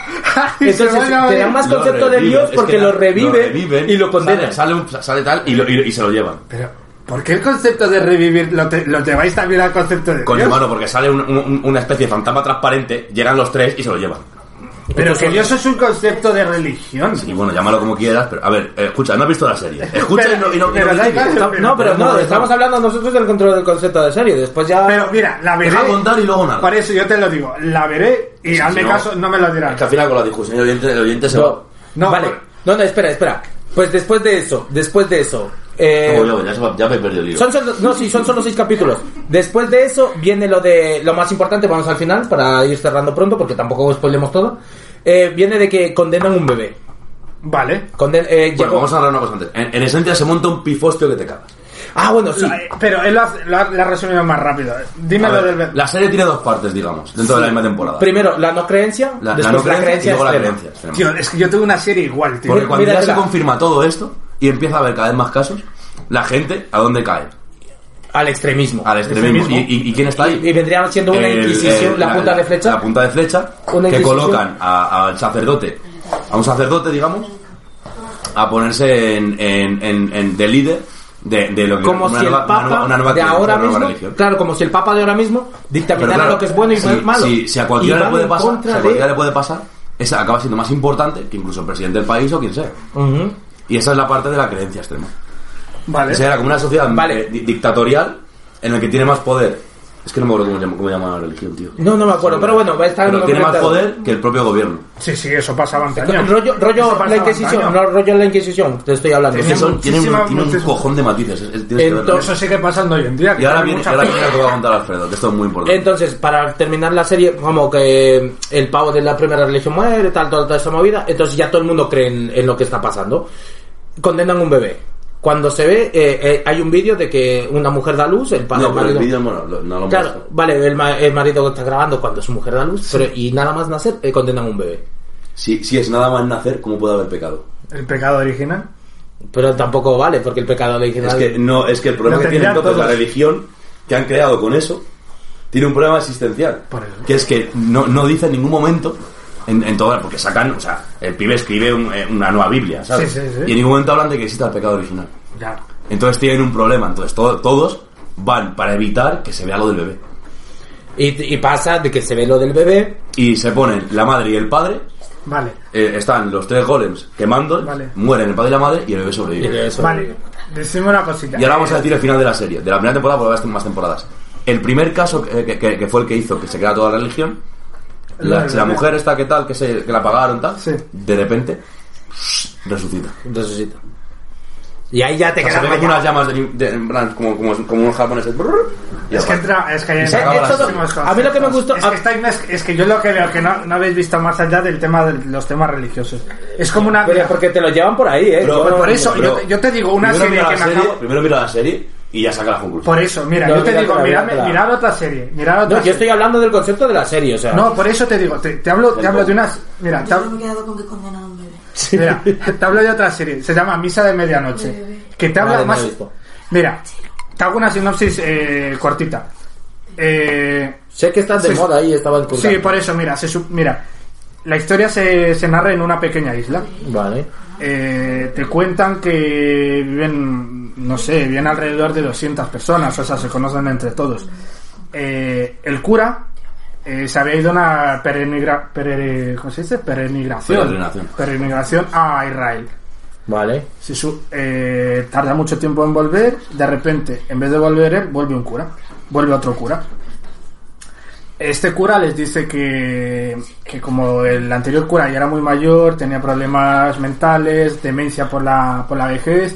S7: Y se
S5: Entonces,
S7: van a
S5: te
S7: ver.
S5: dan más
S8: Lo
S5: concepto de
S8: reviven,
S5: Dios
S8: es
S5: porque
S8: que
S5: lo
S8: la-
S5: reviven,
S8: reviven,
S5: y lo condenan.
S8: Sale, sale- sale tal y, lo- y- y se lo llevan.
S7: Pero, ¿por qué el concepto de revivir lo, te, lo lleváis también al concepto de
S8: Con
S7: Dios?
S8: hermano, porque sale un- un- una especie de fantasma transparente, llegan los tres y se lo llevan.
S7: Pero
S5: Entonces,
S7: que Dios es un concepto de religión.
S8: Y bueno, llámalo como quieras, pero a ver, eh, escucha, no has visto la serie. Escucha y no, y no- y no
S7: Pero da
S8: critiques.
S7: igual,
S5: está- no, pero no, estamos hablando nosotros del control del concepto de serie. Después ya.
S7: Pero mira, la veré.
S8: Deja contar y luego nada.
S7: Por eso yo te lo digo, la veré y
S8: Sí,
S7: hazme
S8: sí, no.
S7: caso, no me lo dirás.
S8: Es que al final con la discusión el oyente, el oyente se va.
S5: no,
S7: No,
S5: vale.
S7: bueno.
S5: No, no, espera, espera. Pues después de eso, después de eso. eh,
S8: No, yo, ya, se va- ya me he perdido el hilo.
S5: Son solo, no, sí, son solo seis capítulos. Después de eso viene lo de lo más importante, vamos al final para ir cerrando pronto porque tampoco spoilemos todo. Eh, viene de que condenan un bebé.
S7: Vale.
S5: Conden- eh,
S8: Bueno,
S5: llegó-
S8: vamos a hablar una cosa antes. En, en esencia se monta un pifostio que te cagas.
S5: Ah, bueno, sí.
S7: La- Eh, Pero él lo ha, lo ha- lo ha resumido más rápido. Dime
S8: A
S7: lo
S8: ver,
S7: del.
S8: La serie tiene dos partes, digamos, dentro de la misma temporada.
S5: Primero la no creencia,
S8: la, la
S5: después
S8: no creencia, y luego la
S5: extrema.
S8: creencia. extrema.
S7: Tío, es que yo tuve una serie igual, tío.
S8: Porque cuando ya
S5: míratela.
S8: se confirma todo esto y empieza a haber cada vez más casos, la gente, ¿a dónde cae?
S5: Al extremismo.
S8: Al extremismo. ¿Y,
S7: Extremismo.
S8: y- y quién está ahí?
S5: Y vendrían siendo una
S8: Ah. El-
S5: inquisición,
S8: el-
S5: la punta de flecha.
S8: Eh, La punta de flecha
S5: Una
S8: que
S5: inquisición.
S8: colocan a- al sacerdote, a un sacerdote, digamos, a ponerse en, en- en- en- de líder de, de lo que
S5: como
S8: una
S5: si el
S8: nueva-
S5: Papa
S8: una nueva- una nueva
S5: de
S8: creencia,
S5: ahora
S8: una nueva
S5: mismo,
S8: religión.
S5: claro, como si el Papa de ahora mismo
S8: Pero
S5: dictaminara
S8: claro,
S5: lo que es bueno y
S8: si,
S5: lo que es malo.
S8: Si, si a
S5: Y
S8: cualquiera
S5: van
S8: le puede
S5: en
S8: pasar, si
S5: contra
S8: a
S5: de-
S8: cualquiera le puede pasar, esa acaba siendo más importante que incluso el presidente del país o quien sea.
S5: Ujú.
S8: Y esa es la parte de la creencia extrema.
S7: Vale.
S8: O sea, era como una sociedad
S5: Vale.
S8: eh, di- dictatorial en la que tiene más poder. Es que no me acuerdo cómo llama, cómo llama la religión, tío.
S5: No, no me acuerdo, pero bueno, va a estar
S8: Pero tiene más
S5: documentado.
S8: poder que el propio gobierno.
S7: Sí, sí, eso pasaba antes.
S5: Rollo, rollo la Inquisición, no rollo la Inquisición, te estoy hablando.
S8: Es que son, tiene,
S7: muchísima-
S8: un, tiene un
S7: muchísima-
S8: cojón de matices. es- es- tienes que verlo.
S5: Entonces-
S7: Eso sigue pasando hoy en día. que
S8: y ahora
S7: tiene
S8: viene, y
S7: mucha
S8: ahora
S7: pinta.
S8: viene lo que va a contar Alfredo, que esto es muy importante.
S5: Entonces, para terminar la serie, como que el pavo de la primera religión muere, tal, toda, toda esa movida, entonces ya todo el mundo cree en, en lo que está pasando. Condenan un bebé. Cuando se ve, eh, eh, hay un vídeo de que una mujer da luz, el padre...
S8: no, pero el vídeo bueno, lo- no lo
S5: Claro,
S8: muestro.
S5: vale, el, ma- el marido está grabando cuando su mujer da luz, pero, y nada más nacer, eh, condenan un bebé.
S8: Si, si es nada más nacer, ¿cómo puede haber pecado?
S7: El pecado original.
S5: Pero tampoco vale, porque el pecado original...
S8: Es que no, es que el problema
S7: Lo
S8: que tiene
S7: tendrán
S8: entonces la
S7: todos.
S8: religión que han creado con eso tiene un problema existencial.
S7: Por eso.
S8: Que es que no, no dice en ningún momento en, en toda- porque sacan, o sea, el pibe escribe un- eh, una nueva Biblia, ¿sabes?
S7: Sí, sí, sí.
S8: Y en ningún momento hablan de que exista el pecado original.
S7: Ya.
S8: Entonces tienen un problema, entonces to- todos van para evitar que se vea lo del bebé.
S5: Y, y pasa de que se ve lo del bebé,
S8: Y se ponen la madre y el padre,
S7: Vale.
S8: eh, están los tres golems quemando,
S7: Vale.
S8: mueren el padre y la madre y el bebé
S5: y
S8: sobrevive.
S5: el bebé
S7: Vale.
S5: sobrevive.
S7: Decime una cosita.
S8: Y ahora vamos a decir el final de la serie, de la primera temporada, porque va a estar más temporadas. El primer caso que, que- que- que fue el que hizo que se crea toda la religión, la,
S7: Vale,
S8: si la
S7: vale.
S8: mujer esta que tal, que, se, que la pagaron tal,
S7: Sí.
S8: de repente resucita.
S5: resucita. Y ahí ya te
S8: O sea, se
S5: quedas
S8: ve como unas llamas de, de- en plan, como, como, como unos japoneses. brrr, y
S7: Es que
S8: apaga.
S7: entra, es que hay
S8: se
S7: hay
S8: acaba la
S7: muchísimos
S5: serie. A mí lo que me gustó-
S7: es que, estáis mez- es que yo lo que veo que no, no habéis visto más allá del tema de los temas religiosos. Es como una
S5: Pero porque te lo llevan por ahí, eh.
S8: Pero-
S5: Yo
S8: pero
S5: no-
S7: por eso,
S8: Pero
S7: yo te- yo te digo, una
S8: primero
S7: serie
S8: mira
S7: que
S8: la
S7: me
S8: serie-
S7: acabo-
S8: Primero mira la serie y ya saca la conclusión.
S7: Por eso, mira,
S5: No,
S7: yo te
S5: mírate
S7: digo,
S5: la-
S7: mirad,
S5: mírate la-
S7: mirad otra serie, mirad
S5: No,
S7: otra
S5: yo
S7: serie.
S5: estoy hablando del concepto de la serie, o sea.
S7: No, por eso te digo, te, te hablo, te hablo de unas, mira, te,
S9: Yo me
S7: hab-
S9: he quedado con que condenado un bebé.
S7: mira, te hablo de otra serie, se llama Misa de Medianoche, que te habla
S5: Vale, no
S7: más,
S5: he visto.
S7: mira, te hago una sinopsis eh, cortita. Eh,
S5: Sé que estás de
S7: Sí.
S5: moda ahí, estaban
S7: sí, por eso, mira, se, su- mira, la historia se, se narra en una pequeña isla.
S5: Vale.
S7: Eh, te cuentan que viven, no sé, viven alrededor de 200 personas, o sea, se conocen entre todos. Eh, el cura eh, se había ido a una peregrina- pere- ¿cómo se dice? peregrinación,
S8: Peregrinación.
S7: peregrinación a Israel.
S5: Vale.
S7: Si su- eh, tarda mucho tiempo en volver, de repente, en vez de volver él, vuelve un cura, vuelve otro cura. Este cura les dice que, que como el anterior cura ya era muy mayor, tenía problemas mentales, demencia por la, por la vejez,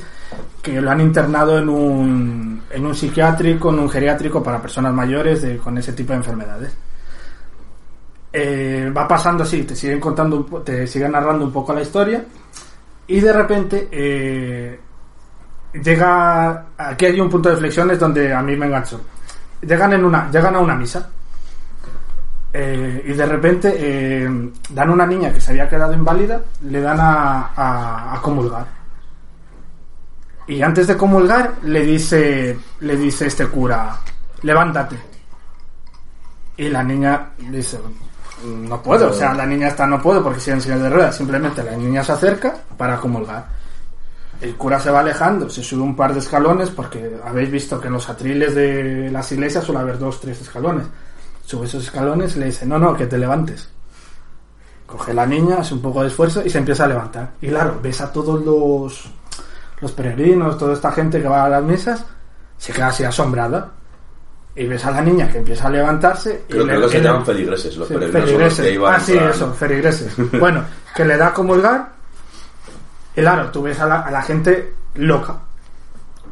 S7: que lo han internado en un, en un psiquiátrico, en un geriátrico para personas mayores de- con ese tipo de enfermedades. Eh, va pasando así, te siguen contando, un po- te siguen narrando un poco la historia y de repente eh, llega aquí hay un punto de inflexión es donde a mí me enganchó llegan en una llegan a una misa eh, y de repente eh, dan a una niña que se había quedado inválida, le dan a, a- a comulgar. Y antes de comulgar le dice, le dice este cura, levántate. Y la niña dice, no puedo, o sea, la niña está no puedo porque sigue en silla de ruedas, simplemente la niña se acerca para comulgar. El cura se va alejando, se sube un par de escalones porque habéis visto que en los atriles de las iglesias suele haber dos, tres escalones. Sube esos escalones y le dice, no, no, que te levantes. Coge la niña, hace un poco de esfuerzo y se empieza a levantar. Y claro, ves a todos los, los peregrinos, toda esta gente que va a las misas, se queda así asombrada. Y ves a la niña que empieza a levantarse. y
S8: Creo,
S7: le-
S8: creo que
S7: y
S8: se
S7: le-
S8: llaman feligreses, los
S7: Sí,
S8: peregrinos son los que iban
S7: ah, sí,
S8: en plan-
S7: eso, feligreses. Bueno, que le da a comulgar. Y claro, tú ves a la, a la gente loca.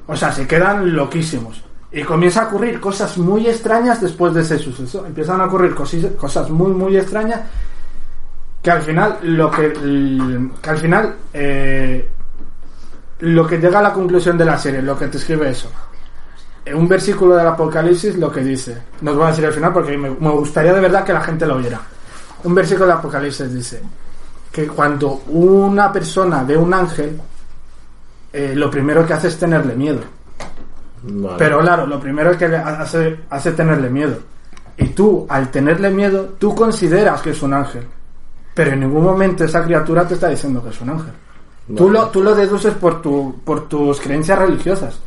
S7: O sea, se quedan loquísimos. Y comienza a ocurrir cosas muy extrañas después de ese suceso. Empiezan a ocurrir cosi- cosas muy, muy extrañas. Que al final, lo que. que al final. eh, lo que llega a la conclusión de la serie, lo que te escribe eso. En un versículo del Apocalipsis lo que dice, nos voy a decir al final porque me, me gustaría de verdad que la gente lo oyera. Un versículo del Apocalipsis dice que cuando una persona ve un ángel, eh, lo primero que hace es tenerle miedo.
S5: Vale.
S7: Pero claro, lo primero que le hace, hace tenerle miedo. Y tú, al tenerle miedo, tú consideras que es un ángel. Pero en ningún momento esa criatura te está diciendo que es un ángel. Tú, lo, tú lo deduces por, tu, por tus creencias religiosas.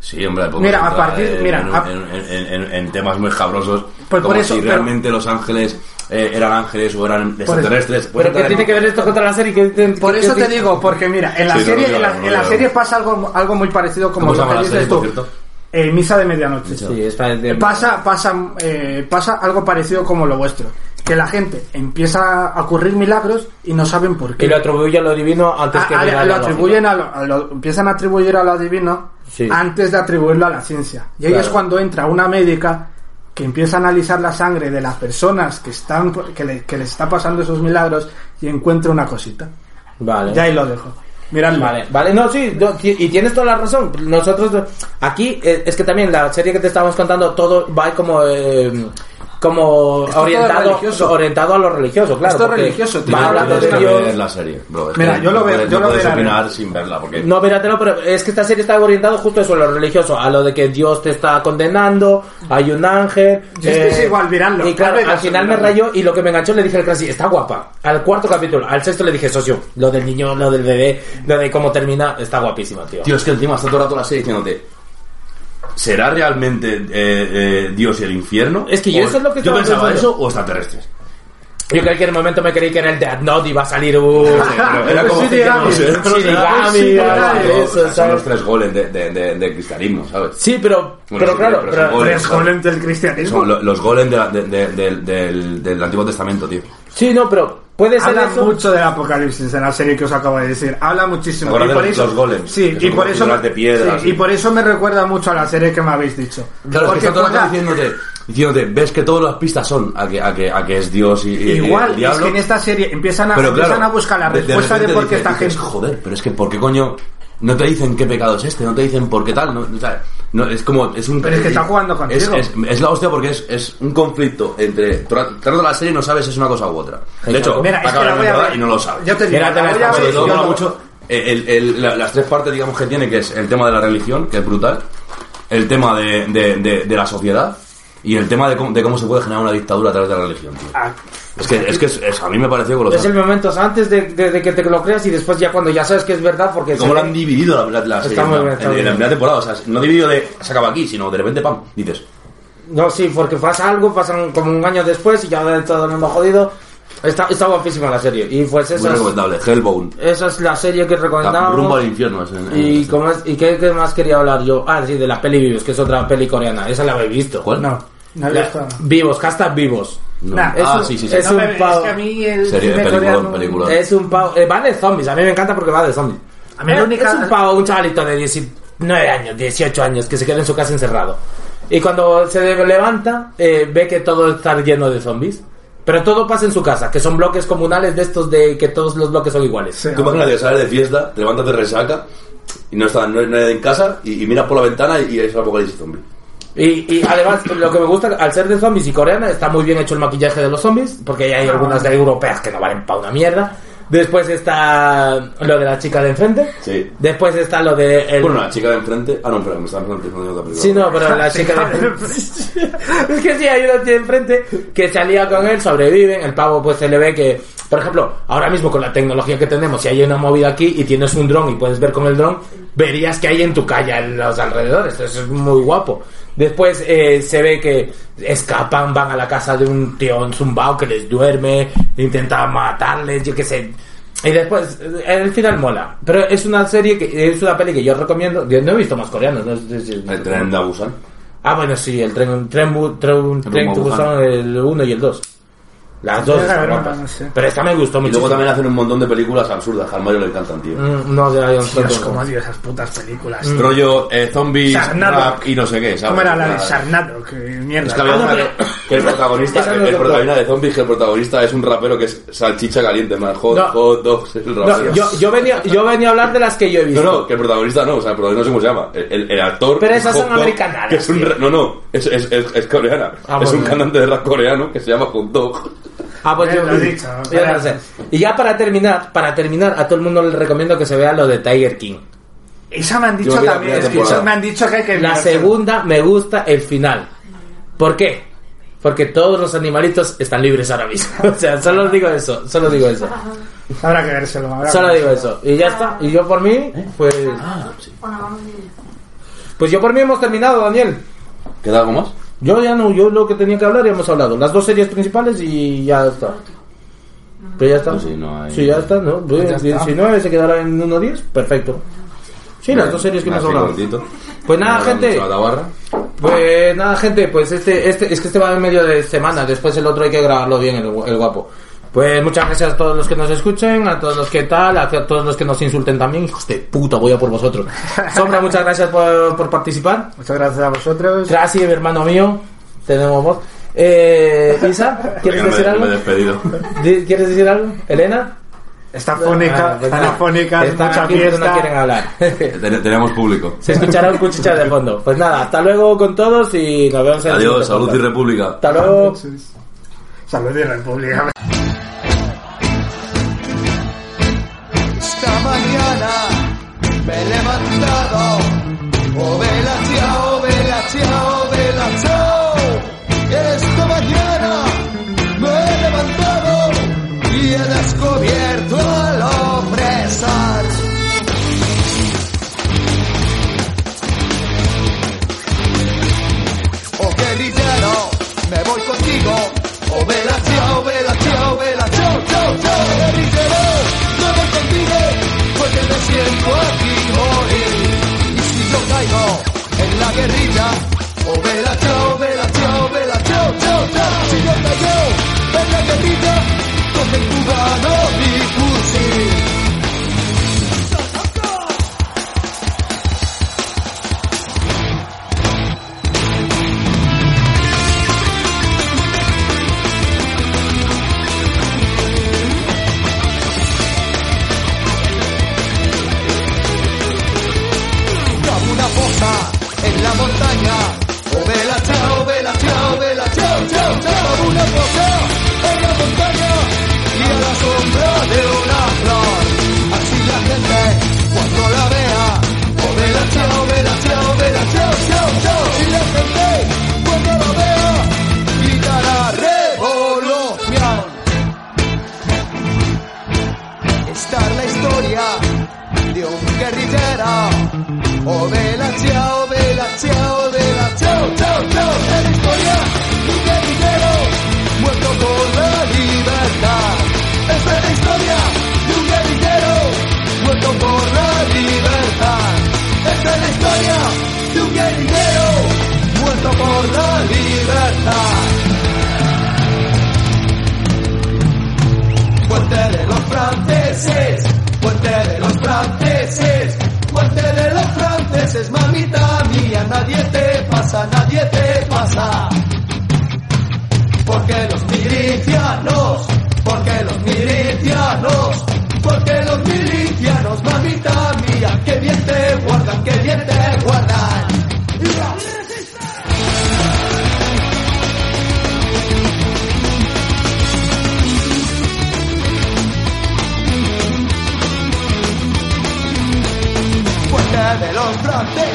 S8: Sí, hombre, podemos
S7: Mira, a
S8: entrar
S7: partir-
S8: en,
S7: mira,
S8: en-
S7: a-
S8: en- en- en- en temas muy jabrosos,
S7: Pues por
S8: como
S7: eso,
S8: si
S7: pero-
S8: realmente los ángeles eh, eran ángeles o eran extraterrestres. Pues
S5: ¿Pero qué
S8: entrar en-
S5: tiene que ver esto contra la serie? ¿Qué- qué-
S7: Por
S5: qué-
S7: eso
S5: qué-
S7: te digo, porque mira, en la
S8: Sí, no,
S7: serie,
S8: no,
S7: en la,
S8: no,
S7: en la
S8: no.
S7: serie pasa algo, algo muy parecido como
S8: ¿Cómo se
S7: lo
S8: llama
S7: que
S8: la
S7: dices
S8: serie, por
S7: tú.
S8: cierto?
S7: Eh, Misa de medianoche.
S5: Sí, es para el-
S7: Pasa, pasa, eh, pasa algo parecido como lo vuestro. Que la gente empieza a ocurrir milagros y no saben por
S5: Que
S7: qué.
S5: lo atribuye a lo divino antes que
S7: A- a-
S5: venga
S7: lo
S5: la lógica.
S7: atribuyen a lo- a lo- empiezan a atribuir a lo divino
S5: Sí.
S7: antes de atribuirlo a la ciencia. Y ahí
S5: Claro.
S7: es cuando entra una médica que empieza a analizar la sangre de las personas que están que, le- que les está pasando esos milagros y encuentra una cosita.
S5: Vale.
S7: Ya ahí lo dejo. Miradlo.
S5: Vale, vale, no, sí, no, ti- y tienes toda la razón. Nosotros, aquí, eh, es que también la serie que te estábamos contando, todo va como. eh, como
S7: Es que todo es
S5: orientado,
S7: religioso.
S5: orientado a lo religioso, claro.
S7: Esto es
S5: porque
S7: religioso, tío.
S5: Va
S7: Yo
S5: hablando
S7: creo
S5: de
S8: Tienes que ver
S5: Dios.
S8: la serie, bro. Es
S7: Mira,
S8: que
S7: yo lo
S8: no
S7: veo- eh.
S8: puedes-
S7: yo
S8: no
S7: lo
S8: puedes
S7: veré.
S8: opinar sin verla, porque
S5: No, vératelo, pero es que esta serie está orientada justo a eso, a lo religioso, a lo de que Dios te está condenando, hay un ángel. eh,
S7: Yo estoy igual, miradlo,
S5: Y claro,
S7: miradlo,
S5: al final me
S7: miradlo.
S5: rayó y lo que me enganchó le dije al Crassi, está guapa. Al cuarto capítulo, al sexto le dije, socio, lo del niño, lo del bebé, lo de cómo termina, está guapísima, tío.
S8: Tío, es que encima está todo el rato la serie diciéndote. ¿Será realmente eh, eh, Dios y el infierno?
S5: Es que yo
S8: O-
S5: eso es lo que
S8: Yo
S5: estaba
S8: pensaba
S5: pensando.
S8: eso o extraterrestres.
S5: Yo creí que en el momento me creí que era el Death Note iba a salir uh, un...
S8: Pero era como
S7: Pues Sí,
S8: gente que
S7: digamos,
S8: no
S7: sí,
S8: sé, pero
S5: digamos,
S8: sí,
S5: sí,
S8: digamos,
S5: digamos,
S8: o sea,
S5: eso,
S8: Son
S5: ¿sabes?
S8: los tres goles de, de, de- de cristianismo, ¿sabes?
S5: Sí, pero,
S8: Bueno,
S5: pero
S8: sí,
S5: claro,
S8: pero
S5: pero-
S8: son
S7: Tres golems del cristianismo.
S8: Son lo- los goles de la- de- de- del- del- del Antiguo Testamento, tío.
S5: sí, no, pero puede ser
S7: Habla
S5: eso.
S7: mucho del apocalipsis en la serie que os acabo de decir. Habla muchísimo.
S8: Ahora
S7: y
S8: de
S7: por
S8: los-
S7: eso,
S8: los golems,
S7: Sí,
S8: que son
S7: y por
S8: como
S7: eso.
S8: figuras de piedra,
S7: sí,
S8: sí.
S7: y por eso me recuerda mucho a la serie que me habéis dicho.
S8: Claro, es
S7: Porque
S8: que está todo el rato
S7: cuenta-
S8: diciéndote, diciéndote, ves que todas las pistas son a que, a que, a que es Dios y, y- y el
S7: Igual, es
S8: diablo.
S7: que en esta serie empiezan a,
S8: pero claro,
S7: empiezan a buscar la
S8: de- de
S7: respuesta de,
S8: repente
S7: por qué
S8: dices-
S7: esta gente.
S8: dices, Joder, pero es que ¿por qué coño? No te dicen qué pecado es este, no te dicen por qué tal, no, o sea, no, es como, es un...
S7: Pero es que está jugando
S8: es,
S7: contigo.
S8: es, es la hostia porque es, es un conflicto entre... Trato la serie y no sabes si es una cosa u otra. De hecho,
S7: Mira, es que
S8: acaba
S7: la
S8: la
S7: voy a
S8: temporada
S7: ver.
S8: y no lo sabes.
S7: Yo te digo,
S5: Mírate la
S7: la voy a
S5: estancia,
S7: ver y
S8: Sobre todo
S7: yo
S8: mola
S7: lo-
S8: mucho el- el- la- las tres partes digamos que tiene, que es el tema de la religión, que es brutal, el tema de, de, de, de la sociedad y el tema de cómo, de cómo se puede generar una dictadura a través de la religión. tío.
S7: Ah,
S8: Es que, es que es- es- a mí me pareció que lo
S5: Es el momento o sea, antes de, de- de que te lo creas y después ya cuando ya sabes que es verdad porque...
S8: Cómo
S5: se-
S8: lo han dividido la, la, la serie,
S5: Está muy
S8: ¿no?
S5: bien, está
S8: en,
S5: muy
S8: en la
S5: bien.
S8: primera temporada. O sea, no dividido de se acaba aquí, sino de repente, pam, dices.
S5: No, sí, porque pasa algo, pasan como un año después y ya todo el mundo jodido. Está, está guapísima la serie. Y pues
S8: Muy
S5: esa es,
S8: recomendable, Hellbound.
S5: esa es la serie que
S8: La
S5: recomendamos.
S8: rumbo al infierno. es en- en-
S5: ¿Y, cómo es- y qué, qué más quería hablar yo? Ah, sí, de la peli Vivos, que es otra peli coreana. Esa la habéis visto.
S8: ¿Cuál?
S7: No, no he
S5: La-
S7: visto nada.
S5: vivos, hashtag Vivos.
S8: No.
S7: Nah,
S8: ah,
S5: eso-
S8: sí, sí, sí.
S5: es
S7: No,
S5: un
S7: pero
S5: pavo.
S7: que a mí el
S8: Serie,
S7: cine
S8: peliculón,
S7: coreano-
S8: película.
S5: Es un pavo... eh, va de zombies, a mí me encanta porque va de zombies.
S7: A mí la
S5: Eh,
S7: única-
S5: Es un pavo, un chavalito de 19 años, 18 años, que se queda en su casa encerrado. Y cuando se levanta, eh, ve que todo está lleno de zombies. Pero todo pasa en su casa, que son bloques comunales de estos de que todos los bloques son iguales.
S7: Sí.
S8: Tú imagínate que sales de fiesta, te levantas de resaca y no está no hay nadie en casa y, y miras por la ventana y, y es el apocalipsis zombie.
S5: Y, y además, lo que me gusta, al ser de zombies y coreana, está muy bien hecho el maquillaje de los zombies, porque hay algunas de europeas que no valen para una mierda. Después está lo de la chica de enfrente.
S1: Sí.
S5: Después está lo de... El...
S1: Bueno, la chica de enfrente. Ah, no, pero me está enfrente de otra película.
S5: Sí, no, pero la chica de... es que sí, hay una tía enfrente que se alía con él, sobreviven, el pavo pues se le ve que... Por ejemplo, ahora mismo con la tecnología que tenemos, si hay una movida aquí y tienes un dron y puedes ver con el dron, verías que hay en tu calle en los alrededores, eso es muy guapo. Después eh, se ve que escapan, van a la casa de un tío zumbao que les duerme, intenta matarles, yo qué sé. Y después, eh, el final mola. Pero es una serie que es una peli que yo recomiendo. Yo no he visto más coreanos. No sé si-
S1: El tren de Busan.
S5: Ah, bueno, sí, el tren, tren, bu- tren, tren
S1: Rumbo a
S5: to
S1: Busan.
S5: Busan, el 1 y el 2. Las dos
S7: Ya,
S5: están
S7: no,
S5: guapas.
S7: no sé.
S5: Pero esta me gustó
S1: Y luego
S5: muchísimo.
S1: también hacen un montón de películas absurdas. que Al Mario le encantan, tío.
S5: Mm, No, ya, yo no
S7: Dios,
S5: tengo.
S7: cómo odio esas putas películas.
S1: Rollo, eh, zombies,
S7: Sarnado.
S1: rap y no sé qué, ¿sabes?
S7: ¿Cómo era la de
S1: Ah,
S7: Sarnado? Que mierda.
S1: Es que había
S5: Ah, no,
S1: una que,
S5: pero-
S1: que el protagonista,
S5: Esa
S1: el,
S5: no es
S1: el
S5: otra.
S1: protagonista de zombies, que el protagonista es un rapero que es salchicha caliente, man. Hot,
S5: No.
S1: hot dogs, el
S5: No,
S1: rapero.
S5: yo, yo, venía, yo venía a hablar de las que yo he
S1: No,
S5: visto.
S1: no, que el protagonista no, o sea, el protagonista no sé cómo se llama. El, el- el actor.
S5: Pero
S1: es
S5: esas
S1: Hot
S5: son
S1: Dog,
S5: americanadas,
S1: que es un
S5: tío.
S1: re- No, no, es, es, es, es coreana.
S5: Ah,
S1: es
S5: bueno.
S1: un cantante de rap coreano que se llama Hot Dog.
S5: Ah, pues
S7: Ya
S5: yo,
S7: lo has dicho, ¿no?
S5: yo no sé. Y ya para terminar, para terminar, a todo el mundo le recomiendo que se vea lo de Tiger King.
S7: Esa me han
S1: Yo
S7: dicho
S1: vi la
S7: también.
S1: primera
S7: es que
S1: temporada.
S7: eso me han dicho que hay que.
S5: La
S7: mirarse.
S5: segunda me gusta el final. ¿Por qué? Porque todos los animalitos están libres ahora mismo. O sea, solo digo eso, solo digo eso.
S7: Habrá que vérselo. habrá que
S5: Solo
S7: vérselo.
S5: digo eso. Y ya está. Y yo por mí,
S1: ¿Eh?
S5: pues...
S1: Ah,
S5: Pues yo por mí hemos terminado, Daniel.
S1: ¿Queda algo más?
S5: Yo ya no, yo lo que tenía que hablar ya hemos hablado. Las dos series principales y ya está. Pero ya está.
S1: Pues sí, no hay-
S5: Sí, ya está, ¿no? Bien,
S7: Ya está.
S5: 19 se quedará en 1.10. Perfecto. Sí, las dos series que hemos
S1: Así,
S5: hablado.
S1: cortito.
S5: Pues nada,
S1: Nos
S5: gente.
S1: vamos a la tabarra.
S5: Pues nada, gente, pues este, este, es que este va en medio de semana, después el otro hay que grabarlo bien, el, gu- el guapo. Pues muchas gracias a todos los que nos escuchen, a todos los que tal, a todos los que nos insulten también, hijos de puta, voy a por vosotros. Sombra, muchas gracias por, por participar.
S7: Muchas gracias a vosotros.
S5: Gracias, hermano mío, tenemos voz. Eh, Isa, ¿quieres
S1: Venga,
S5: decir
S1: me-
S5: algo?
S1: Me he despedido.
S5: Di- ¿Quieres decir algo? ¿Elena?
S7: Está
S5: Ah,
S7: fónica,
S5: pues
S7: está
S5: nada.
S7: fónica,
S5: Están
S7: mucha
S5: aquí, pero no quieren
S7: fiesta.
S5: hablar.
S1: Ten- Tenemos público.
S5: Se escuchará un cuchicheo de fondo. Pues nada, hasta luego con todos y nos vemos en el siguiente
S1: Adiós, salud y
S5: podcast.
S1: república.
S5: Hasta luego.
S7: Salud de República.
S10: Esta mañana me he levantado. Oh, vela, chao, vela, chao, vela, chao. Esta mañana me he levantado y he descubierto al hombre sal. Oh, guerrillero, me voy contigo. Oh, vela, chao, vela, chao, vela, chao, chao, chao, guerrillero, me voy contigo. Porque me siento aquí morir. Y si yo caigo en la guerrilla, oh, vela, chao, vela, chao, vela, chao, chao, chao. Si yo caigo en la guerrilla, con el cubano mi fusil. como una fosa en la montaña. Oh, vela, chao, vela, chao, vela, chao, chao, chao. Como una fosa en la montaña y a la sombra de una flor. Así la gente cuando la vea. Oh, vela, chao, vela, chao, vela, chao, chao, chao. Y la gente cuando la vea gritará revolución. Esta es la historia de un guerrillero. Oh, vela, chao, vela, chao, vela, chao, chao, chao. Es la historia de un guerrillero muerto por la libertad. Esta es la historia de un guerrillero muerto por la libertad. Esta es la historia de un guerrillero muerto por la libertad. Fuerte de los franceses, fuerte de los franceses, fuerte de los franceses, mamita mía, nadie te pasa, nadie te pasa. Porque los milicianos, porque los milicianos, porque los milicianos, mamita mía, que bien te guardan, que bien te guardan.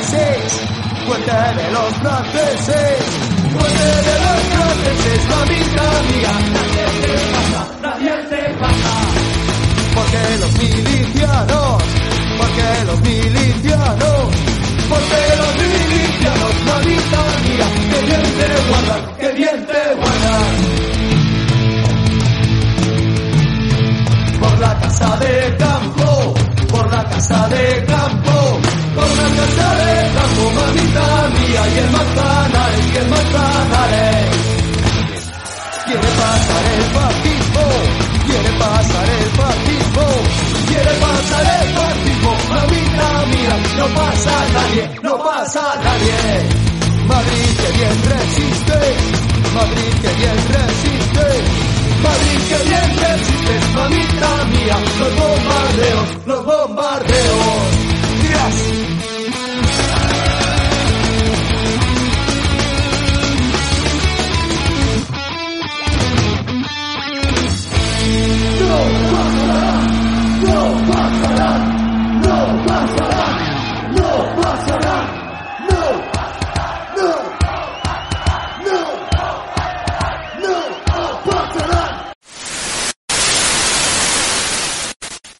S10: Fuente de los franceses, fuente de los franceses, mamita mía, nadie te pasa, nadie te pasa. Porque los milicianos, porque los milicianos, porque los milicianos, mamita mía, que bien te guardan, que bien te guardan. por la casa de campo, por la casa de campo, por la casa de campo, mamita mía, y el manzanares, y el manzanares. Quiere pasar el fascismo, quiere pasar el fascismo, quiere pasar el fascismo, mamita mía, no pasa nadie, no pasa nadie. Madrid que bien resiste, Madrid que bien resiste, Madrid que bien resiste, mamita mía, los bombardeos, los bombardeos. Dirás,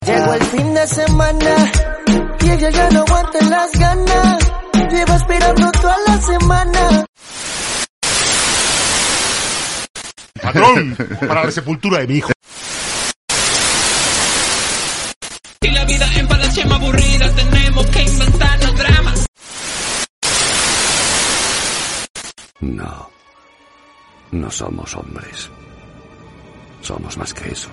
S11: Llegó el fin de semana y ella ya no aguanta las ganas. Llevo esperando toda la semana.
S12: Patrón, para la sepultura de mi hijo.
S4: Y la vida en palacio es más aburrida, tenemos que inventar los dramas.
S13: No. No somos hombres. Somos más que eso.